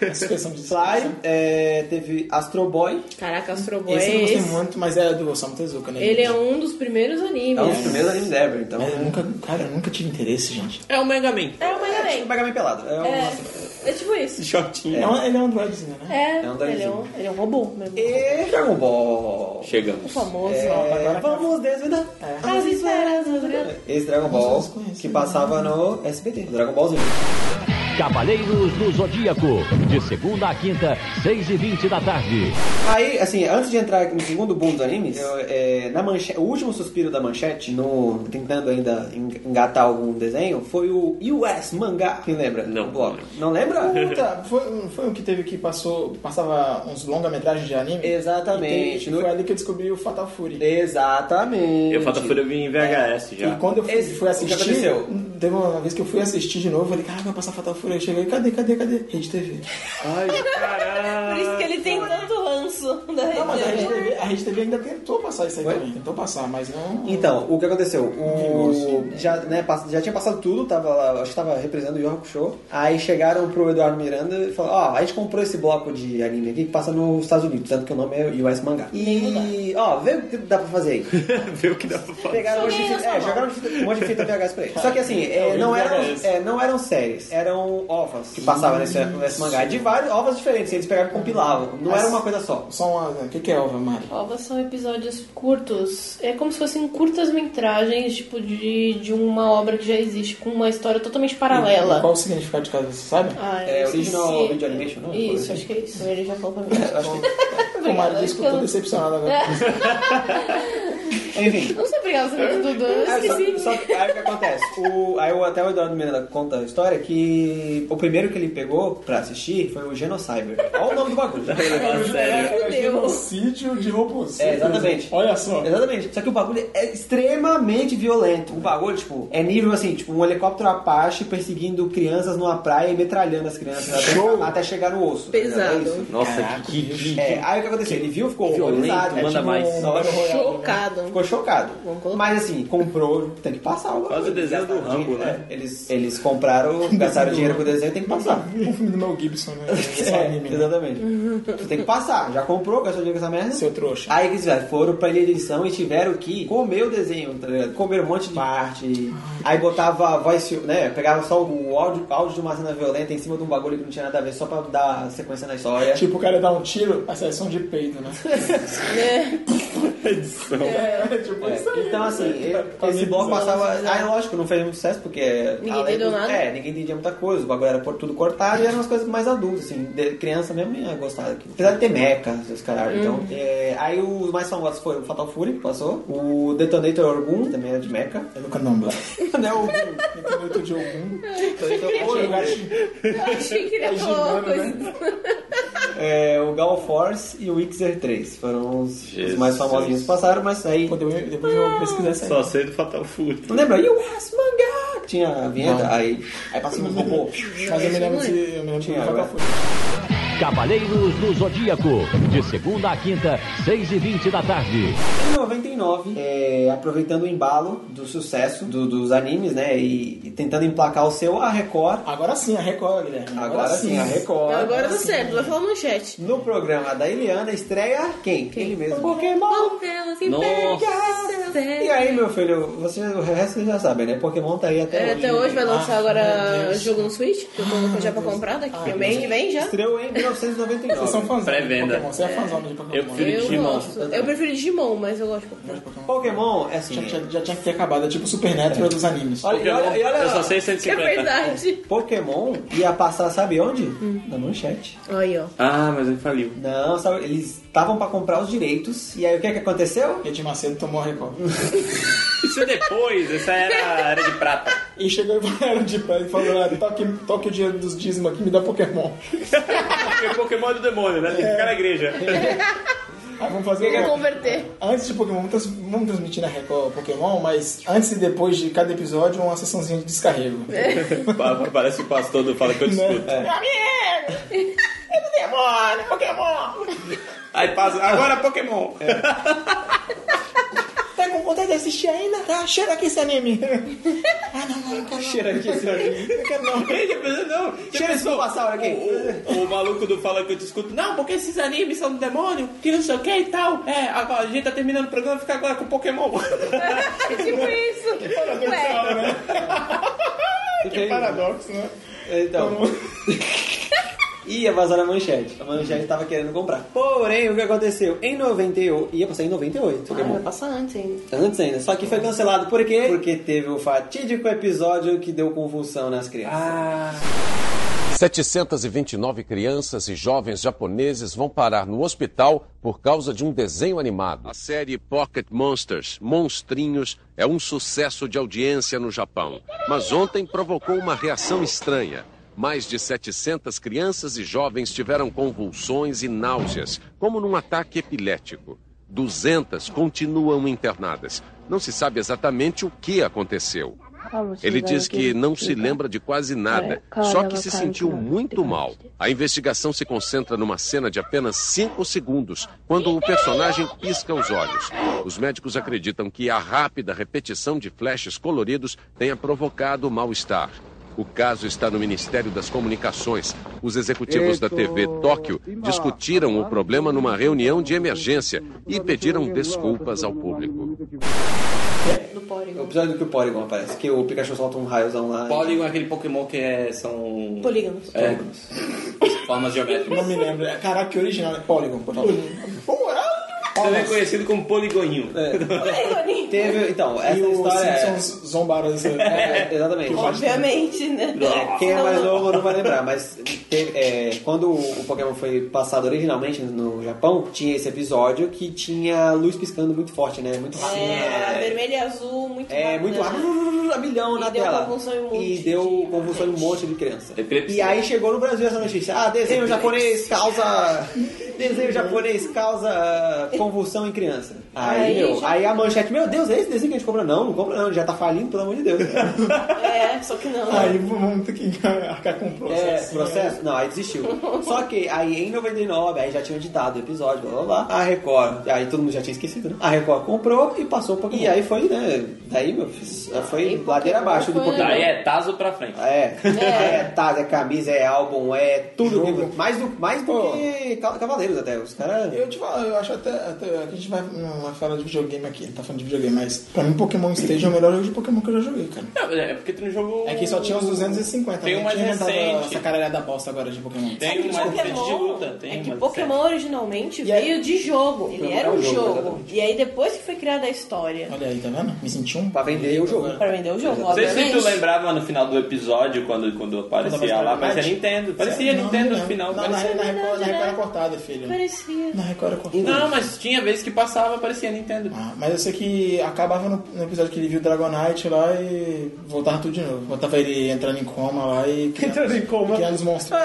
S2: É. A suspensão de descanso.
S1: Fly, é, teve Astro Boy.
S6: Caraca, Astro Boy
S2: Esse eu não
S6: é
S2: gostei
S6: esse.
S2: muito, mas é do Osamu Tezuka, né?
S6: Ele é
S2: gente?
S6: um dos primeiros
S1: É um dos
S6: animes.
S1: primeiros animes ever, então.
S2: Eu nunca, cara, eu nunca tive interesse, gente.
S3: É o Mega Man.
S6: É o Mega
S1: É tipo
S6: Man.
S1: Mega Man pelado. É um-
S6: É, é tipo isso.
S3: Shortinho.
S2: É um- ele é um droidzinho, né?
S1: É
S6: É,
S1: um
S6: ele, é um,
S1: danizinho.
S6: ele é um robô mesmo.
S1: E Dragon Ball.
S6: O
S3: Chegamos.
S6: famoso.
S1: É, vamos desvendar Ah,
S6: As
S1: é-
S6: esferas do dragão.
S1: esse Dragon Ball que passava no SBT, Dragon Ballzinho.
S8: Cavaleiros do Zodíaco, de segunda a quinta, seis e vinte da tarde.
S1: Aí, assim, antes de entrar no segundo boom dos animes, eu, é, na manchete, o último suspiro da manchete, no tentando ainda en- engatar algum desenho, foi o US Mangá. Quem lembra?
S3: Não.
S1: O blog. Não lembra?
S2: Puta, foi, um- foi um que teve que passou, passava uns longa-metragens de anime.
S1: Exatamente.
S2: E teve- foi ali que eu descobri o Fatal Fury.
S6: É,
S1: Exatamente.
S3: Eu faço a folha eu vim em VHS
S2: E
S3: já.
S2: quando eu fui,
S1: Esse-
S2: fui
S1: o que
S2: assistir,
S1: aconteceu?
S2: teve uma vez que eu fui assistir de novo, eu falei, cara, vai passar Fatal Fury. Eu cheguei, cadê, cadê, cadê? Rede TV.
S3: Ai,
S6: Por
S3: caralho.
S6: isso que ele tem tanto ranço da
S2: Não, mas é a Rede
S6: rede.
S2: TV, a Rede TV ainda tentou passar isso aí
S1: Ué?
S2: também. Tentou passar, mas não.
S1: Então, o que aconteceu? O, já, né, pass- já tinha passado tudo, tava lá, acho que tava representando o Yu Show. Aí chegaram pro Eduardo Miranda e falaram: Ó, a gente comprou esse bloco de anime aqui que passa nos Estados Unidos, tanto que o nome é US Mangá. E, ó, vê o que dá pra fazer aí.
S3: Vê o que dá pra fazer.
S1: Pegaram um monte de
S6: Sumiu
S1: fita,
S6: essa
S1: é, jogaram um monte de fita VHS pra ele. Só que assim, é,
S2: ouvindo
S1: não, eram,
S2: VHS.
S1: é, não eram séries, eram ovas que passavam nesse, nesse mangá. De vários ovas diferentes, eles pegavam e compilavam. Não era uma coisa só.
S2: Só são as. O que, que é Ova, Mari?
S6: Ovas são episódios curtos. É como se fossem curtas metragens, tipo, de, de uma obra que já existe, com uma história totalmente paralela.
S2: Qual o significado de cada, você sabe?
S6: Ah, eu
S1: É
S6: esqueci.
S1: original video animation, né? não?
S6: Isso, acho que é isso. Ele já falou pra mim.
S2: O Mário
S6: Obrigada,
S2: disse que
S6: acho
S2: eu tô
S6: que eu-
S2: decepcionado agora.
S1: Enfim.
S6: Não sei obrigada, você falou Dudu. Eu
S1: Ah, só-
S6: esqueci.
S1: só, aí o que acontece? O, aí o, até o Eduardo Miranda conta a história que o primeiro que ele pegou pra assistir foi o Genocyber. Olha o nome do bagulho.
S3: Ah, sério.
S2: É genocídio de robôs.
S1: É, exatamente.
S2: Olha só.
S1: Exatamente. Só que o bagulho é extremamente violento. O bagulho, tipo, é nível assim, tipo, um helicóptero Apache perseguindo crianças numa praia e metralhando as crianças até, até chegar no osso.
S6: Pesado.
S1: É isso.
S3: Nossa, que, que,
S1: É, aí o que aconteceu? Ele viu, ficou
S3: Violento,
S1: horrorizado. É tipo,
S3: manda mais.
S6: Chocado.
S1: Ficou chocado.
S6: Vamos colocar.
S1: Mas assim, comprou, tem que passar o
S3: Faz o desenho do Rambo, né?
S1: É, Eles, eles compraram, gastaram dinheiro com o desenho, tem que passar.
S2: O filme do Mel Gibson, né? Esse anime,
S1: É,
S2: né?
S1: exatamente. Você tem que passar. Já comprou, gastou dinheiro com essa merda.
S2: Seu trouxa.
S1: Aí que eles vai, foram pra ilha de edição e tiveram que comer o desenho, tá ligado? Comeram um monte de parte. Aí botava a voice, né? Pegava só o áudio, áudio de uma cena violenta em cima de um bagulho que não tinha nada a ver, só pra dar sequência na história.
S2: Tipo, o cara dá um tiro, a sessão de peido, né?
S3: edição.
S2: tipo,
S1: É, então, assim,
S2: Pra
S1: esse
S2: mim,
S1: bloco
S2: bizarro.
S1: passava. Aí, lógico, não fez muito sucesso, porque.
S6: Ninguém
S1: além
S6: entendeu
S1: do-
S6: nada.
S1: É, ninguém entendia muita coisa. O bagulho era por tudo cortado e eram umas coisas mais adultas, assim. de- criança mesmo ia gostar daquilo. Apesar de ter meca, esses caralho. Então,
S6: Uhum.
S1: é, aí os mais famosos foram o Fatal Fury, que passou. O Detonator Orgum, também era de meca.
S2: É do candomblé.
S1: né, o
S2: Tem muito de algum.
S1: Detonator Orgum.
S6: Eu achei que ele ia falar uma
S1: né?
S6: coisa.
S1: É, o Gal Force e o Xer 3. Foram os, os
S3: Jesus.
S1: mais famosinhos que passaram, mas aí.
S2: Pô, depois depois eu vou pesquisar isso aí.
S1: assim.
S3: Só sei do Fatal Fury.
S1: Não lembra? E o Ass Manga! Tinha a vinheta, aí, aí passava um robô.
S2: Mas eu me lembro de. Eu me lembro de
S1: Tinha,
S2: Fatal
S1: né?
S2: Fury.
S8: Cavaleiros do Zodíaco, de segunda a quinta, seis e vinte da tarde.
S1: Em 99, é, aproveitando o embalo do sucesso do- dos animes, né? E, e tentando emplacar o seu, a Record.
S2: Agora sim, a Record, Guilherme.
S1: Agora, sim, a Record.
S6: Agora tá certo, vai falar manchete.
S1: No programa da Eliana estreia quem? Ele mesmo.
S6: Bom, Deus, que
S3: Nossa.
S1: E aí, meu filho, você, o resto vocês já sabem, né? Pokémon tá aí até
S6: É,
S1: hoje.
S6: até hoje vai lançar
S2: Ah, meu
S6: agora o
S2: Deus.
S6: jogo no Switch, que eu coloquei
S1: Ah,
S6: já pra comprar daqui também, que vem já.
S1: Estreou em 1999.
S2: Vocês são fãs
S3: Pré-venda.
S2: Você é fãzão de Pokémon.
S3: Eu prefiro-
S6: Eu
S3: Digimon.
S6: gosto. Eu prefiro Digimon, mas eu gosto de Pokémon.
S1: Pokémon é assim.
S2: Já, já- já tinha que ter acabado. É tipo Supernatural dos animes.
S1: Olha, e olha, e olha
S3: eu
S1: lá.
S3: só sei
S6: É
S3: 150.
S6: verdade.
S1: Pokémon ia passar, sabe onde?
S6: Hum.
S1: Na manchete.
S6: Aí, ó.
S3: Ah, mas ele faliu.
S1: Não, sabe, eles estavam pra comprar os direitos. E aí o que, que aconteceu?
S2: E Edir Macedo tomou a Record.
S3: Isso é depois, essa era a era de prata.
S2: E chegou e falaram de pé e falou: ah, toque, toque o dinheiro dos dízimos aqui, me dá Pokémon.
S3: Porque Pokémon é do demônio, né? Tem que ficar na igreja.
S2: Aí vamos fazer.
S6: Vou converter.
S2: Antes de Pokémon, vamos trans- vamos transmitir na Record Pokémon, mas antes e depois de cada episódio, uma sessãozinha de descarrego.
S1: É.
S3: Pa- Parece o pastor do Fala que eu te escuto.
S6: é.
S2: Demônio, Pokémon!
S3: Aí passa, agora Pokémon.
S2: Tá com vontade de assistir ainda? Tá, cheira aqui esse anime. ah, não, não, não quero
S1: Cheira aqui esse anime.
S2: não, quero não.
S3: Não,
S1: Cheira esse passar aqui.
S3: O, o- o maluco do Fala que eu te escuto. Não, porque esses animes são do demônio, que não sei o que e tal. É, agora a gente tá terminando o programa, fica agora com Pokémon.
S6: tipo isso. Ué,
S1: Que
S2: É
S1: é
S2: Paradoxo, né?
S1: Então. Ia vazar a manchete. A manchete tava querendo comprar. Porém, o que aconteceu? Em 98. Ia passar em 98.
S6: Ah, vai
S1: Pokémon.
S6: passar antes ainda.
S1: é Tá Antes ainda. Só que foi cancelado por quê? Porque teve o fatídico episódio que deu convulsão nas crianças.
S2: Ah.
S11: 729 crianças e jovens japoneses vão parar no hospital por causa de um desenho animado. A série Pocket Monsters, Monstrinhos, é um sucesso de audiência no Japão. Mas ontem provocou uma reação estranha. Mais de 700 crianças e jovens tiveram convulsões e náuseas, como num ataque epilético. 200 continuam internadas. Não se sabe exatamente o que aconteceu. Ele diz que não se lembra de quase nada, só que se sentiu muito mal. A investigação se concentra numa cena de apenas 5 segundos, quando o personagem pisca os olhos. Os médicos acreditam que a rápida repetição de flashes coloridos tenha provocado o mal-estar. O caso está no Ministério das Comunicações. Os executivos da TV Tóquio discutiram o problema numa reunião de emergência e pediram desculpas ao público.
S6: Do
S1: O
S6: Porygon.
S1: episódio que o Porygon aparece. Que o Pikachu solta um raiozão lá.
S3: Polygon é aquele Pokémon que é, são.
S6: Polígonos.
S3: É, formas geométricas.
S2: É Não me lembro. Caraca, que original, né? Polygon, Polygon.
S3: Também conhecido como Poligoninho.
S1: Teve, então, essa
S2: e os
S1: história é...
S2: Simpsons zombaram disso.
S1: É, exatamente.
S6: Obviamente, né?
S1: É, Quem é mais novo não vai lembrar, mas teve- é, quando o Pokémon foi passado originalmente no Japão, tinha esse episódio que tinha luz piscando muito forte, né? Muito rápido.
S6: É,
S1: né?
S6: vermelho e azul, muito
S1: É,
S6: bacana.
S1: muito rápido, Uhum, a milhão na
S6: deu
S1: tela.
S6: convulsão em um
S1: e
S6: monte
S1: deu
S6: de
S1: convulsão em um monte de criança.
S3: Epilepsia.
S1: E aí chegou no Brasil essa notícia. Ah, desenho japonês causa. Desenho japonês causa convulsão em criança. Aí,
S6: Aí
S1: meu,
S6: já-
S1: aí a manchete, meu Deus, é esse desenho que a gente compra? Não, não compra não, ele já tá falindo, pelo amor de Deus.
S6: É, só que não.
S2: Aí vamos ter que arcar com o
S1: É,
S2: processo.
S1: processo? Não, aí desistiu. Só que aí em 99, aí já tinha editado o episódio, blá blá blá. A Record, aí todo mundo já tinha esquecido, né? A Record comprou e passou o Pokémon. E aí foi, né? Daí, meu, foi ladeira abaixo do
S6: foi-
S1: Pokémon.
S3: Daí é Tazo pra frente.
S1: É, é, taza, é camisa, é álbum, é tudo. Que, mais do, mais do
S2: Pô.
S1: que Ca- Cavaleiros até. Os caras.
S2: Eu te falo, eu acho até, até que a gente vai, não vai falar de videogame aqui, não tá falando de videogame, mas pra mim Pokémon Stage é o melhor jogo de Pokémon que eu já joguei, cara.
S3: Não, É porque tu não jogou.
S2: É que só tinha uns 250,
S3: Tem
S2: né?
S3: um mais
S2: Tinha inventado
S3: recente.
S2: Essa caralhada bosta agora de Pokémon.
S3: Tem um mais recente de luta. Tem
S6: é
S3: um
S6: que
S3: mais
S6: Pokémon originalmente
S2: E aí-
S6: veio de jogo. Ele
S1: Pokémon
S6: era
S1: é
S6: um
S1: um
S6: jogo.
S1: jogo, exatamente.
S6: E aí depois que foi criada a história
S2: Olha aí, tá vendo? Me senti um
S1: Pra vender o jogo.
S6: pra vender o jogo,
S3: Não sei se
S6: obviamente.
S3: tu lembrava no final do episódio, quando, quando
S2: Quando
S3: aparecia
S2: aparecia
S3: lá,
S2: a
S3: mas é
S2: Light.
S3: Nintendo. Parecia
S2: Não,
S3: Nintendo
S2: não,
S3: no final.
S2: Não, na,
S3: parecia-
S2: na, Record, na Record é cortada, filho.
S6: Parecia.
S2: Na Record é cortada.
S3: Não, mas tinha vezes que passava, parecia Nintendo.
S2: Ah, mas eu sei que acabava no, no episódio que ele viu Dragonite lá e voltava tudo de novo. Voltava ele entrando em coma lá e.
S1: Entrando em coma.
S2: Criando os monstros.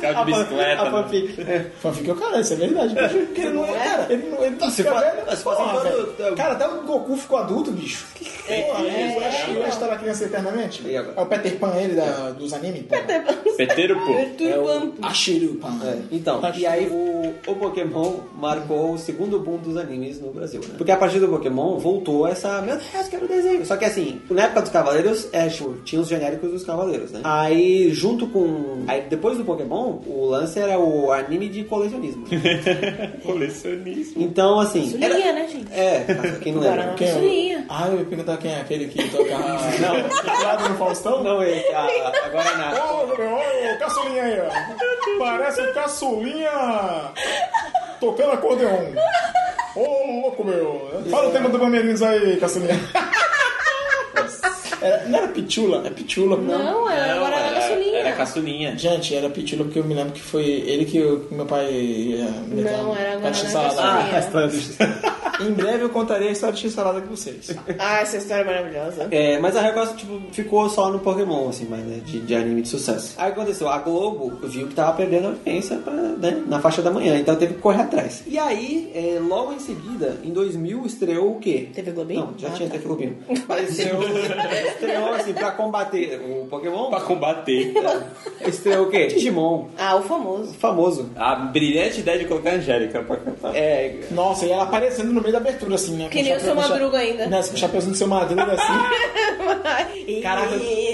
S3: Carro de bicicleta.
S1: A
S3: né?
S1: fanfic. É.
S2: Fanfic, eu, cara, isso é verdade, bicho. Porque ele não é, cara. Ele, não- ele tá se
S1: fa- se
S2: velho.
S1: fazem
S2: Porra,
S1: todo-
S2: velho. Cara, até o Goku ficou adulto, bicho. Porra, ele é, achou que estar na criança eternamente.
S1: E agora?
S2: É o Peter Pan, ele da, dos animes. Peter Pan.
S3: Peteiro, pô.
S6: Perturbando.
S2: Ashiru Pan.
S1: Então,
S2: Tá
S1: e aí o, o Pokémon marcou o segundo boom dos animes no Brasil, né? Porque a partir do Pokémon voltou essa. Meu Deus, quero desenho. Só que assim, na época dos Cavaleiros, é, tipo, tinha os genéricos dos Cavaleiros, né? Aí, junto com. Aí, depois do Pokémon, o lance era o anime de colecionismo.
S3: Colecionismo.
S1: Então, assim.
S6: Isso
S1: Era...
S6: linha, né, gente?
S1: É, pra quem não lembra.
S2: Quem é o-
S6: Sulinha.
S2: Ah, eu ia perguntar quem é aquele que toca. Não, lado no Faustão?
S1: Não, é, a- agora na.
S2: Ô, meu, ô, o caçulinha aí, ó. Parece o caçulinha tocando acordeon. Ô, louco, meu. Fala o tema do Bandeirinhos aí, caçulinha. Era- não era pitula? É pitula, pô.
S6: Não, era, agora era a Sulinha.
S3: Era caçulinha.
S2: Gente, era pitula porque eu me lembro que foi ele que, eu- que meu pai ia me levar
S6: Não, era
S2: pra
S6: agora né?
S2: X
S6: era a
S2: salada.
S1: Ah, a história do
S2: Ah, Em breve eu contarei a história de x-salada com vocês.
S6: Ah, essa história é maravilhosa.
S1: É, mas a Record tipo, ficou só no Pokémon, assim, mas né, de, de anime de sucesso. Aí aconteceu, a Globo viu que tava perdendo audiência pra, né, na faixa da manhã, então teve que correr atrás. E aí, é, logo em seguida, em 2000, estreou o quê?
S6: TV Globinho?
S1: Não, já
S6: Ah,
S1: tinha
S6: tá.
S1: TV Globinho. Mas estreou, estreou, assim, pra combater o Pokémon,
S3: tipo, Pra combater.
S1: estreou o quê? Digimon,
S6: Ah, o famoso.
S1: famoso.
S3: A brilhante ideia de colocar a Angélica pra cantar.
S1: É,
S2: Nossa, e ela aparecendo no meio da abertura, assim, né?
S6: Que nem o seu madruga ainda.
S2: Né, com o chapeuzinho do seu madruga, assim. Caraca,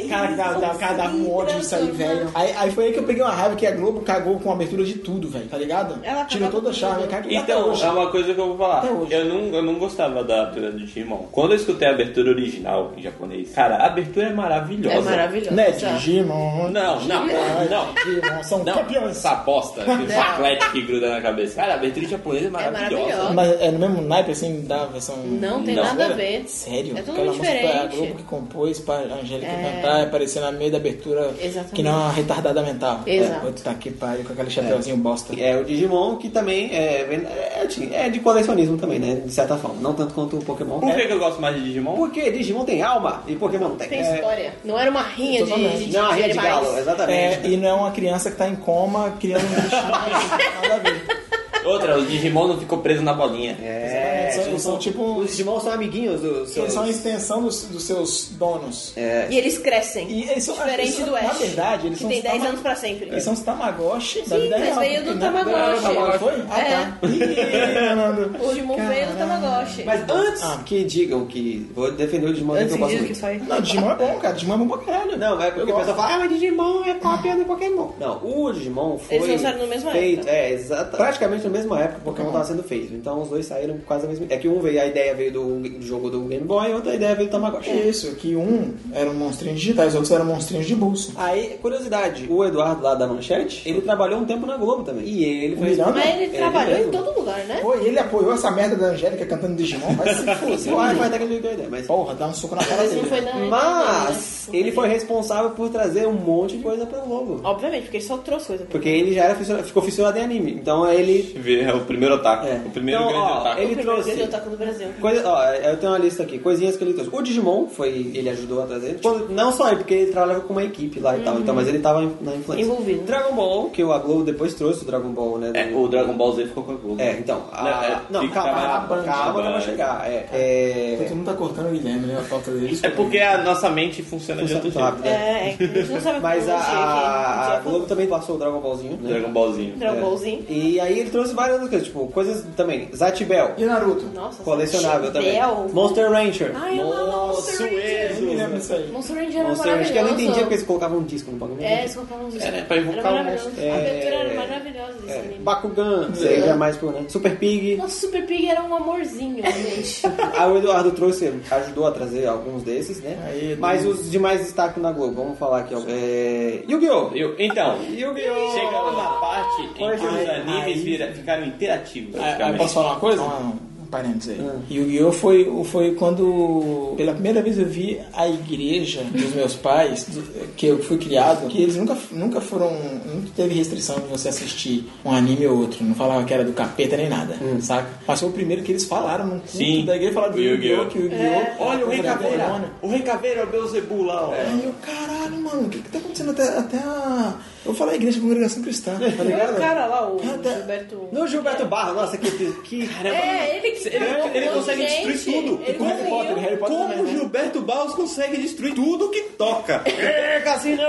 S2: cara, cara, dá, cara, dá um ódio isso aí, velho. Aí, aí foi aí que eu peguei uma raiva que a Globo cagou com a abertura de tudo, velho, tá ligado?
S6: Ela
S2: Tirou
S6: cagou
S2: toda a
S6: com
S2: charme,
S6: tudo.
S2: cara.
S3: Então, é uma coisa que eu vou falar.
S2: Até hoje.
S3: Eu não, eu não gostava da abertura do Digimon. Quando eu escutei a abertura original em japonês, cara, a abertura é maravilhosa.
S6: É maravilhoso.
S2: Né,
S6: exato.
S2: Digimon.
S3: Não, não,
S2: Ai,
S3: não.
S2: Digimon, são
S3: Não,
S2: campeões.
S3: essa bosta, aquele chiclete que gruda na cabeça. Cara, a abertura japonesa é maravilhosa.
S6: É. maravilhosa.
S2: Mas é no mesmo naipe, assim, da versão...
S6: Não tem
S3: Não.
S6: nada a ver.
S2: Sério?
S6: É tudo
S2: Aquela música foi a
S6: diferente.
S2: Globo que compôs pra Angélica
S6: É.
S2: cantar e aparecer na meio da abertura
S6: Exatamente.
S2: que não é uma retardada mental.
S6: Exato.
S2: É, puta que pariu, com aquele chapeuzinho bosta.
S1: é o Digimon, que também é, é, é de colecionismo também, né, de certa forma. Não tanto quanto o Pokémon.
S3: Por
S1: É,
S3: que, que eu gosto mais de Digimon?
S1: porque Digimon tem alma e Pokémon não tem.
S6: Tem
S1: É,
S6: história. Não era uma rinha de,
S2: Totalmente.
S6: de,
S1: Não, a
S6: de
S1: rede de
S6: animais.
S1: galo, exatamente.
S2: É, e não é uma criança que tá em coma criando um bichinho. nada a ver.
S3: Outra, o Digimon não ficou preso na bolinha.
S1: É,
S2: São- são tipo-
S1: Os Digimon são amiguinhos dos
S2: Eles
S1: seus...
S2: são a extensão dos, dos seus donos.
S6: E eles crescem.
S2: é- E eles são-
S6: diferente
S2: eles são-
S6: do Ash.
S2: na é verdade, eles
S6: que
S2: são
S6: tem
S2: os
S6: 10
S2: tama-
S6: anos pra sempre.
S2: Eles são os Tamagotchi da
S6: Sim,
S2: vida
S6: mas
S2: real.
S6: veio do
S2: porque, né?
S6: Tamagotchi. É.
S2: Ah, Tamagotchi foi? Ah, tá. Ih, Fernando.
S6: O Digimon veio do Tamagotchi.
S1: Mas antes
S2: Ah.
S1: que digam que... Vou defender o Digimon
S6: Antes
S1: que eu gosto
S6: disso que
S1: muito.
S6: faz.
S2: Não, Digimon é bom, cara. Digimon é bom pra caralho.
S1: Não, é porque
S2: Eu
S1: o
S2: gosto.
S1: pessoal fala, ah, mas Digimon é cópia do Pokémon. Não, o Digimon foi
S6: Eles lançaram na mesma
S1: feito,
S6: época.
S1: Uhum. é, exata, praticamente na mesma época que o Pokémon estava sendo feito. Então os dois saíram quase na mesma É que um veio, a ideia veio do do jogo do Game Boy e outra ideia veio do Tamagotchi.
S6: É.
S2: Isso, que um era um monstrinho digitais, os outros eram monstrinhos de bolsa.
S1: Aí, curiosidade, o Eduardo lá da Manchete, ele trabalhou um tempo na Globo também. E ele foi.
S2: Miranda?
S6: Mas ele trabalhou
S1: mesmo.
S6: em todo lugar, né?
S2: Pô, e ele apoiou essa merda da Angélica cantando Digimon? Vai se fuder.
S1: Vai, vai, daquele jeito, ideia, mas.
S2: Porra, dá um soco na cara
S6: Mas não
S2: dele.
S6: foi na né?
S1: Mas
S6: na-
S1: ele foi responsável por trazer um monte de coisa pra Globo.
S6: Obviamente, porque ele só trouxe coisa pra
S1: Porque ele já era fissurado, ficou fissurado em anime. Então ele.
S3: É o primeiro ataque.
S1: É.
S3: O primeiro
S1: Então,
S3: grande
S1: ó,
S3: ataque.
S1: ele
S6: O primeiro
S1: trouxe-
S6: grande otaku do Brasil.
S1: Coisa, ó, eu tenho uma lista aqui, coisinhas que ele trouxe. O Digimon foi. ele ajudou a trazer. Quando- não só ele, porque ele trabalhava com uma equipe lá e tal. Então, mas ele tava na influência.
S6: Uhum. Envolvido.
S1: Dragon Ball, que a Globo depois trouxe o Dragon Ball, né?
S3: É,
S1: do-
S3: o Dragon Ball Z ficou com a Globo.
S1: É, então. a-
S3: Não, é,
S1: não,
S3: tem que
S1: calma,
S3: trabalhar na
S1: calma,
S3: Band,
S1: calma que eu vou
S3: vai.
S1: chegar. É, é,
S2: Todo mundo tá cortando o Guilherme, né? A falta dele.
S3: É porque a nossa mente funciona,
S1: Funciona
S3: de
S1: muito
S3: outro jeito.
S1: rápido. né?
S6: É, é que a gente não sabe
S1: Mas
S6: como
S1: a,
S6: mexer aqui,
S1: a,
S6: não
S1: a Globo também passou o Dragon Ballzinho. Né?
S3: Dragon Ballzinho.
S6: tinha como- Dragon Ballzinho.
S1: E aí ele trouxe várias outras coisas, tipo, coisas também. Zatibel,
S2: E Naruto?
S6: Nossa,
S1: colecionável também.
S6: Bell.
S1: Monster Rancher.
S6: Ai, eu amo Monster Ranger.
S2: Eu me lembro disso aí.
S6: Monster Ranger era
S1: Monster Rancher,
S6: maravilhoso.
S1: que eu não entendia porque eles colocavam um disco no bagulho.
S6: É, eles colocavam os...
S3: É, pra invocar
S6: era
S3: o
S6: maravilhoso.
S3: monstro.
S6: A aventura
S1: É.
S6: era maravilhosa desse
S1: É,
S6: anime.
S1: Bakugan, que seria mais por, né? Super Pig.
S6: Nossa, Super Pig era um amorzinho, gente.
S1: Aí o Eduardo trouxe, ajudou a trazer alguns desses, né?
S2: Aí,
S1: Mas os demais destacam na Globo, vamos falar aqui. ó. É... Yu-Gi-Oh!
S3: Eu- então,
S1: Yu-Gi-Oh!
S3: chegamos na parte em que
S1: Coisa
S3: os
S1: aí,
S3: animes vira- ficaram interativos.
S2: Ah,
S3: praticamente.
S2: posso falar uma coisa? Um parênteses aí. Yu-Gi-Oh! Foi, foi quando, pela primeira vez, eu vi a igreja dos meus pais, do- que eu fui criado, que eles nunca, nunca foram. Nunca teve restrição de você assistir um anime ou outro. Não falava que era do capeta nem nada, saca? Mas foi o primeiro que eles falaram num culto
S3: Sim.
S2: da igreja, falaram do
S3: O Yu-Gi-Oh!
S2: Yu-Gi-Oh! que Hum. o Yu-Gi-Oh!
S3: Olha o Rei
S2: contra a demônio.
S3: Caveira! O Rei Caveira é o Beuzebu lá, ó.
S2: Aí eu, caralho, mano, o que que tá acontecendo? Até, até a. Eu vou falar a igreja da congregação cristã, tá
S6: O
S2: ligado?
S6: cara lá, o
S2: Ah, tá.
S6: Gilberto...
S1: No Gilberto Barra, nossa, que. que
S6: É, ele que...
S3: Ele, ele consegue
S6: Gente,
S3: destruir tudo.
S6: Ele
S3: como
S6: conseguiu.
S2: Harry Potter
S3: como
S2: também, né?
S3: Gilberto Barros consegue destruir tudo que toca?
S1: É, Cassino!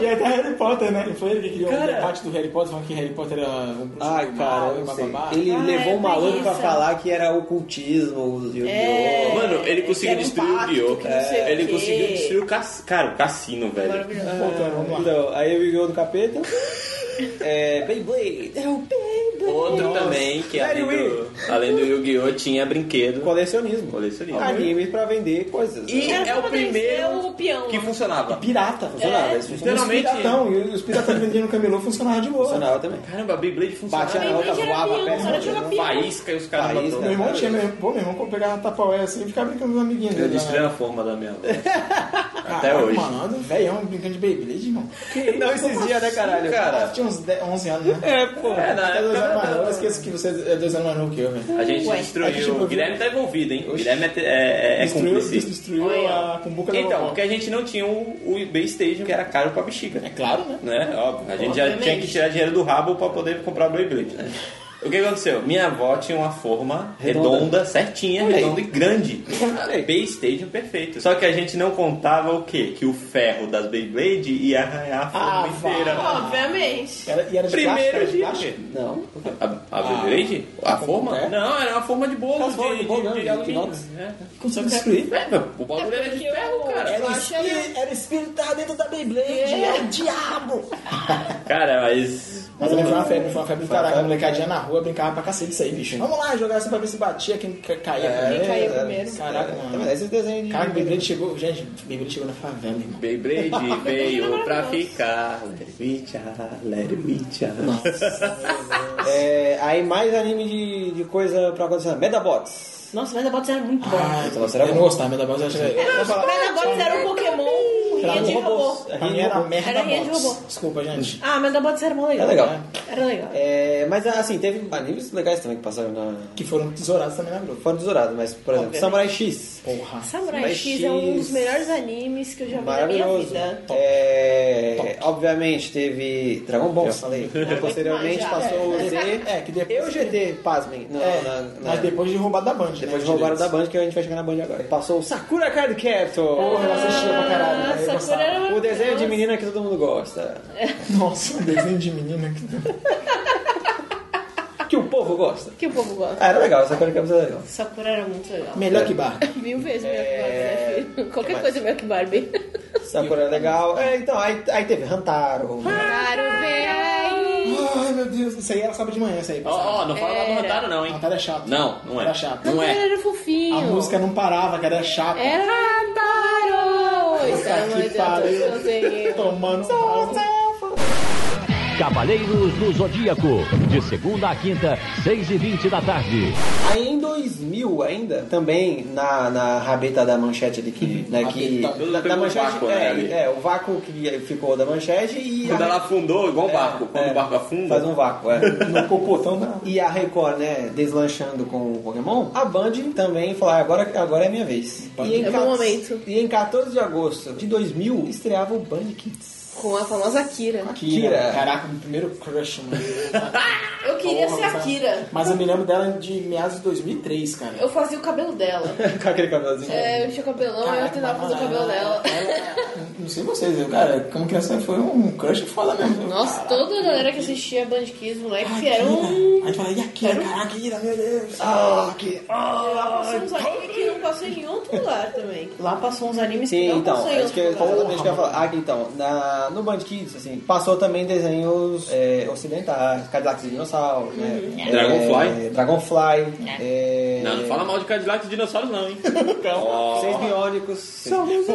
S2: E é até Harry Potter, né? Foi ele que criou
S1: Cara.
S2: a parte do Harry Potter, falando que Harry Potter era um bruxo
S3: Ah,
S1: Ai,
S2: do
S1: cara,
S2: mal,
S1: eu não sei.
S2: bababá.
S1: Ele
S6: Ah,
S1: levou
S6: é
S1: o maluco pra
S6: preguiça.
S1: falar que era ocultismo, os Yu-Gi-Oh!
S6: É.
S3: Mano, ele conseguiu
S6: Era um
S3: destruir o
S6: pacto,
S3: Guiô.
S6: que não sei o
S3: Ele
S6: quê.
S3: conseguiu destruir o cassino. Cara, o cassino, velho.
S6: Maravilhoso.
S3: é
S1: Então, aí o Yu-Gi-Oh! do capeta. é, Beyblade. É o Beyblade.
S3: Outro também, que além
S1: Mary
S3: do, além do Yu-Gi-Oh! tinha brinquedo.
S1: Colecionismo.
S3: Colecionismo.
S1: Anime pra vender coisas. né?
S3: E
S6: Era
S3: é o
S6: pra vencer
S3: primeiro
S6: o peão,
S3: que
S6: né?
S3: funcionava.
S1: Pirata, funcionava. isso funcionava.
S3: Literalmente.
S2: Os piratão, Então, e os piratão que vendiam no camelô funcionava de boa.
S1: Funcionava também.
S3: Caramba, a Beyblade funcionava.
S1: Batia na
S6: Beyblade
S1: outra,
S6: era
S1: voava, né?
S6: peão,
S1: péssima.
S6: era jogar peão.
S3: Faísca e os caras
S1: Faísca.
S2: Meu
S3: matavam.
S2: irmão tinha, meu, pô, meu irmão quando pegava tapaué assim, ficava brincando com os amiguinhos
S3: Eu
S2: dele. lá,
S3: destruí
S2: né?
S3: a forma da minha.
S2: Caralho,
S3: hoje.
S2: Mano, velhão, brincando de Beyblade, irmão.
S1: Não existia, né, caralho?
S3: Cara,
S2: Tinha uns 10, 11 anos, né?
S1: É, pô.
S3: é, na
S2: Você é dois anos mais novo, eu
S3: época,
S2: esqueço que você é dois anos mais novo que eu, velho.
S3: a gente
S6: Ué.
S2: É que,
S3: destruiu.
S2: tipo,
S3: O Guilherme tá envolvido, hein? O Guilherme é, é, é
S2: Destruiu,
S3: cúmplice.
S2: destruiu a cumbuca da
S3: Então,
S2: vovó.
S3: porque a gente não tinha o, o Bay Station, que era caro pra bexiga.
S2: É claro, né?
S3: né? Óbvio. A gente já
S6: Obviamente.
S3: tinha que tirar dinheiro do rabo pra poder comprar o Beyblade, né?
S6: É.
S3: O que aconteceu? Minha avó tinha uma forma redonda, certinha, redonda e grande. Bay Station perfeito. Só que a gente não contava o quê? Que o ferro das Beyblade ia arranhar a forma
S2: Ah, vá.
S3: inteira.
S6: Obviamente.
S2: Era- e era de
S3: Primeiro
S2: plástico,
S3: dia.
S2: era de plástico.
S1: Não.
S3: A, a Beyblade? A forma?
S2: é?
S3: Não, era uma forma de bolo,
S1: Uma forma
S3: de,
S1: de bolo, né?
S3: de, de
S1: De
S3: alumínio.
S1: inox.
S3: né?
S2: Consegue destruir?
S3: É, meu, o bagulho era de
S6: porque
S3: ferro,
S6: o-
S3: cara.
S2: Era,
S6: Eu
S2: o
S6: acho que é era-
S2: espírito, era o espírito que tava dentro da Beyblade,
S6: É.
S2: era o diabo!
S3: Cara, mas...
S2: Mas também foi uma febre, foi uma febre do caralho. A molecadinha na rua brincava pra cacete isso aí, bicho. Vamos lá jogar assim pra ver se batia, quem ca- caía
S6: Quem
S2: primeiro.
S6: caía primeiro.
S2: Caraca, mano.
S1: Esses desenhos de.
S2: Caraca, o Beyblade chegou, gente, o Beyblade chegou na favela, irmão.
S3: Beyblade veio pra
S6: maravilhoso.
S3: ficar. Let it be, child, let it be, child.
S1: É, aí mais anime de, de coisa pra acontecer. Medabots.
S6: Nossa, mas a Bots era muito bom.
S2: Ah,
S1: Nossa,
S2: eu
S1: era
S2: não
S1: bom.
S2: gostava, mas da base eu achei...
S6: Mas agora eles eram um Pokémon
S2: é
S6: rinha de robô.
S2: Pra mim era merda
S6: Era rinha de
S2: bots.
S6: robô.
S2: Desculpa, gente.
S6: Ah, mas a Bots era mó legal.
S1: É legal.
S6: Era legal.
S1: É, mas assim, teve animes legais também que passaram na.
S2: Que foram tesourados também na grupo.
S1: Fora do Dourado, mas, por exemplo,
S6: Obviamente.
S1: Samurai X.
S2: Porra.
S6: Samurai
S1: Mas
S6: X é um dos
S1: X-
S6: melhores animes que eu já vi na minha
S1: Maravilhoso.
S6: vida.
S1: É, obviamente teve Dragon Ball, falei. Posteriormente
S6: mais, já.
S1: passou o Z.
S2: É, que depois...
S1: Eu GT, pasmem. Não,
S2: É,
S1: na- na-
S2: mas depois de roubar da Band, né?
S1: Depois roubaram da Band, que a gente vai chegar na Band agora. Passou o Sakura Card Captor.
S2: Porra, eu assistia pra caralho. né? Eu
S6: Nossa,
S2: gostava.
S6: Sakura era
S1: O desenho de
S6: maravilhoso.
S1: menina que todo mundo gosta.
S2: Nossa, um desenho de menina que.
S1: Que o povo gosta.
S6: Que o povo gosta.
S1: Ah, era legal, Sakura Captor era legal.
S6: Sakura era muito legal.
S2: Melhor que barra.
S6: Mil vezes melhor
S1: É,
S6: que Barbie, né, filho?
S1: que
S6: Qualquer
S1: mais?
S6: coisa melhor que Barbie.
S1: Sakura É, era legal. É, então, aí, aí teve Hantaro.
S6: Claro, vem aí.
S2: Ai, meu Deus, isso aí era sábado de manhã, isso aí.
S3: Ó, ó, não fala lá do Antara não, hein?
S2: Antara é chato.
S3: Não, não é.
S2: Era chato.
S3: Não é.
S6: Era fofinho. É.
S2: A música não parava, cara, era chato.
S6: Era Antaro! Isso
S2: Puta
S6: era
S2: que
S6: uma
S2: pariu.
S6: ideia do desenho.
S2: Tomando.
S6: um
S8: Cavaleiros do Zodíaco, de segunda a quinta, seis e vinte da tarde.
S1: Aí em 2000 ainda, também na, na rabeta da manchete ali que... Né, que
S3: Rabeta. tá
S1: da, da
S3: Pegou o
S1: manchete,
S3: vácuo, né,
S1: é,
S3: ali.
S1: é, o vácuo que ficou da manchete e...
S3: Quando
S1: a-
S3: ela afundou, igual um
S1: É,
S3: barco. Quando
S1: é.
S3: o barco afunda.
S1: Faz um vácuo, é.
S2: No copotão
S3: então,
S2: da.
S1: E a Record, né, deslanchando com o Pokémon, a Band também falou, "Ah, agora, agora é minha vez. E em,
S6: É
S1: ca-
S6: bom momento.
S1: e em 14 de agosto de 2000, estreava o Band Kids.
S6: Com a famosa Akira.
S1: Kira.
S2: Kira. Caraca, meu primeiro crush, mano.
S6: Eu queria
S2: Porra,
S6: ser
S2: sabe?
S6: a Akira.
S2: Mas eu me lembro dela de meados de 2003, cara.
S6: Eu fazia o cabelo dela.
S1: Com aquele cabelozinho.
S6: É, eu tinha cabelão e eu tentava fazer o cabelo dela.
S2: É, Não sei vocês, eu, cara, como criança foi um crush foda mesmo.
S6: Nossa, toda a galera que assistia Band Kids, moleque, que
S2: Kira.
S6: era um...
S2: Aí tu fala, e Akira, caraca, Akira, meu Deus. Ah,
S6: Lá passou uns animes que não passou em nenhum outro lugar também. Lá passou uns animes que
S1: Sim,
S6: não
S1: então,
S6: passou em
S1: é isso que
S6: outro
S1: eu,
S6: lugar.
S1: exatamente o que eu ia falar. Ah, então, na, no Band Kids, assim, passou também desenhos é, ocidentais, Cadillac e Dinossauros,
S2: Uhum.
S1: né? É,
S3: Dragonfly.
S1: Dragonfly. É,
S3: Não, não fala mal de Cadillac e dinossauros, não, hein?
S1: Seis Biônicos. Somos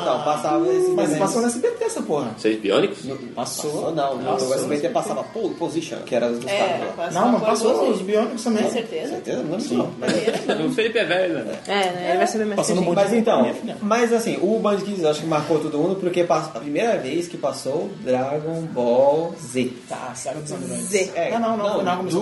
S1: Então, passava esse
S2: Mas passou no SBT essa porra.
S3: Vocês biônicos?
S2: Passou.
S1: Ou não, não. O SBT passava pole position, que era os dos
S6: É,
S1: é.
S6: passou
S2: Não, mas
S6: por
S2: passou
S6: duas
S2: os biônicos também.
S6: Com certeza.
S1: Certeza? Não lembro não.
S3: O Felipe é velho, né?
S6: É, né? Ele vai saber mais
S2: Passou
S6: que a
S2: no
S6: gente.
S2: mundo.
S1: Mas então,
S2: É Minha filha.
S1: mas assim, o Band Kids eu acho que marcou todo mundo porque passa- a primeira vez que passou Dragon Ball Z.
S2: Tá, sabe dos Androids.
S6: Z.
S1: É,
S2: Não, não, não, não, começou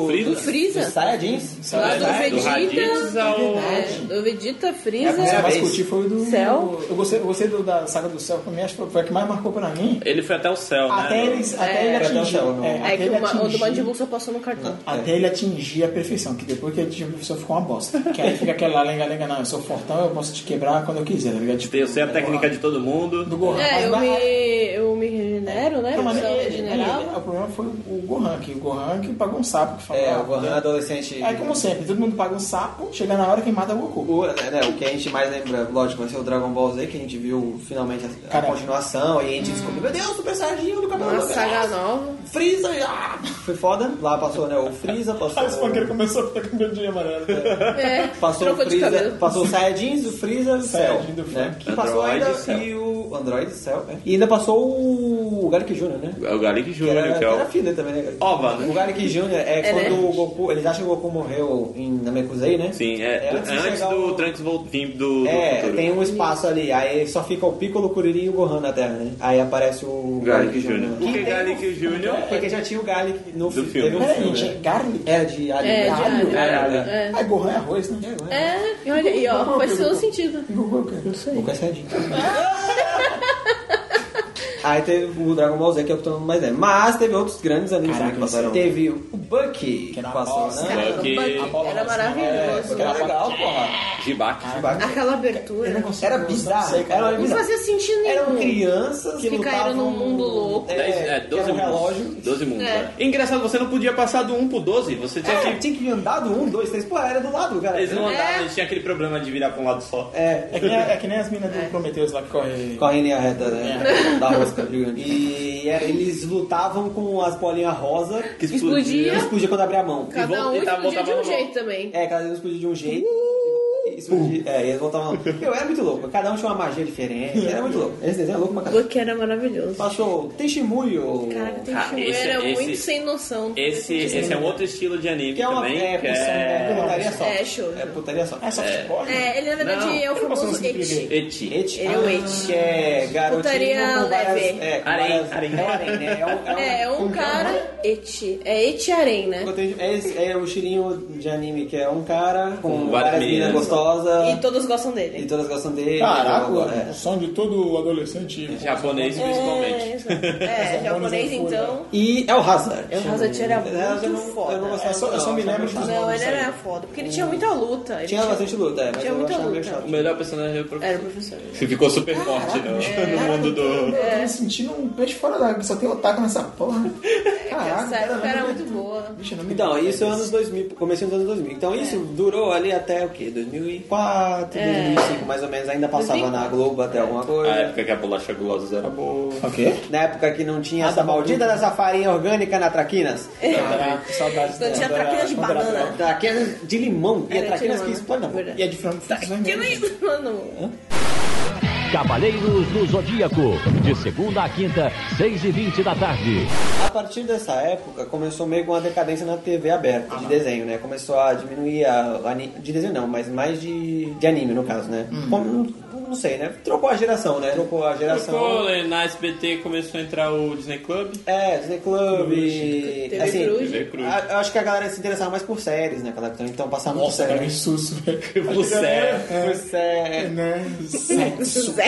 S1: do...
S3: Frieza?
S1: do
S6: Frieza.
S1: Saiyajins.
S6: Lá do
S3: Do Raditz
S6: Vegeta.
S3: ao...
S6: É, do Vegeta,
S2: É, a que você
S1: primeira
S6: Frieza.
S2: mais
S1: vez.
S2: curti foi o do.
S6: Céu.
S2: Eu gostei, eu gostei do, da saga do céu, pra mim acho que foi a que mais marcou pra mim.
S3: Ele foi até o céu,
S2: Até
S3: né?
S2: ele, até ele
S1: até o
S2: atingir.
S1: céu, não.
S2: é,
S6: É
S2: até
S6: que
S2: ele
S6: o, ma- o do
S2: atingir-
S6: Majin Buu só passou no cartão.
S2: Até ele atingir a perfeição, que depois que ele atingiu a perfeição ficou uma bosta. Que aí fica aquela lenga-lenga, não, eu sou fortão, eu posso te quebrar quando eu quiser, tá ligado? Tipo,
S3: Eu sei a técnica de todo
S2: do
S3: mundo.
S2: Gohan.
S6: É, eu
S2: mas-
S6: me, eu me regenero, né?
S2: Não, mas
S6: Eu
S2: ele-
S6: regenerava.
S2: ele- É, o problema foi o Gohan, que o Gohan que pagou um sapo. Que falou,
S1: É,
S2: ah,
S1: o Gohan adolescente.
S2: É como sempre, todo mundo paga um sapo, chega na hora que mata o Goku.
S1: O, né, o que a gente mais lembra, lógico, vai ser o Dragon Ball Z, que a gente viu finalmente a, a
S2: Caraca.
S1: continuação, e a gente descobriu, meu Deus, Super Saiyajin, olha o cabelo
S6: Uma
S1: do-
S6: saga nova.
S1: Freeza! ah! Foi foda. Lá passou, né, o Freeza, passou...
S2: Aí o Spanker começou a ficar com medo de amarelo.
S6: É,
S1: Passou o
S6: trocou de
S1: Freeza,
S6: cabelo.
S1: passou o Saiyajins, o Freeza, o Cell.
S2: Saiyajin do
S1: Né?
S2: funk.
S1: E passou
S3: Android
S1: ainda
S3: e Cell.
S1: e o Android Cell, é. E ainda passou o, o Garlic Jr., né?
S3: É o Garlic
S1: Que era,
S3: Júnior,
S1: que
S3: que é
S1: era
S3: o...
S1: filha também, né? Garlic?
S3: Ova, né?
S1: O Garlic Jr. é,
S6: É,
S1: quando
S6: né?
S1: o Goku... Eles acham que o Goku morreu em Namekusei, né?
S3: Sim, é, antes,
S1: de chegar
S3: do
S1: o-
S3: Trunks voltar do, do
S1: É,
S3: futuro.
S1: tem um espaço ali, aí só fica o Piccolo, o Kuririn e o Gohan na Terra, né? Aí aparece o Garlic
S3: Garlic Júnior.
S1: Jr.
S3: Por que Garlic Júnior?
S1: Porque já tinha o Garlic no
S3: Do filme.
S1: teve um
S2: Peraí,
S1: filme,
S2: gente,
S1: né?
S2: é Garlic?
S1: Era de alho.
S6: É, de alho.
S1: Era alho.
S3: É,
S2: Aí Gohan é arroz, né?
S6: É, e olha aí, ó, faz todo sentido.
S2: Goku é o quê?
S6: Não sei.
S1: Nunca é sadinho. Aí teve o Dragon Ball Z, que é o que todo mundo mais lembra. Mas teve outros grandes animes também
S2: Caraca,
S1: que passaram.
S2: isso
S3: é
S1: Teve o Bucky, que
S2: era uma
S1: passou,
S2: bosta.
S1: né?
S6: Cara,
S3: Ok.
S6: o Bug
S3: assim,
S6: Era
S1: É,
S6: maravilhoso. né?
S1: Bucky era legal, porra.
S3: Jibaque.
S6: Aquela abertura.
S1: Era bizarro.
S2: sei, cara.
S1: Era
S6: Não
S1: bizarro.
S6: fazia sentido
S1: Eram
S6: nenhum.
S1: crianças que,
S6: Que caíram
S1: lutavam-
S6: num mundo louco.
S1: É,
S3: Dez- é,
S1: que
S3: 12
S1: era um
S3: mundos.
S1: relógio.
S3: 12 mundos,
S6: É.
S3: é. Engraçado, você não podia passar do 1 pro 12. Você tinha
S1: É,
S3: que...
S1: tinha que andar do 1, 2, 3, pô, era do lado, cara.
S3: Eles não andavam,
S6: É.
S3: eles tinham aquele problema de virar pra um lado só.
S1: É,
S2: É que, nem, é que nem as minas do Prometheus lá que correm.
S1: correm em linha reta, né? Da rosca gigante. E era- eles lutavam com as bolinhas rosa que
S6: Explodia.
S1: explodia quando abria a mão.
S3: E
S6: Cada
S3: vão
S6: um
S3: tentar
S6: explodia de
S3: botar
S6: um
S3: a mão.
S6: jeito também.
S1: É, cada um explodia de um jeito. e Explodia, é, e eles voltavam. Eu era muito louco, cada um tinha uma magia diferente. Era muito louco. Esse desenho é louco pra caralho.
S6: Buck era maravilhoso.
S1: Passou Tenshimuyo.
S6: Caraca, tem
S3: Ah,
S6: ah,
S3: esse-
S6: era
S3: esse-
S6: muito sem noção.
S3: Esse, esse é um outro estilo de anime
S1: Que é uma
S3: também.
S1: é,
S3: que
S1: putaria,
S3: é...
S1: putaria só.
S6: É, show.
S1: É putaria só.
S2: É softcore?
S6: É, ele na verdade
S3: Não,
S6: é o
S2: ele passou
S6: famoso
S2: no Simply
S6: Eti.
S3: Eti.
S1: Et,
S6: Ele é o et.
S1: Que Ah, é garotinho
S6: Putaria
S1: com várias,
S6: leve.
S1: É, com
S3: Harém,
S1: várias-
S3: harém.
S1: É, harém, né? É um,
S6: É, é um cara Eti. É Eti Arém, né?
S1: É, esse- é o estilinho de anime que é um cara com,
S3: Com
S1: várias
S3: várias
S1: meninas
S3: meninas. Ah.
S1: gostosas
S6: E todos gostam
S1: e,
S6: dele.
S1: todas gostam dele.
S2: Caraca,
S1: blá, blá, blá,
S2: o
S1: é.
S2: som de todo adolescente.
S3: Japonês,
S6: É,
S3: principalmente.
S6: exato. é japonês então.
S1: E é o Hazard.
S6: É, o Hazard era
S1: Eu não- eu
S6: muito
S1: não-
S6: foda. né?
S1: Eu não gostava,
S2: É só- eu só
S1: não,
S2: me lembro de
S1: gostava.
S6: Não, ele era foda, porque ele tinha muita luta. Ele
S1: Tinha bastante luta, é, mas
S6: tinha
S1: eu
S6: muita
S1: achava meio
S6: luta.
S1: chato.
S3: O melhor personagem é o
S6: Era o
S3: professor.
S6: professor.
S3: Que ficou super forte no,
S6: É.
S3: no mundo do...
S2: Eu tô me sentindo um peixe fora d'água, só tem otaku nessa porra.
S6: É, Essa
S2: Caraca,
S6: época era muito boa,
S1: Então, isso é anos 2000, comecei nos anos 2000. Então isso durou ali até o quê? 2004,
S6: É.
S1: 2005, mais ou menos. Ainda passava na Globo até alguma coisa.
S3: A época que a bolacha gulosa era boa.
S1: Na época que não
S6: Ah,
S1: tinha
S6: tá
S1: essa maldita dessa farinha orgânica na Traquinas.
S2: Caraca, saudades
S6: Não Então, tinha
S2: dela.
S6: traquinas de
S2: Quando era
S6: banana.
S2: branca.
S1: Traquinas de limão. E
S6: Era
S1: a
S6: de
S1: Traquinas
S6: limão, né?
S1: que explode na boca.
S6: verdade.
S2: E é de frango
S6: Que nem- Mano,
S8: Cavaleiros do Zodíaco, de segunda a quinta, 6 e 20 da tarde.
S1: A partir dessa época, começou meio com uma decadência na TV aberta, de desenho, né? Começou a diminuir a... ani- De desenho não, mas mais de, de anime, no caso, né? Como- não sei, né? Trocou a geração, né? Trocou a geração...
S3: Pô, na SBT começou a entrar o Disney Club.
S1: É, Disney Club,
S6: TV
S1: assim,
S6: Cruz.
S3: TV Cruz.
S1: a- eu acho que a galera se interessava mais por séries naquela época, então passava muito É.
S2: Nossa,
S1: série.
S2: cara, que susto, velho.
S3: Você,
S1: Por série.
S2: Né?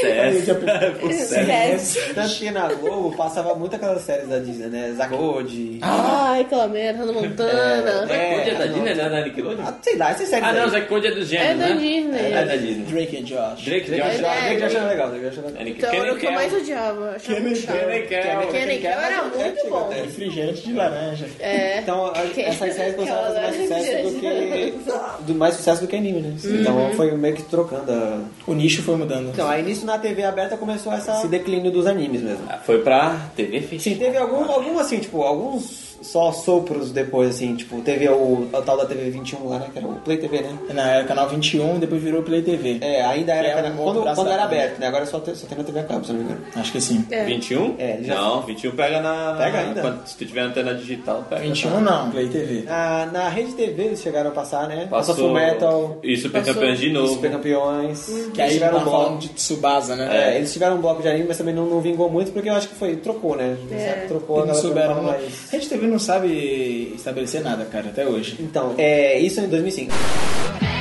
S3: É,
S6: esquece.
S1: Tanto que na Globo passava muito aquelas séries da Disney, né? Zagode.
S6: Ai, aquela merda, Hannah Montana.
S3: Zack Cody é da
S1: não.
S3: Disney, né? Da Nickelodeon?
S1: Ah, sei lá, essas séries
S3: Ah, não,
S1: aí.
S3: Zack Cody é dos
S6: É
S3: gêmeos,
S6: da
S3: né?
S6: Disney.
S3: É da Disney.
S2: Drake e Josh.
S3: Drake
S1: Drake
S3: Josh.
S1: achava-
S6: É,
S1: Drake
S6: é.
S1: achava legal, Drake achava legal.
S3: É Nick-
S6: Então
S3: Kenny
S6: era o que eu mais
S3: Kell.
S6: odiava. Achava
S2: Kenny
S6: muito chato.
S2: Kell.
S3: Kenny Kell.
S6: Kenny Kell era muito bom.
S2: Refrigerante É, de laranja.
S6: É.
S1: Então, a-
S6: Que-
S1: essas séries começaram a fazer mais
S6: Aquela-
S1: sucesso do que. do- mais sucesso do que anime, né?
S6: Uhum.
S1: Então foi meio que trocando a.
S2: O nicho foi mudando.
S1: Então, aí nisso na TV aberta começou essa- esse declínio dos animes mesmo.
S3: Ah, Foi pra TV
S1: Sim,
S3: fechada.
S1: teve algum, algum assim, tipo, alguns só sopros depois, assim, tipo, teve o, o tal da TV 21 lá, né? Que era o Play TV, né?
S2: Na era canal 21, depois virou Play TV.
S1: É, ainda era,
S2: Que é um
S1: era-
S2: outro
S1: quando, quando
S2: braço
S1: era
S2: da TV.
S1: aberto, né? Agora só tem, só tem na TV a cabo, se não me engano.
S2: Acho que assim, sim.
S6: É.
S3: 21?
S1: É, ele já-
S3: Não, 21 pega na.
S1: Pega ainda?
S3: quando- se tu tiver antena digital, pega.
S2: 21 não, Play TV.
S1: Na, Ah, na Rede TV eles chegaram a passar, né?
S3: Passou
S1: Full Metal,
S3: E Super Campeões de novo.
S1: Super Campeões.
S2: Que aí
S1: tiveram
S2: tava
S1: um bloco.
S2: falando de Tsubasa, né?
S1: É, eles tiveram um bloco de anime, mas também não, não vingou muito, porque eu acho que foi, trocou, né? Sabe, Trocou,
S2: Eles
S1: agora
S2: não souberam.
S1: não né?
S2: Não. A
S1: mais.
S2: gente TV não sabe estabelecer nada, cara, até hoje.
S1: Então, é, isso em 2005.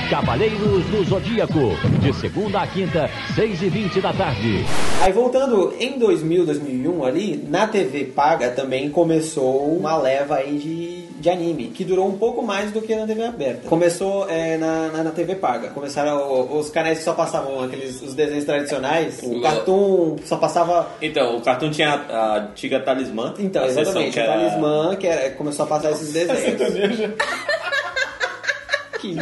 S8: Cavaleiros do Zodíaco, de segunda a quinta, 6 e 20 da tarde.
S1: Aí voltando em 2000, 2001 ali, na TV paga também começou uma leva aí de, de anime, que durou um pouco mais do que na TV aberta. Começou é, na, na, na TV paga, começaram o- os canais que só passavam aqueles os desenhos tradicionais, o
S3: Ué.
S1: Cartoon só passava...
S3: Então, o cartão tinha a, a antiga Talismã.
S1: Então,
S3: a seção
S1: exatamente,
S3: que
S1: o
S3: era-
S1: Talismã que era, começou a passar esses desenhos. que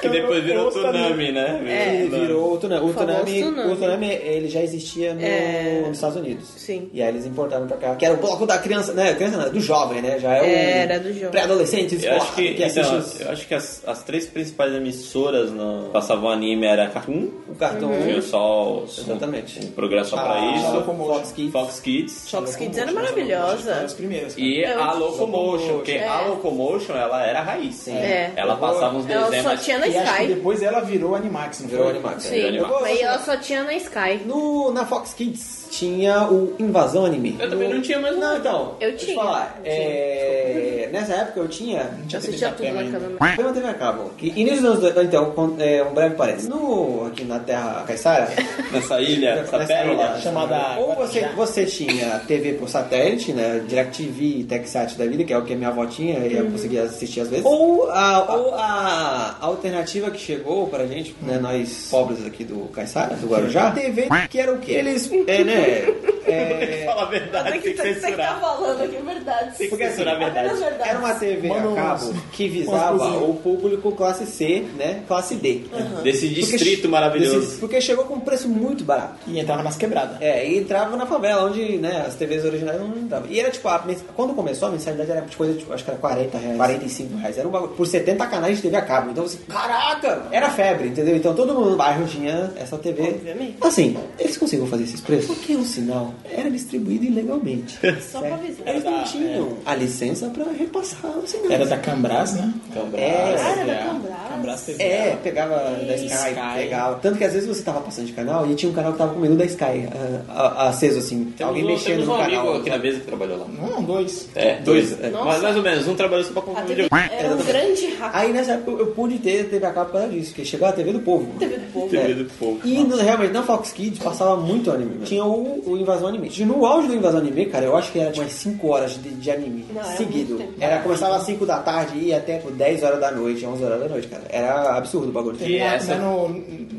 S3: Que depois virou Tsunami, né?
S1: Ele
S3: Tsunami.
S1: É, virou o Tsunami. O
S6: famoso
S1: Tsunami,
S6: Tsunami.
S1: o Tsunami, ele já existia no-
S6: É.
S1: nos Estados Unidos.
S6: Sim.
S1: E aí eles importaram pra cá. Que era o bloco da criança, né? Criança não, do jovem, né? Já é o
S6: Era do jovem.
S1: pré-adolescente,
S3: Eu
S1: escolar,
S3: acho que,
S1: assiste
S3: então,
S1: os-
S3: eu acho que as, as três principais emissoras no, passavam anime era Cartoon,
S1: o cartão.
S6: Uhum.
S3: tinha só o-
S1: Exatamente.
S3: o progresso só pra
S1: Ah,
S3: isso,
S1: Fox Kids.
S3: Fox Kids
S6: Fox Kids era maravilhosa.
S2: Os primeiros. cara.
S3: e
S6: Eu-
S3: a Locomotion, porque
S6: É.
S3: a Locomotion ela era a raiz,
S6: É.
S3: ela passava uns
S6: Ela
S3: desenhos,
S6: só
S3: mas
S6: tinha na
S2: E acho que
S6: Sky.
S2: depois ela virou Animax, não
S1: Virou
S2: foi?
S1: Animax.
S6: Sim,
S3: Eu vou-
S6: mas ela só tinha na Sky.
S1: No, na Fox Kids tinha o Invasão Anime.
S3: eu também
S1: No-
S3: não é tinha mais
S1: Não,
S3: nada.
S1: então.
S6: Eu
S1: deixa
S6: tinha. assim.
S1: falar.
S6: Eu
S1: é, nessa época eu tinha.
S6: Eu assistia tudo na cama.
S1: Foi uma TV a cabo. E, e nos anos. do- Então, com- é, um breve parênteses. No, aqui na Terra Caiçara.
S3: nessa ilha, essa
S1: Nessa
S3: pérola
S1: área
S3: né?
S2: chamada
S1: Ou você,
S2: Guarujá.
S1: você tinha TV por satélite, né? DirecTV, TechSat da vida, que é o que minha avó tinha e
S3: Uhum.
S1: eu conseguia assistir às vezes. Ou a, ou a alternativa que chegou pra gente, né? Nós pobres aqui do Caiçara, do Guarujá, TV, que era o que? Eles, é, né? é,
S3: fala a verdade,
S6: tá-
S3: tem que censurar
S6: falando aqui é verdade. é
S3: tem que censurar a verdade
S1: era uma TV a cabo que visava o público classe C, né? Classe D.
S3: desse distrito maravilhoso.
S1: Porque chegou com um preço muito barato.
S2: E entrava nas quebradas.
S1: É, e entrava na favela, onde né, as TVs originais não entravam. E era tipo, a mens- quando começou a mensalidade era tipo, coisa, tipo, acho que era 40 reais, 45 reais. Era um bagulho. Por 70 canais de TV a cabo. Então assim, caraca! Era febre, entendeu? Então todo mundo no bairro tinha essa TV.
S6: Obviamente.
S1: Assim, eles conseguiam fazer esses preços? Porque o um sinal era distribuído ilegalmente.
S6: Só
S1: certo?
S6: pra avisar.
S1: Eles
S2: Era
S1: não
S2: da-
S1: tinhas a licença pra repassar o sinal.
S2: Era da Cambras, né? Cambras.
S1: É.
S6: Era da
S2: é.
S6: Cambras.
S2: Cambras TV.
S1: É, pegava da Sky,
S2: Sky.
S1: pegava. Tanto que às vezes você tava passando de canal e tinha um canal que tava com o menu da Sky ah, ah, aceso, assim.
S3: Temos
S1: alguém
S3: um-
S1: mexendo
S3: temos um
S1: no
S3: amigo
S1: canal.
S3: aqui na mesa que trabalhou lá.
S2: Um, dois.
S3: É, dois.
S1: é.
S3: Mas mais ou menos, um trabalhou só pra comprar
S6: A
S3: um
S6: TV
S3: videogame.
S6: era um grande hack.
S1: Aí nessa época eu, eu pude ter TV a cabo por causa disso, porque chegou a TV do povo.
S6: TV do povo.
S3: TV do povo.
S1: E no- realmente na Fox Kids passava muito anime. Tinha o, o Invasão Anime. No auge do Invasão Anime, cara, eu acho que era tipo, umas 5 horas de, de anime
S6: Não, era
S1: seguido.
S6: muito tempo.
S1: Era, começava às 5 da tarde e ia até tipo, 10 horas da noite, 11 horas da noite, cara. Era absurdo o bagulho.
S3: E essa-
S2: Né, no,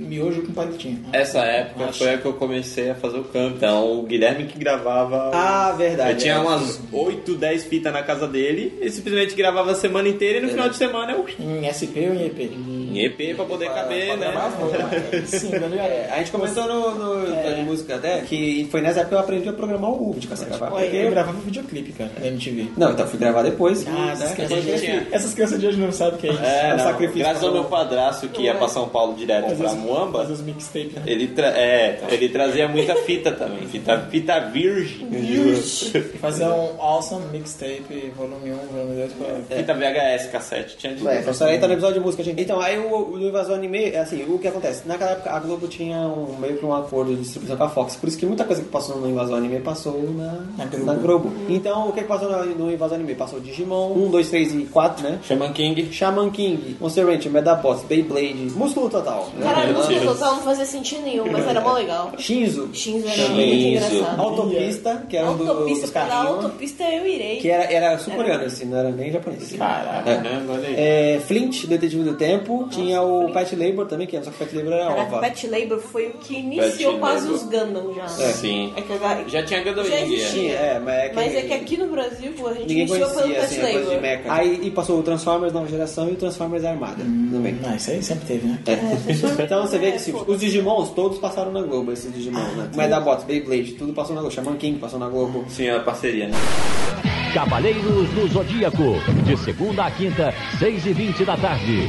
S2: miojo com palitinho.
S3: Essa época foi a que eu comecei a fazer o campo. Então o Guilherme que gravava.
S2: Ah, verdade,
S3: Eu tinha
S2: é.
S3: umas 8, 10 fitas na casa dele e simplesmente gravava a semana inteira e no final de semana eu.
S2: Em SP ou em EP?
S3: Em EP pra poder caber, né?
S2: Sim, mas é,
S1: A gente começou no, no- na música até, que foi nessa época que eu aprendi a programar o vídeo cassete.
S2: Olha, eu gravava um videoclipe, cara, na MTV.
S1: Não, então eu fui gravar depois.
S3: tá,
S2: Ah, essas,
S1: né?
S2: crianças de
S3: Mas
S2: hoje-
S3: tinha-
S2: essas crianças de hoje não sabem o que é isso.
S1: um
S3: É,
S2: o
S3: não.
S2: sacrifício.
S3: Graças ao
S2: pra-
S3: meu padrasto que ia pra São Paulo direto
S2: Às
S3: pra
S2: vezes- às
S3: Muamba,
S2: vezes mixtape, né?
S3: ele, tra- é, ele trazia muita fita também. Fita, fita virgem.
S2: Fazer um awesome mixtape, volume 1, volume
S3: É.
S2: 2. pra-
S3: Fita VHS, cassete. Tinha de
S1: É,
S3: tudo.
S1: então aí tá no episódio de música, gente. Então, aí o, o Lu Invasão Anime, é assim, o que acontece? Naquela época a Globo tinha um, meio que um acordo de distribuição com a Fox, por isso que muita coisa que passou no Invasão Anime passou na,
S3: É.
S2: Na Globo.
S1: Então, o que que passou no, no Invasão Anime? Passou Digimon, 1, 2, 3 e 4, né?
S3: Shaman King.
S1: Shaman King, Monster Ranch, Medabots, Beyblade, Músculo Total. né?
S6: Caralho, música total não fazia sentido nenhum, mas era mó legal.
S1: Shinzo,
S6: Shinzo era muito
S3: Shinzo.
S6: engraçado.
S1: Autopista, que era um do,
S6: Autopista,
S1: dos
S6: pela
S1: carrinhos,
S6: autopista eu irei.
S1: que é era, era sul-coreano, assim, não era nem japonês.
S3: Caraca,
S1: É.
S3: né? Olha aí.
S1: É, Flint, Detetive do Tempo, tinha o Pat Labor também, que era, só que o Pat Labor era
S6: Caraca,
S1: ova.
S6: o Pet Labor foi o que iniciou
S3: Pet
S6: quase
S3: Labor.
S6: os Gundam já. né?
S3: Sim.
S6: É que agora-
S3: Já tinha Gundam
S6: Já
S3: Wing,
S6: existia.
S1: Tinha, é, mas é que,
S6: Mas é que aqui no Brasil pô, a gente
S1: ninguém
S6: iniciou pelo
S1: conhecia
S6: Pet
S1: assim, a coisa de
S6: Labor.
S1: mecha. Aí e passou o Transformers Nova Geração e o Transformers Armada
S3: Hum.
S1: também.
S2: Ah, isso aí sempre teve, né?
S1: É. Então você vê que esse-
S6: É, pô.
S1: os Digimons todos passaram na Globo, esses Digimons, né?
S3: Ah,
S1: Medabots, Beyblade, tudo passou na Globo. Shaman King passou na Globo.
S3: Sim, a parceria, né?
S8: Cavaleiros do Zodíaco, de segunda a quinta, seis e vinte da tarde.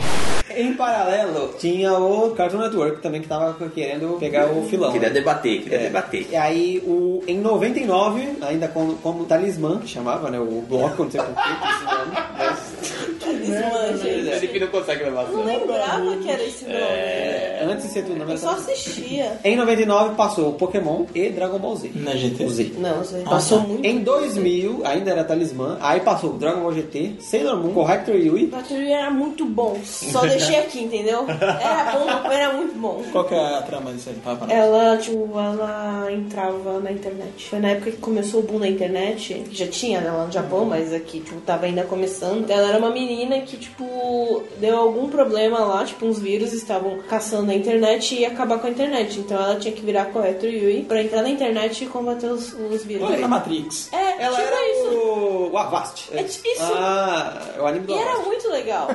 S1: Em paralelo, tinha o Cartoon Network também que tava querendo pegar o filão. né?
S3: Queria debater, queria debater.
S1: E aí, o, em 99, ainda como, como talismã, que chamava, né? O bloco, não sei por que esse nome. Mas,
S6: Desmanche.
S3: Felipe não consegue levar
S6: Não lembrava que era esse nome.
S1: assim. é, antes de ser tudo, nome
S6: Eu
S1: era
S6: só
S1: só-
S6: assistia.
S1: Em 99 passou Pokémon e Dragon Ball Z.
S2: Na GT.
S1: O Z.
S6: Não, você passou muito.
S1: Em 2000, ainda era talismã, aí passou Dragon Ball GT, Sailor Moon, Corrector Yui.
S6: Patrulha era muito bom. Só deixei aqui, entendeu? Era bom, era muito bom.
S2: Qual que é a trama disso aí? Fala pra nós.
S6: Ela, tipo, ela entrava na internet. Foi na época que começou o boom da internet. que Já tinha, né, lá no
S2: Uhum.
S6: Japão, mas aqui, tipo, tava ainda começando. Ela era uma menina que, tipo, deu algum problema lá, tipo, uns vírus estavam caçando a internet e ia acabar com a internet. Então ela tinha que virar corretor Yui pra entrar na internet e combater os, os vírus.
S2: Olha na Matrix.
S6: É,
S1: Ela
S6: tipo
S1: era
S6: isso.
S1: o... o Avast.
S6: É tipo isso.
S1: Ah, é o anime do
S6: E era um-
S1: Avast.
S6: muito legal.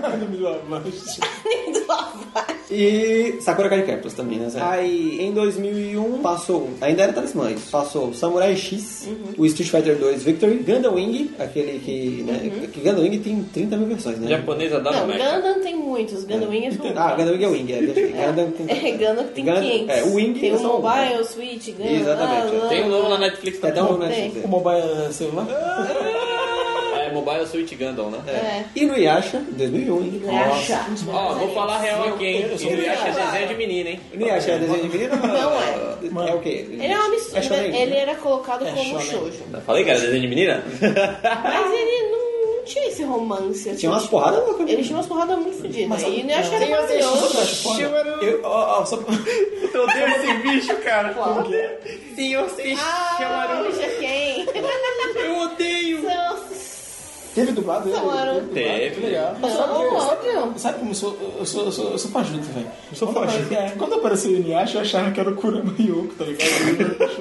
S6: Do Avatar.
S1: E Sakura Card Captors também, né? Zé? Aí, em 2001, passou... um. Ainda era talismã, isso. Passou Samurai X, o Street Fighter 2 Victory, Gundam Wing, aquele que... Né, que Gundam Wing tem 30 mil versões, né?
S3: Japonesa da
S6: Não,
S3: América.
S6: Gundam tem muitos. Gundam Wing é só um.
S1: Ah, Gundam Wing é Wing, é. Gundam tem...
S6: É, Gundam tem
S1: Gundam-
S6: 500.
S1: é, o Wing
S6: tem
S1: é
S6: o
S1: só um,
S6: Mobile, o Switch, Gundam.
S1: Exatamente,
S6: lá,
S1: é.
S6: lá,
S3: Tem um novo
S6: lá.
S3: na Netflix
S1: É
S3: também.
S1: tão né?
S6: Tem.
S1: Zé?
S2: O mobile celular?
S3: É Mobile Suit Gundam, né?
S6: É.
S1: E no Yasha, 2001, hein?
S6: Relaxa.
S3: Ó, vou falar a real aqui, hein? Ele acha desenho de menina, hein?
S1: No Yasha é desenho de menino?
S6: Não é.
S1: É o quê?
S6: Ele é uma mistura.
S1: shonen,
S6: ele
S1: né?
S6: era colocado como
S2: shonen.
S6: shoujo.
S3: Eu falei que era desenho de menina?
S6: Mas ele não, não tinha esse romance. assim,
S1: Tinha umas
S6: tipo,
S1: porradas loucas.
S6: Ele tinha umas porradas muito fodidas. E eu acho que era
S2: Você
S6: maravilhoso.
S2: acha foda? Eu, ó, ó, só pra...
S3: Eu odeio esse bicho, cara. é? Sim, eu sei.
S6: Ah, puxa quem?
S3: Eu odeio.
S2: Teve dublado? ele?
S6: Claro.
S2: dublado?
S3: Teve.
S2: Que legal. Mas sabe
S6: Não,
S2: que-
S3: é.
S6: óbvio.
S2: Sabe como eu sou? Eu sou, eu sou, eu sou fajuto, velho. Sou fajuto. Quando apareceu o Inuyasha, eu achava que era o Kurama Yoko, tá ligado?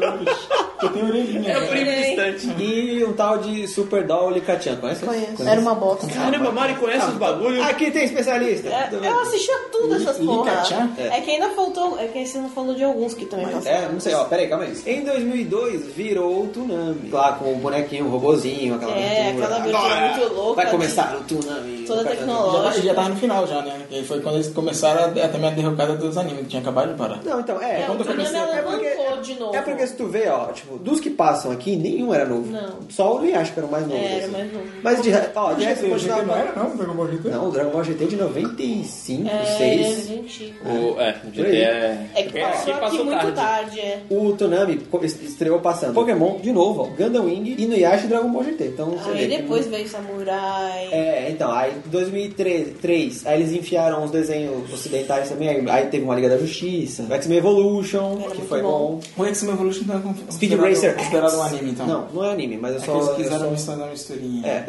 S2: Eu tenho orelhinha.
S3: É o
S2: cara.
S3: primo distante.
S1: E um tal de Super Doll Licatian, conhece?
S6: Conheço. Era uma bosta.
S3: Caramba, a Mari conhece os bagulhos.
S1: Aqui tem especialista.
S6: É, eu assistia tudo essas
S2: Lin-
S6: porra.
S2: Lincachan?
S1: É.
S6: É que ainda faltou. É que você não falou de alguns que também passaram.
S1: É, não sei, ó, peraí, calma aí. Em 2002 virou o Tsunami. Lá com o bonequinho, o robozinho, aquela
S6: É,
S1: abertura.
S6: aquela abertura
S1: Agora
S6: muito louca
S1: Vai
S6: de-
S1: começar o Tsunami.
S6: Toda
S1: O cara-
S6: tecnológica.
S2: Já, já tava no final já, né? E foi quando eles começaram a, a também a derrocada dos animes, que tinha acabado de parar.
S1: Não, então, é.
S6: É, o Tsunami
S1: é porque-
S6: alavancou de novo.
S1: É porque se tu vê, ó, tipo, dos que passam aqui, nenhum era novo.
S6: Não.
S1: Só o Inuyasha que era o mais novo.
S6: É, era
S1: assim.
S6: mais novo.
S1: Mas de re- ó, de resto,
S2: O GT
S1: continuava-
S2: não era, não? Dragon Ball GT?
S1: Não, o Dragon Ball GT de 95,
S6: É,
S1: 6.
S6: ele é argentino.
S3: O, é,
S1: Por aí.
S3: GT é...
S6: É que passou
S3: Aqui
S6: aqui
S3: passou
S6: muito tarde,
S3: tarde.
S6: é.
S1: O Tonami co- est- estreou passando Pokémon de novo, ó, Gundam Wing, Inuyasha e Dragon Ball GT. Então, você vê
S6: Aí
S1: que
S6: Ah, depois
S1: não-
S6: veio Samurai.
S1: É, então, aí Aí, em 2003, aí eles enfiaram os desenhos ocidentais também. Aí, aí teve uma Liga da Justiça, o X-Men Evolution, que foi bom.
S2: O X-Men Evolution tá com-
S1: Speed
S2: considerado-
S1: Racer.
S2: Considerado um anime, então.
S1: Não, não é anime, mas eu
S2: É que
S1: só.
S2: eles
S1: eu
S2: quiseram
S1: só-
S2: misturar uma misturinha.
S1: É,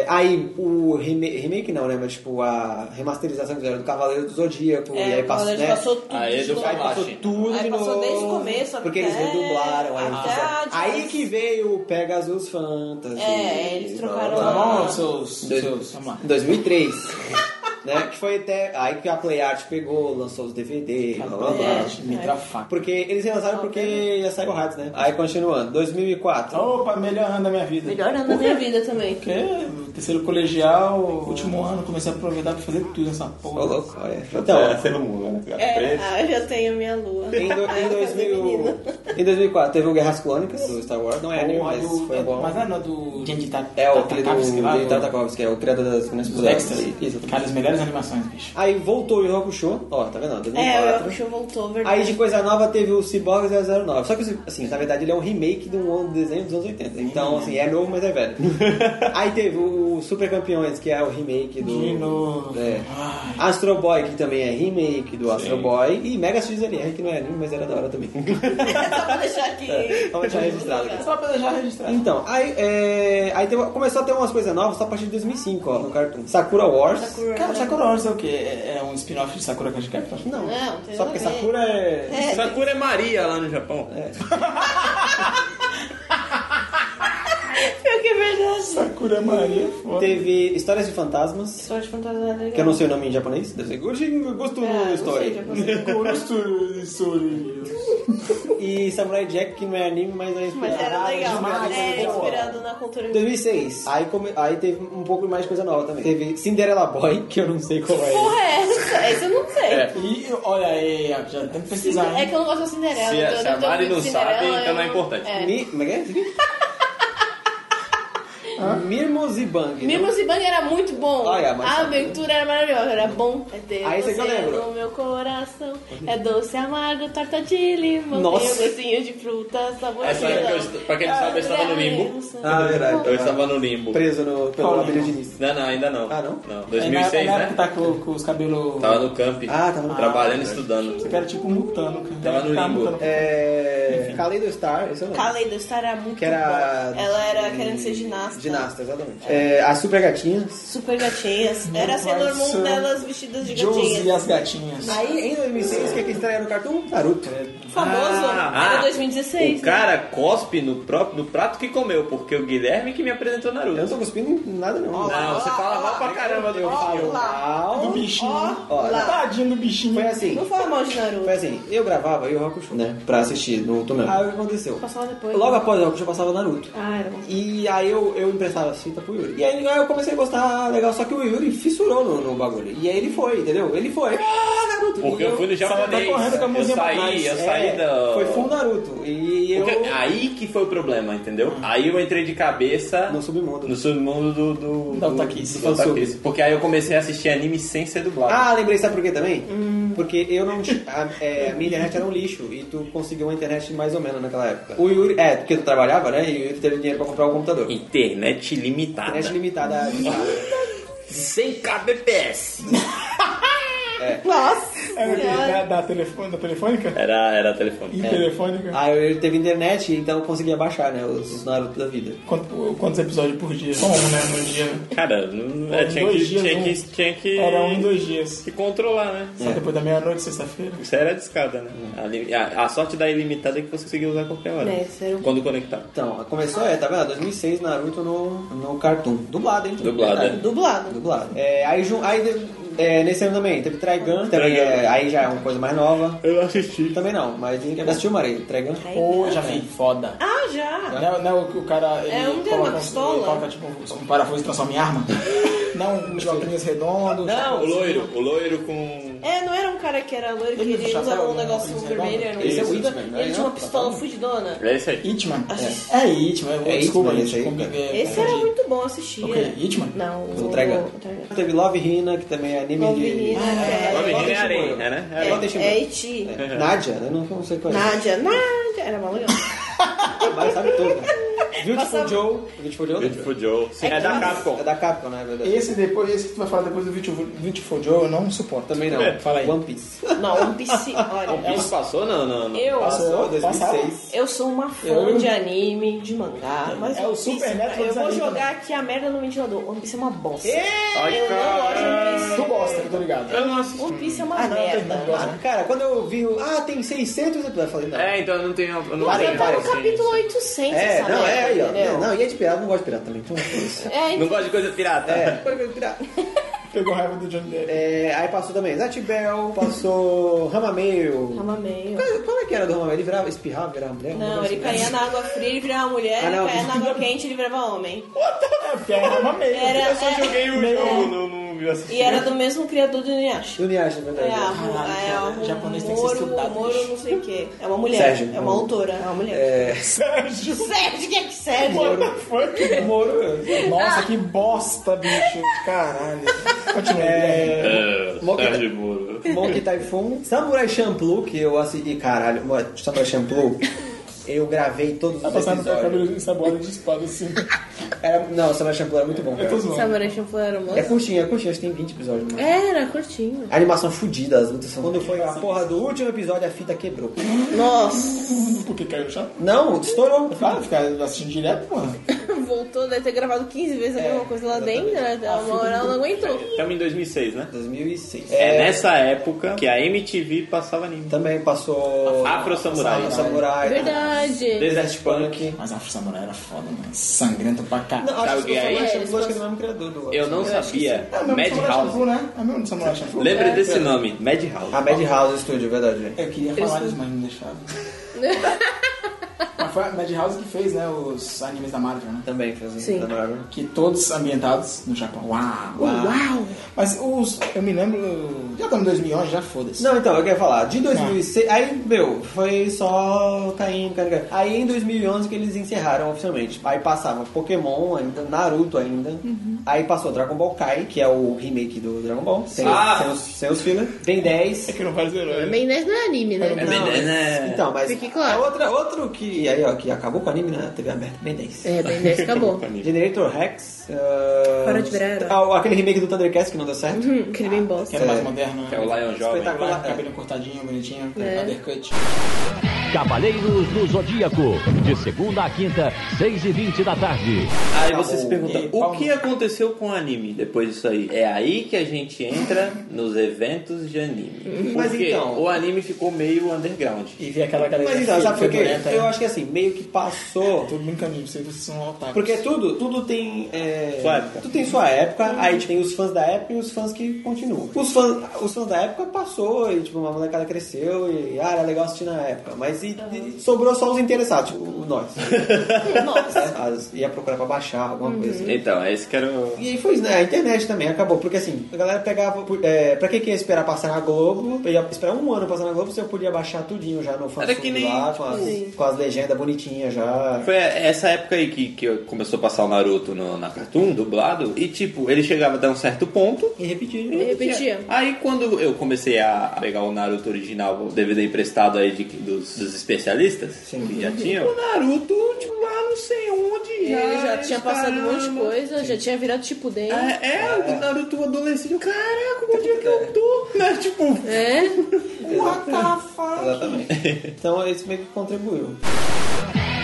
S1: é, aí o reme- remake não, né? Mas tipo, a remasterização que fizeram do Cavaleiro do Zodíaco.
S12: É,
S1: e aí
S12: o
S1: passou,
S12: Cavaleiro
S1: né?
S12: passou tudo Aí de do novo.
S1: Aí passou
S12: Falache.
S1: tudo
S12: Aí
S1: de
S12: passou
S1: novo,
S12: desde o começo
S1: Porque eles
S12: até-
S1: redublaram. Aí, eles
S12: até
S1: fizeram.
S12: a-
S1: aí que veio o Pegasus Fantasy.
S12: É, eles trocaram
S1: blá, blá,
S12: a-
S1: blá.
S2: Tá Seus, seus, vamos lá.
S1: Em 2003. né? Que foi até aí que a PlayArt pegou, lançou os DVD, blá blá blá.
S2: PlayArt, Mitra Faca.
S1: Porque eles relançaram porque já saiu o Hades, né? Aí continuando, 2004.
S2: Opa, melhor ano da minha vida.
S6: Melhor ano da minha vida também.
S2: Porque terceiro colegial, último ano, comecei a aproveitar pra fazer tudo nessa porra.
S1: Ô, louco, olha. Então,
S3: É, você não muda, né? Fica
S6: É,
S3: preso.
S6: ah, eu já tenho minha lua.
S1: Em, do, em, 2000, em 2004 teve o Guerras Clônicas do Star Wars, não é anime, mas foi bom.
S2: Mas é no do Genji Ta-
S1: É o
S2: Tartakovsky lá,
S1: Tartakovsky,
S2: do-
S1: Tartakovsky, é o criador das Minas
S2: dos
S1: Puladas.
S2: Dexter.
S1: Isso.
S2: Cara, as melhores animações, bicho.
S1: Aí voltou o Hakusho, ó, tá vendo?
S6: É, o
S1: 2004.
S6: Yokusho voltou, verdade.
S1: Aí de coisa nova teve o Cyborg 009. Só que, assim, na verdade ele é um remake de um desenho dos anos 80. Então, assim, é novo, mas é velho. Aí teve o Super Campeões, que é o remake do.
S2: De novo.
S1: É. Astro Boy, que também é remake do Astro Boy. E Mega XLR, que não é anime, mas era da hora também.
S6: Só pra deixar aqui.
S1: Vamos deixar registrado.
S2: É Só pra deixar registrado.
S1: Então, aí, é, aí teve- começou a ter umas coisas novas só a partir de 2005, ó, no Cartoon. Sakura Wars.
S2: Cara, Sakura Wars é o quê? É é um spin-off de Sakura Card Captor?
S1: Não,
S6: Não, tem
S1: só
S6: nada
S1: porque
S6: a ver.
S1: Sakura é...
S3: Sakura é Maria lá no Japão.
S6: Pior que é verdade.
S2: Sakura Maria, foda.
S1: Teve Histórias de Fantasmas.
S6: Só de fantasia é legal.
S1: Que eu não sei o nome em japonês. Deve ser Goshin Gosto
S6: É,
S1: Story.
S6: não sei, japonês.
S1: E Samurai Jack, que não é anime, mas é
S6: Mas
S1: inspirado.
S6: era legal.
S1: Demais,
S6: É,
S1: demais.
S6: inspirado na cultura.
S1: 2006. Aí, come- aí teve um pouco mais de coisa nova também. Teve Cinderella Boy, que eu não sei qual
S6: Porra,
S1: é.
S6: é essa? Essa eu não sei.
S3: É.
S2: E olha aí, já tem que pesquisar.
S6: É que eu não gosto da Cinderela.
S3: Se a-
S6: eu
S3: se a
S6: tô
S3: Mari
S6: ouvindo
S3: não sabe,
S6: Cinderela,
S3: então não é
S6: eu-
S3: importante.
S6: É.
S1: Mi... Como é que é? Mirmos e Bang. né?
S6: Mimos e Bang era muito bom.
S1: Olha, mas-
S6: a abertura era maravilhosa, era bom. É ter
S1: Aí você
S6: você
S1: que eu lembro.
S6: no meu coração. É doce, amargo, torta de limão.
S1: Nossa.
S6: Tem um gostinho de fruta, sabor
S3: Essa
S6: de
S3: é que eu,
S6: limão.
S3: est- pra quem não sabe, eu estava
S6: É.
S3: no limbo.
S1: Ah, verdade.
S3: Eu estava no limbo.
S1: Preso no, pelo abelha de início.
S3: Não, não, ainda não.
S1: Ah, não?
S3: Não,
S2: É na-
S3: 2006,
S2: é na época
S3: né?
S2: tá com, com os cabelos.
S3: Tava no camp.
S1: Ah, tava no-
S3: Trabalhando, estudando.
S2: Você era tipo mutano, cara.
S3: Tava no
S2: Tá
S3: limbo.
S2: mutando.
S1: É... Kaleido Star, esse eu não
S6: Kaleido Star era muito
S1: Que era-
S6: bom. Ela era querendo ser ginasta.
S1: Ginasta, exatamente. É, a Super Gatinhas.
S6: Super gatinhas. Era a Sailor Moon delas vestidas de
S2: Josie e
S6: gatinhas.
S2: as gatinhas.
S1: Aí, em 2006, o que é que eles traíram no cartoon? Naruto.
S6: É. Famoso.
S3: Ah,
S6: era
S3: ah,
S6: 2016.
S3: O
S6: né?
S3: cara cospe no próprio no prato que comeu, porque o Guilherme que me apresentou
S1: Eu não
S3: Naruto.
S1: tô cuspindo em nada, não.
S3: Não, você fala mal pra caramba do
S1: Eu
S3: filme.
S1: falo
S2: Do
S1: mal.
S2: bichinho.
S1: Ó, lá.
S2: Tadinho do bichinho.
S1: Foi assim.
S6: Não fala mal de Naruto. Ah,
S1: Foi assim, eu gravava e o Hakusho, né? Pra assistir no Tomé. Aí o que aconteceu?
S6: Passava depois.
S1: Logo após o Hakusho passava Naruto.
S6: Ah, era bom.
S1: E aí eu, eu emprestava as fitas pro Yuri. E aí, aí eu comecei a gostar legal, só que o Yuri fissurou no, no bagulho. E aí ele foi, entendeu? Ele foi. Ah, Naruto!
S3: Porque
S1: E
S3: eu fui no japonês.
S2: correndo com a
S3: Eu
S2: mãozinha pra
S3: saí,
S2: trás.
S3: eu
S1: É,
S3: saí da.
S1: Foi full Naruto. E eu.
S3: Porque ah. Aí que foi o problema, entendeu? Aí eu entrei de cabeça
S1: No submundo.
S3: no submundo do. do
S2: Da
S3: do-
S2: otakice.
S3: do otakice. Porque aí eu comecei a assistir anime sem ser dublado.
S1: Ah, lembrei, sabe por quê também? Porque eu não tinha. A, é, a minha internet era um lixo e tu conseguiu uma internet mais ou menos naquela época. O Yuri. É, porque tu trabalhava, né? E o Yuri teve dinheiro pra comprar um computador.
S3: Internet limitada.
S1: Internet limitada.
S3: Sem kbps.
S6: Nossa.
S2: Era o quê?
S6: Senhora.
S2: É, Da, da, telefone, da telefônica?
S3: Era, era telefone. É.
S2: E telefônica?
S1: Aí ele teve internet, então eu conseguia baixar, né? Os, os Naruto da vida.
S2: Quanto- quantos episódios por dia? Só um, né? No dia. né?
S3: Cara, não- é,
S2: Em
S3: tinha,
S2: dois
S3: que,
S2: dias,
S3: tinha,
S2: um.
S3: que, tinha que.
S2: Era um em dois dias.
S3: que controlar, né?
S2: Só depois da meia-noite, sexta-feira.
S3: Isso era discada, né? A lim- A, a sorte da ilimitada é que você conseguia usar a qualquer hora.
S6: É, isso era um-
S3: Quando conectar.
S1: Então, começou, é, tá vendo? 2006, Naruto no, no Cartoon. Dublado, hein?
S3: Dublado,
S1: Verdade.
S6: É, Dublado.
S1: Dublado. É, aí, jun- aí é, nesse ano também teve Trigun, também,
S3: Trigun.
S1: é, aí já é uma coisa mais nova.
S3: Eu assisti.
S1: Também não, mas dizem que é né? assistiu, Maria, Trigun.
S2: Pô, já vi. Foda.
S6: Ah, já.
S2: Não, não o que o cara. Ele
S6: É, um tem
S2: coloca
S6: uma
S2: uns-
S6: pistola.
S2: Ele coloca tipo um, um parafuso e transforma em arma. não, uns bloquinhos redondos. É,
S3: Não, o loiro. O loiro com.
S6: É, não era um cara que era loiro, que
S2: Lembra do
S6: ele usava
S2: chapéu,
S6: um
S2: né?
S6: negócio
S2: Esse
S6: vermelho,
S2: negócio?
S6: era um
S1: Esse é o Hitman,
S6: fudido.
S1: né?
S6: Ele tinha uma
S1: Não,
S6: pistola
S1: tá
S6: fudidona.
S3: É isso aí.
S2: Itman.
S6: Acho-
S2: É, é Itman. Eu,
S1: É
S2: desculpa,
S1: Hitman
S2: gente.
S1: esse aí,
S2: como
S1: cara.
S2: é que é,
S6: Esse era
S2: confundi.
S6: muito bom assistir.
S2: O quê? Hitman?
S6: Não,
S1: O
S6: o
S1: Trigun.
S6: o Trigun.
S1: Teve Love Hina, que também é anime
S6: Love
S1: de...
S6: Hina,
S1: Ah,
S6: é.
S3: Love
S1: igual
S3: Hina é
S1: Tenshinhan.
S3: areia, né? É
S1: igual
S6: É,
S1: Tenshinhan.
S6: é Iti.
S1: Nádia, né? Não, não sei qual é.
S6: Nádia, Nádia. Era maluco.
S1: Mas sabe tudo. Né? Beautiful
S2: Passava-
S1: Joe. Beautiful Joe?
S3: Beautiful Joe. Sim, é da Capcom.
S1: É da Capcom, né? Verdade.
S2: Esse depois, esse que tu vai falar depois do Beautiful Beautiful Joe, eu não suporto.
S1: Também não.
S3: É,
S2: Fala aí.
S1: One Piece.
S6: Não, One Piece, olha.
S3: One Piece um passou? Não, não, não.
S6: É Eu,
S1: Passou, 2006.
S6: eu sou uma fã
S1: Eu-
S6: de anime, de mangá, mas
S2: É
S6: One
S2: o
S6: Piece-
S2: Super Neto
S6: Eu
S2: dos
S6: vou
S2: animes
S6: jogar aqui a merda no ventilador. One Piece é uma bosta.
S3: Ai,
S6: eu não gosto de One Piece.
S2: Tu gosta, eu tô ligado.
S3: Eu não assisti.
S6: One Piece é uma
S1: Ah, não, tem
S6: merda.
S1: muito gosto. Cara, quando eu vi o. Ah, tem 600 episódios. Eu falei, não.
S3: É, então eu não tenho. Eu não
S6: Nossa,
S3: tenho
S6: eu tô no
S3: paciência.
S6: capítulo 800
S1: É,
S6: essa
S1: não,
S6: merda,
S1: é aí, ó.
S6: entendeu?
S1: Não, e é de pirata, eu não gosto de pirata também. Então, foda-se.
S6: É,
S3: Não gosto de coisa pirata.
S1: É.
S2: Pegou raiva do Johnny Depp.
S1: É, aí passou também Zat Bell, passou Ramameio.
S6: Tava meio.
S1: Qual qual é que era do Ramameio? Ele virava, espirrava, virava mulher? alguma
S6: Não,
S1: coisa
S6: ele
S1: assim.
S6: caía na água fria, ele virava mulher,
S1: Ah, não.
S6: ele caía na água quente, ele virava homem.
S2: É, porque é uma meia.
S6: Era,
S3: Eu só
S6: é-
S3: joguei o
S6: é.
S3: jogo, não, não vi assistir.
S6: E era do mesmo criador do Inuyasha.
S1: Do Niash, na
S6: É,
S1: verdade.
S6: a,
S1: é.
S2: Caralho,
S6: é,
S2: cara,
S6: a
S2: japonês tem que ser
S6: Moro,
S2: estudado,
S6: Moro,
S2: bicho.
S6: não sei o quê. É uma mulher,
S1: Sérgio,
S6: é uma
S1: Moro.
S6: autora, é uma mulher.
S1: É,
S2: Sérgio.
S6: Sérgio, o que é que Sérgio?
S2: Foi Moro. Nossa,
S6: Ah.
S2: que bosta, bicho. Caralho. Continua. É...
S3: É,
S1: Mó-
S3: Sérgio Moro.
S1: Monkey Typhoon, Samurai Champloo, que eu assisti. Caralho, mano, Samurai Champloo. Eu gravei todos
S2: Tá
S1: os
S2: passando pelo
S1: episódios.
S2: cabelo ensaboado de espada assim.
S1: Era, não, Samurai Champloo era muito bom,
S2: Eu tô
S1: cara.
S2: zoando.
S6: Samurai Champloo era
S1: É
S6: uma...
S1: curtinho, é curtinho, acho que tem 20 episódios. Mano.
S6: Era, curtinho.
S1: A animação fudida, as lutas são. Quando foi a porra do último episódio, a fita quebrou.
S6: Nossa,
S2: Porque caiu no chão.
S1: Não, estourou.
S2: Para ficar Tá assistindo direto, porra.
S6: voltou, deve ter gravado 15 vezes
S2: É,
S6: alguma coisa lá dentro, né? Uma hora ela não aguentou.
S3: Estamos em 2006, né?
S1: 2006.
S3: É, nessa época que a MTV passava anime.
S1: Também passou.
S3: Afro Samurai.
S1: Afro
S6: É,
S1: Samurai. é,
S6: Verdade.
S3: Desert Punk.
S2: Mas a Afro Samurai era foda, mano. Sangrento pra caralho.
S1: Não, acho
S3: Sabe
S1: que
S3: quem é
S1: o Samurai
S3: isso?
S1: Champloo acho que é do mesmo criador do
S3: Eu não sabia.
S2: É o mesmo do Samurai Champloo,
S3: Madhouse.
S2: né? É o mesmo do Samurai Champloo.
S1: É.
S3: Lembra desse nome?
S1: A
S3: Madhouse.
S1: Ah, Madhouse Studio, verdade.
S2: Eu queria falar isso, mas não deixava. mas foi a Madhouse que fez, né, os animes da Marvel, né?
S1: Também fez um
S6: Sim.
S1: da Marvel.
S2: Que todos ambientados no Japão. Uau!
S6: Uau!
S2: Mas os... Eu me lembro... Já tá estamos em 2011, já foda-se.
S1: Não, então, eu queria falar. De 2006, aí, meu, foi só caindo, caindo, caindo. Aí em 2011 que eles encerraram oficialmente. Aí passava Pokémon ainda, Naruto ainda.
S6: Uhum.
S1: Aí passou Dragon Ball Kai, que é o remake do Dragon Ball. Sem,
S3: Ah!
S1: sem os, sem os filler. Ben 10.
S2: que não faz herói.
S6: Ben 10 não é anime, né?
S3: É bem, né?
S1: Então, mas
S6: Fique claro.
S1: é outra, outro que aí ó, que acabou com o anime né? na TV aberta, Ben 10.
S6: É, Ben 10 acabou.
S1: Generator Rex. ah,
S6: Para de virar.
S1: ah, aquele remake do Thundercats que não deu certo.
S6: Hum, Aquele bem bosta.
S2: Que era mais
S1: É.
S2: moderno, né?
S3: É o Lion Jovem.
S1: Espetacular.
S2: Cabelo cortadinho, bonitinho.
S6: É.
S2: Undercut.
S8: Cavaleiros do Zodíaco, de segunda a quinta, 6 e 20 da tarde.
S3: Aí você se pergunta,
S2: E
S3: o
S2: Paulo-
S3: que aconteceu com o anime depois disso aí? É aí que a gente entra nos eventos de anime.
S1: Mas
S3: Porque
S1: então-
S3: o anime ficou meio underground.
S2: E vi aquela galera...
S1: Mas então, sabe por quê?
S2: fedorenta,
S3: é.
S1: Eu
S2: né?
S1: acho que assim, meio que passou.
S2: Tô brincando, não sei se vocês são otários.
S1: Porque tudo, tudo tem. É,
S3: Sua época.
S1: Tudo tem sua época, aí tipo, tem os fãs da época e os fãs que continuam. Os fãs, os fãs da época passou, e tipo, uma molecada cresceu e ah, era legal assistir na época. Mas e, e sobrou só os interessados, tipo, nós.
S6: Nossa.
S1: As- ia procurar pra baixar alguma coisa.
S3: Então, esse que era o...
S1: E aí foi isso, né? A internet também acabou, porque assim, a galera pegava. por- É, pra que que ia esperar passar na Globo? Eu ia esperar um ano passar na Globo, se eu podia baixar tudinho já no fã
S3: Era que nem,
S1: lá, com as,
S6: tipo,
S1: com as legendas bonitinhas já.
S3: Foi essa época aí que, que começou a passar o Naruto no- na Cartoon, dublado, e tipo, ele chegava até um certo ponto,
S1: E repetir.
S6: Eu repetia.
S3: Aí quando eu comecei a pegar o Naruto original, o DVD emprestado aí de- dos, dos especialistas, que
S6: Uhum.
S3: já tinham, o Naruto, tipo, lá não sei onde já.
S6: Ele já tinha passado um monte de
S3: caramba.
S6: coisa, já tinha virado tipo dele.
S3: É, é, o Naruto adolescente, eu, caraca, onde é que eu tô? Né? Tipo,
S6: É?
S1: Exatamente. Então isso meio que contribuiu.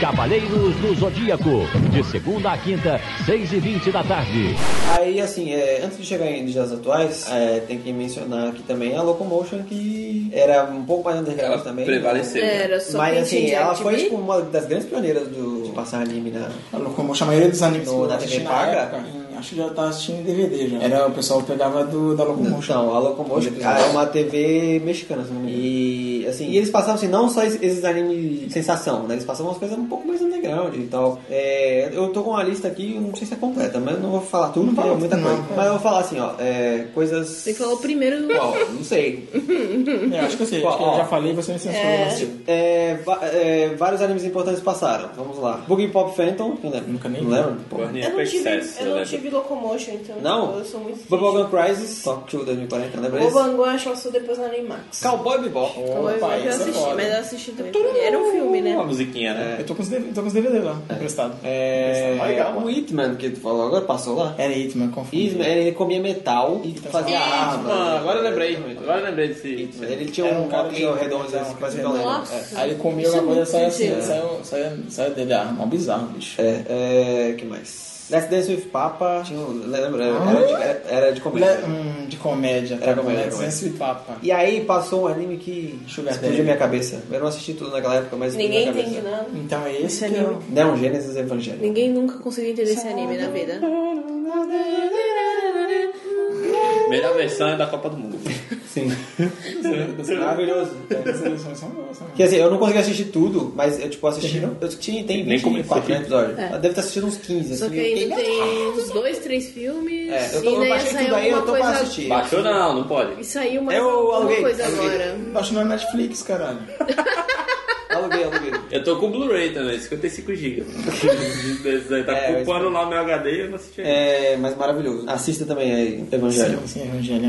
S8: Cavaleiros do Zodíaco, de segunda a quinta, 6 e 20 da tarde.
S1: Aí, assim, é, antes de chegar em dias atuais, é, tem que mencionar aqui também a Locomotion, que era um pouco mais underground
S3: ela
S1: também.
S3: prevaleceu. né?
S6: Era só
S1: Mas,
S6: pintinho
S1: assim,
S6: de
S1: ela
S6: MTV.
S1: foi tipo, uma das grandes pioneiras do, de passar anime na.
S2: A Locomotion, a maioria dos animes
S1: No-
S2: que eu
S1: na
S2: assisti
S1: TV
S2: na
S1: paga?
S2: época, em- acho que já tá assistindo em DVD já. Era, o pessoal pegava do, da Locomotion.
S1: Então, a Locomotion cara, é uma TV mexicana, se não me engano. E, assim, e eles passavam, assim, não só es- esses animes sensação, né? Eles passavam umas coisas um pouco mais underground e tal. É, eu tô com uma lista aqui, eu não sei se é completa, mas eu não vou falar tudo, porque é muita
S2: não.
S1: coisa. Mas eu vou falar, assim, ó, é, coisas...
S6: Tem que falar o primeiro.
S1: Qual? Não sei.
S2: Eu É, acho que eu sei,
S1: Ó,
S2: acho que eu
S1: ó.
S2: já falei você me censurou. mas- tipo,
S1: É, va- é, vários animes importantes passaram. Vamos lá. Boogie Pop Phantom. Não lembro.
S2: né?
S6: Eu não tive, eu não tive de Locomotion, então
S1: Não?
S6: eu sou muito.
S1: Bubblegum Crisis, só que o 2040, lembra
S6: O
S1: isso?
S6: Bangu eu acho que eu sou depois na Animax.
S1: Cowboy Bebop.
S6: Cowboy Bebop Então,
S2: é
S6: eu assisti, mas eu assisti também. porque Era um filme, né?
S3: musiquinha,
S1: né?
S2: Eu tô com os DVD, tô com os DVD lá, emprestado.
S1: É,
S2: Emprestado. tá Legal,
S1: o
S2: mano. é.
S1: Hitman que tu falou agora passou lá?
S2: Era Hitman, confundi.
S1: Hitman, ele comia metal e fazia
S2: Hitman,
S1: arma.
S3: agora eu lembrei. Agora eu lembrei desse Hitman.
S1: Ele tinha um cara que redondo, quase não lembro.
S2: É. Aí ele comia uma coisa e saiu assim, saiu, saiu, saiu dele a arma, mó bizarro, bicho.
S1: É, é, que mais? Let's Dance with Papa, tinha, um- lembra? Era de, era- era de comédia.
S2: Le- hum, de comédia,
S1: Era comédia,
S2: Let's
S1: comédia.
S2: Dance with Papa.
S1: E aí passou um anime que
S2: Sugar
S1: explodiu
S2: Daddy.
S1: minha cabeça. Eu não assisti tudo naquela época, mas explodiu
S6: Ninguém
S1: minha
S6: entende
S1: cabeça.
S6: nada.
S2: Então é
S6: Esse
S2: esse que
S6: anime.
S2: eu...
S1: Não, Gênesis Evangelion.
S6: Ninguém nunca conseguiu entender esse anime na vida.
S3: Melhor versão é da Copa do Mundo.
S1: Sim.
S2: Maravilhoso. É, essa versão é maravilhosa, mano.
S1: Quer dizer, assim, eu não consegui assistir tudo, mas eu tipo assisti.
S2: Terminou?
S1: Eu tinha, tem
S3: Nem
S1: 24
S3: comecei.
S1: né, episódios.
S6: É.
S1: Eu devo ter assistido uns 15,
S6: Só
S1: assim.
S6: que ainda tem uns dois, três filmes.
S1: É, eu
S6: e
S1: tô, eu
S6: daí
S1: baixei
S6: saiu
S1: tudo aí, eu
S6: alguma
S1: tô pra
S6: coisa.
S1: assistir. É
S3: Baixou não, não pode.
S6: E saiu mais
S1: Eu
S6: alguma
S1: aluguei,
S6: coisa
S1: aluguei.
S6: agora.
S2: Baixo na é Netflix, caralho.
S1: Aluguei, aluguei.
S3: Eu tô com Blu-ray também, 55 GB. tá
S1: É, eu
S3: ocupando lá meu HD e eu não assisti. ainda.
S1: É, mas maravilhoso. Assista também aí, Evangelion.
S2: Sim, sim, Evangelho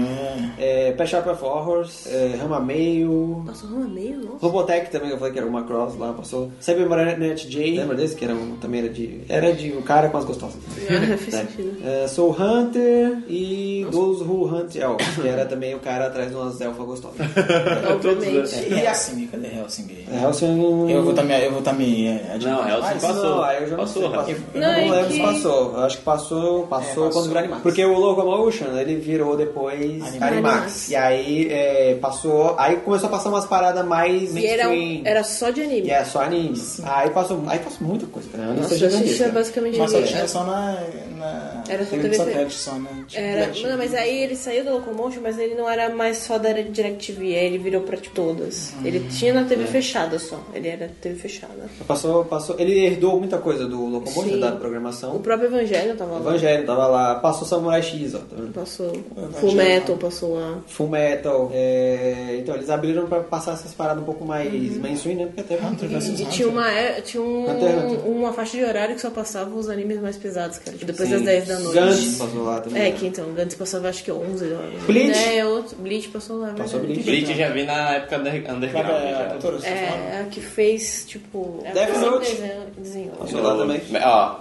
S2: é...
S1: É, Pet Shop of Horrors, é, Rama Meio.
S6: Nossa, Roma meio, nossa.
S1: Robotech também, que eu falei que era uma cross lá, passou. Cyber Marionette J, lembra desse? Que era um, também era de. Era de um cara com as gostosas.
S6: Fez
S1: né?
S6: sentido.
S1: É, Soul Hunter e Those Who Hunt Elves, que era também o cara atrás de umas elfas gostosas.
S3: Tá né?
S6: Obviamente.
S2: E Helsing, cadê Helsing?
S1: É, eu sei, não-
S2: Eu vou estar me... Eu vou tá me... é,
S3: Não,
S2: admirando.
S3: Hellsing
S1: Mas
S3: passou.
S1: Ah, Não, aí eu já não
S3: passou,
S1: sei,
S3: Rafa.
S1: passou.
S6: Não,
S1: Não,
S6: é
S1: lembro
S6: que- É,
S1: se passou. Eu acho que passou, passou
S2: passou.
S1: quando virou Animax. Porque o Locomotion, ele virou depois
S2: Animax.
S1: Animax.
S6: Animax.
S1: E aí é, passou. Aí começou a passar umas paradas mais
S6: E era, um-
S1: mainstream.
S6: era só de anime.
S1: E é só anime. Aí passou, aí passou muita coisa, cara. Eu não
S6: Nossa,
S1: sei
S6: eu
S1: de
S6: assistia
S1: onde
S6: basicamente
S2: Mas só
S6: anime.
S2: tinha só na... na...
S6: Era só
S2: TV
S6: TV.
S2: de satélite, só, né? Tipo,
S6: Era,
S2: Direct.
S6: não, mas é- aí ele saiu da Locomotion, mas ele não era mais só da DirecTV, aí ele virou pra tipo, todas.
S1: Hum,
S6: Ele tinha na
S1: é.
S6: TV fechada só, ele era TV fechada.
S1: Passou, passou. Ele herdou muita coisa do Locomotion,
S6: Sim.
S1: da
S6: O
S1: programação.
S6: próprio Evangelho tava lá.
S1: Evangelho tava lá, passou Samurai X, ó. Tá vendo?
S6: Passou.
S2: Evangelho.
S6: Full Metal passou lá.
S1: Full Metal. é, Então, eles abriram pra passar essas paradas um pouco mais
S6: Uhum.
S1: mainstream, né? Porque até
S6: Ah,
S2: Hunter vs.
S6: E
S2: Hunter.
S6: tinha uma, é- tinha um-
S1: Hunter x Hunter.
S6: uma faixa de horário que só passava os animes mais pesados, cara. Tipo, depois
S1: Sim.
S6: das 10 da noite.
S1: Gantz passou lá também. né?
S6: É, que então, Gantz passava acho que 11 horas.
S1: Bleach?
S6: Né, é outro- Bleach passou lá,
S1: Passou
S6: verdade.
S1: Bleach.
S3: Bleach já vi na época under-
S2: Sabe
S3: underground.
S2: a
S3: já.
S2: doutora?
S6: É, é a que fez, tipo. é a
S1: Death
S6: que
S1: Note.
S6: desenhou- desenhou.
S1: Passou lá também.
S3: Ó,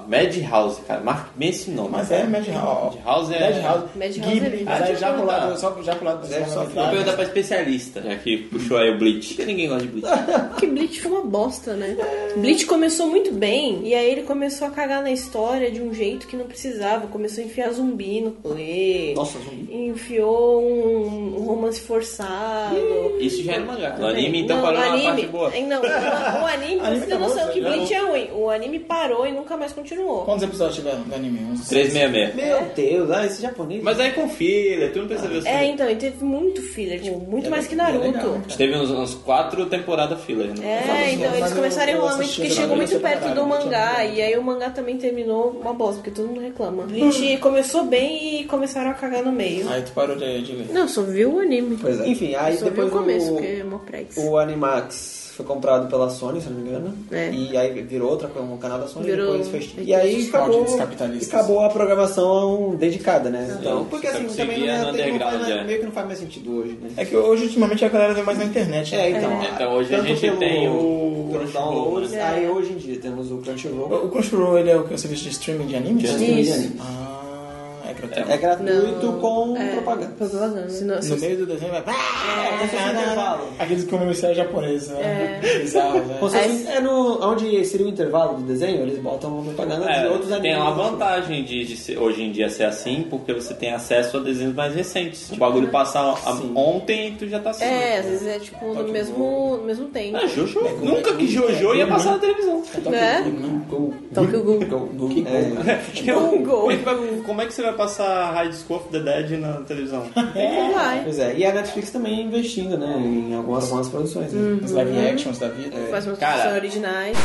S3: Madhouse, cara. Marca bem esse nome.
S2: Mas
S3: cara.
S2: é Madhouse.
S3: Madhouse é...
S2: Madhouse.
S6: Madhouse é
S2: Ghibli.
S6: lindo.
S2: Mas aí
S3: Ah,
S2: já pro
S3: tá.
S2: lado... Só, já pro lado... né?
S1: Deve só
S3: Vou
S1: Ah,
S3: perguntar pra especialista, já É que puxou aí o Bleach. Por que ninguém gosta de Bleach?
S6: Que É Bleach foi uma bosta, né?
S1: É.
S6: Bleach começou muito bem, e aí ele começou a cagar na história de um jeito que não precisava. Começou a enfiar zumbi no play.
S1: Nossa, um zumbi.
S6: Enfiou um, um romance forçado.
S3: Isso já é no mangá. No
S6: Também.
S3: anime, então,
S6: Não,
S3: parou
S6: o
S3: na
S6: anime- é
S3: parte boa.
S6: Ai, Não, o, o anime,
S2: Anime
S6: você tem
S2: acabou,
S6: noção
S2: já
S6: que
S2: acabou.
S6: Bleach é ruim. O anime parou e nunca mais continuou.
S2: Quantos episódios tiveram do anime? Uns
S3: 366.
S6: É.
S1: Meu Deus, ah, esse japonês.
S3: Mas aí com filler, tu não precisa ver o
S6: É, então, e teve muito filler, tipo, muito mais que Naruto.
S3: A gente teve uns, uns quatro temporadas filler, né?
S6: É, então eles
S2: Mas eu-
S6: começaram a
S2: eu
S6: enrolar muito
S2: assisti
S6: porque
S2: também,
S6: chegou muito
S2: eu
S6: perto do
S2: separado, eu tinha
S6: mangá
S2: separado.
S6: e aí o mangá também terminou uma bosta, porque todo mundo reclama. Bleach começou bem e começaram a cagar no meio.
S2: Aí tu parou de, de ler.
S6: Não, só viu o anime.
S1: Pois é. Enfim, aí
S6: só
S1: depois
S6: viu o começo,
S1: o-
S6: porque é mó preguiça.
S1: O Animax foi comprado pela Sony, se não me engano.
S6: É.
S1: E aí virou outra, um canal da Sony.
S6: Virou-
S1: Depois fez...
S6: é
S1: E aí
S2: que-
S1: acabou,
S2: Ordens capitalistas.
S1: acabou a programação dedicada, né? Então,
S3: Sim,
S1: porque
S3: só
S1: assim,
S3: que
S1: também não é,
S3: seguia no
S1: não faz
S3: underground,
S1: mais-
S3: é.
S1: meio que não faz mais sentido hoje, né?
S2: É que hoje, ultimamente, a galera vê mais na internet.
S1: É,
S2: Né?
S1: então.
S3: Então, hoje a
S1: tanto
S3: gente
S1: pelo-
S3: tem o
S1: pelos
S3: Crunchyroll,
S1: downloads,
S6: né?
S1: aí hoje em dia temos o Crunchyroll.
S2: O o Crunchyroll, ele é o que? O serviço de streaming de anime?
S1: que é um
S6: Isso.
S1: filme de anime.
S2: Ah, é gratuito.
S1: É gratuito
S6: Não,
S1: com
S6: é,
S1: propaganda. É,
S6: Propaganda. Senão,
S2: No meio do desenho vai.
S3: É,
S1: intervalo.
S2: Aqueles comerciais japoneses, né?
S6: É.
S2: Bizarro, né?
S1: Ou seja, é no, onde seria o intervalo do desenho, eles botam uma propaganda
S3: É,
S1: de outros
S3: tem
S1: animes.
S3: uma vantagem de, de ser- hoje em dia ser assim, porque você tem acesso a desenhos mais recentes. o bagulho passa a-
S1: Sim.
S3: ontem e tu já tá assistindo.
S6: É, às vezes é tipo no mesmo, no mesmo tempo.
S3: Ah, Jojo.
S1: É,
S3: Nunca que Jojo ia passar na televisão.
S6: Né? Tokyo Ghoul.
S1: É,
S3: Eu-
S6: Gol.
S3: Como, é que vai- como é que você vai passar High School of the Dead na televisão?
S6: Então vai.
S1: pois é, e a Netflix também investindo, né, em algumas, algumas produções. Né?
S2: Os live actions da vida.
S6: Faz umas
S3: Cara.
S6: produções originais.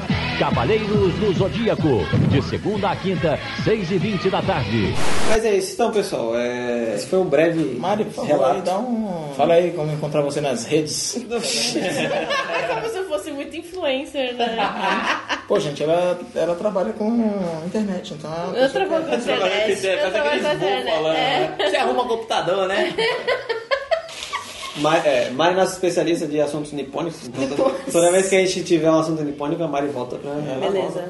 S9: Pega
S8: Cavaleiros do Zodíaco. De segunda a quinta, seis e vinte da tarde.
S1: Mas é isso, então, pessoal. É... Esse foi um breve
S2: Mário, por favor,
S1: relato.
S2: aí dá um... Fala aí como encontrar você nas redes.
S6: É Como se eu fosse muito influencer, né?
S2: Pô, gente, ela, ela trabalha com internet, então... é uma
S6: Eu né?
S2: pessoa
S6: trabalho com
S2: que-
S6: internet. Eu trabalho com internet.
S3: né? Você arruma computador, né?
S1: Ma- é, Mari, nossa especialista de assuntos nipônicos. Então, toda- toda vez que a gente tiver um assunto nipônico, a Mari volta pra.
S6: Beleza.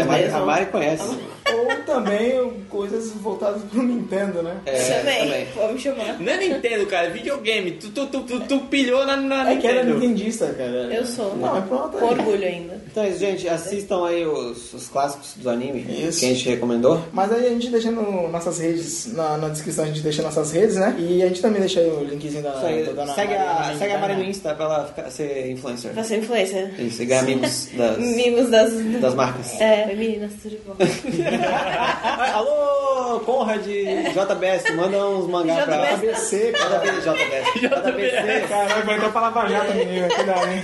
S1: A Mari, a Mari conhece.
S2: Ou também coisas voltadas pro Nintendo, né?
S6: É,
S1: É,
S3: também.
S12: Pode me chamar.
S3: Não é Nintendo, cara, é videogame. Tu, tu, tu, tu, tu pilhou na, na
S2: É que era
S3: Nintendo.
S2: nintendista, cara.
S6: Eu sou.
S2: Não, é pronto.
S6: Com orgulho ainda.
S1: Então é isso, gente. Assistam aí os, os clássicos do anime que a gente recomendou.
S2: Mas aí a gente deixa no- nossas redes, na, na descrição a gente deixa nossas redes, né? E a gente também deixa aí o linkzinho da,
S1: Isso aí,
S2: da dona
S1: segue,
S2: Maria
S1: a,
S2: também,
S1: segue a
S2: tá?
S1: Mari no Insta pra ela ficar- ser influencer.
S6: Pra ser influencer.
S1: Isso, e ganhar amigos das,
S6: Mimos das...
S1: das marcas.
S6: É. Oi, meninas, tudo de bom?
S1: Ah, Alô, Conrad, JBS, manda uns mangá pra lá.
S2: ABC,
S1: Manda ver, JBS. JBS.
S2: Caralho, vai até pra Lava Jato, menino, cuidado, hein?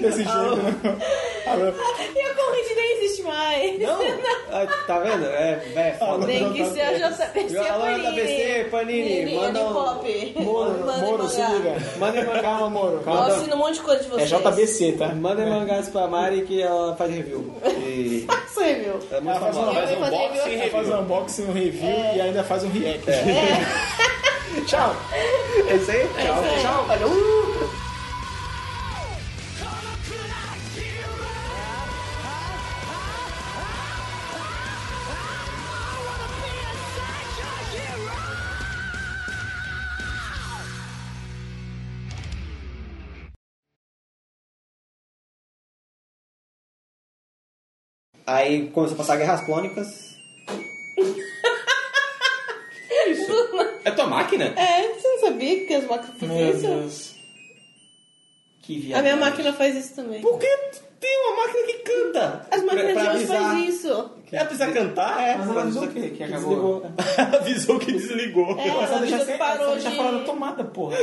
S2: Desse jeito, né?
S6: E a corrente nem existe mais.
S1: Não? Ah, Tá vendo? É, velho, foda.
S6: Tem que ser a JBC
S1: Alô,
S6: Panini.
S1: JBC, Panini, manda um...
S2: Moro,
S6: Manda
S2: Moro, se
S6: mandar.
S2: liga.
S1: Manda em mangá,
S2: Calma, Moro.
S12: Eu
S2: Calma.
S12: assino um monte de coisa de
S2: É
S12: vocês.
S2: JBC, tá?
S1: manda em mangás pra Mari que ela faz review. E
S6: Sei, meu.
S1: é muito
S2: Faz
S1: famosa.
S2: um,
S6: Eu vou fazer meu-
S2: faz um unboxing, um review e ainda faz um react. Tchau.
S1: É isso aí?
S2: Tchau, tchau.
S1: Aí começou a passar guerras clônicas.
S3: É tua máquina?
S6: É, você não sabia que as máquinas faziam
S2: Meu
S6: isso?
S2: Deus.
S1: Que
S6: A
S1: viagem.
S6: minha máquina faz isso também.
S1: Por que tem uma máquina que canta?
S6: As máquinas de hoje
S1: avisar.
S6: fazem isso.
S3: Ela precisa cantar? É.
S2: Mas ela avisou o quê? Que acabou.
S1: Desligou.
S3: Avisou que desligou.
S6: É, ela
S2: Só deixa
S6: avisou que
S2: sem-
S1: tá
S6: parou
S2: só deixa
S6: de...
S2: fora da tomada, porra.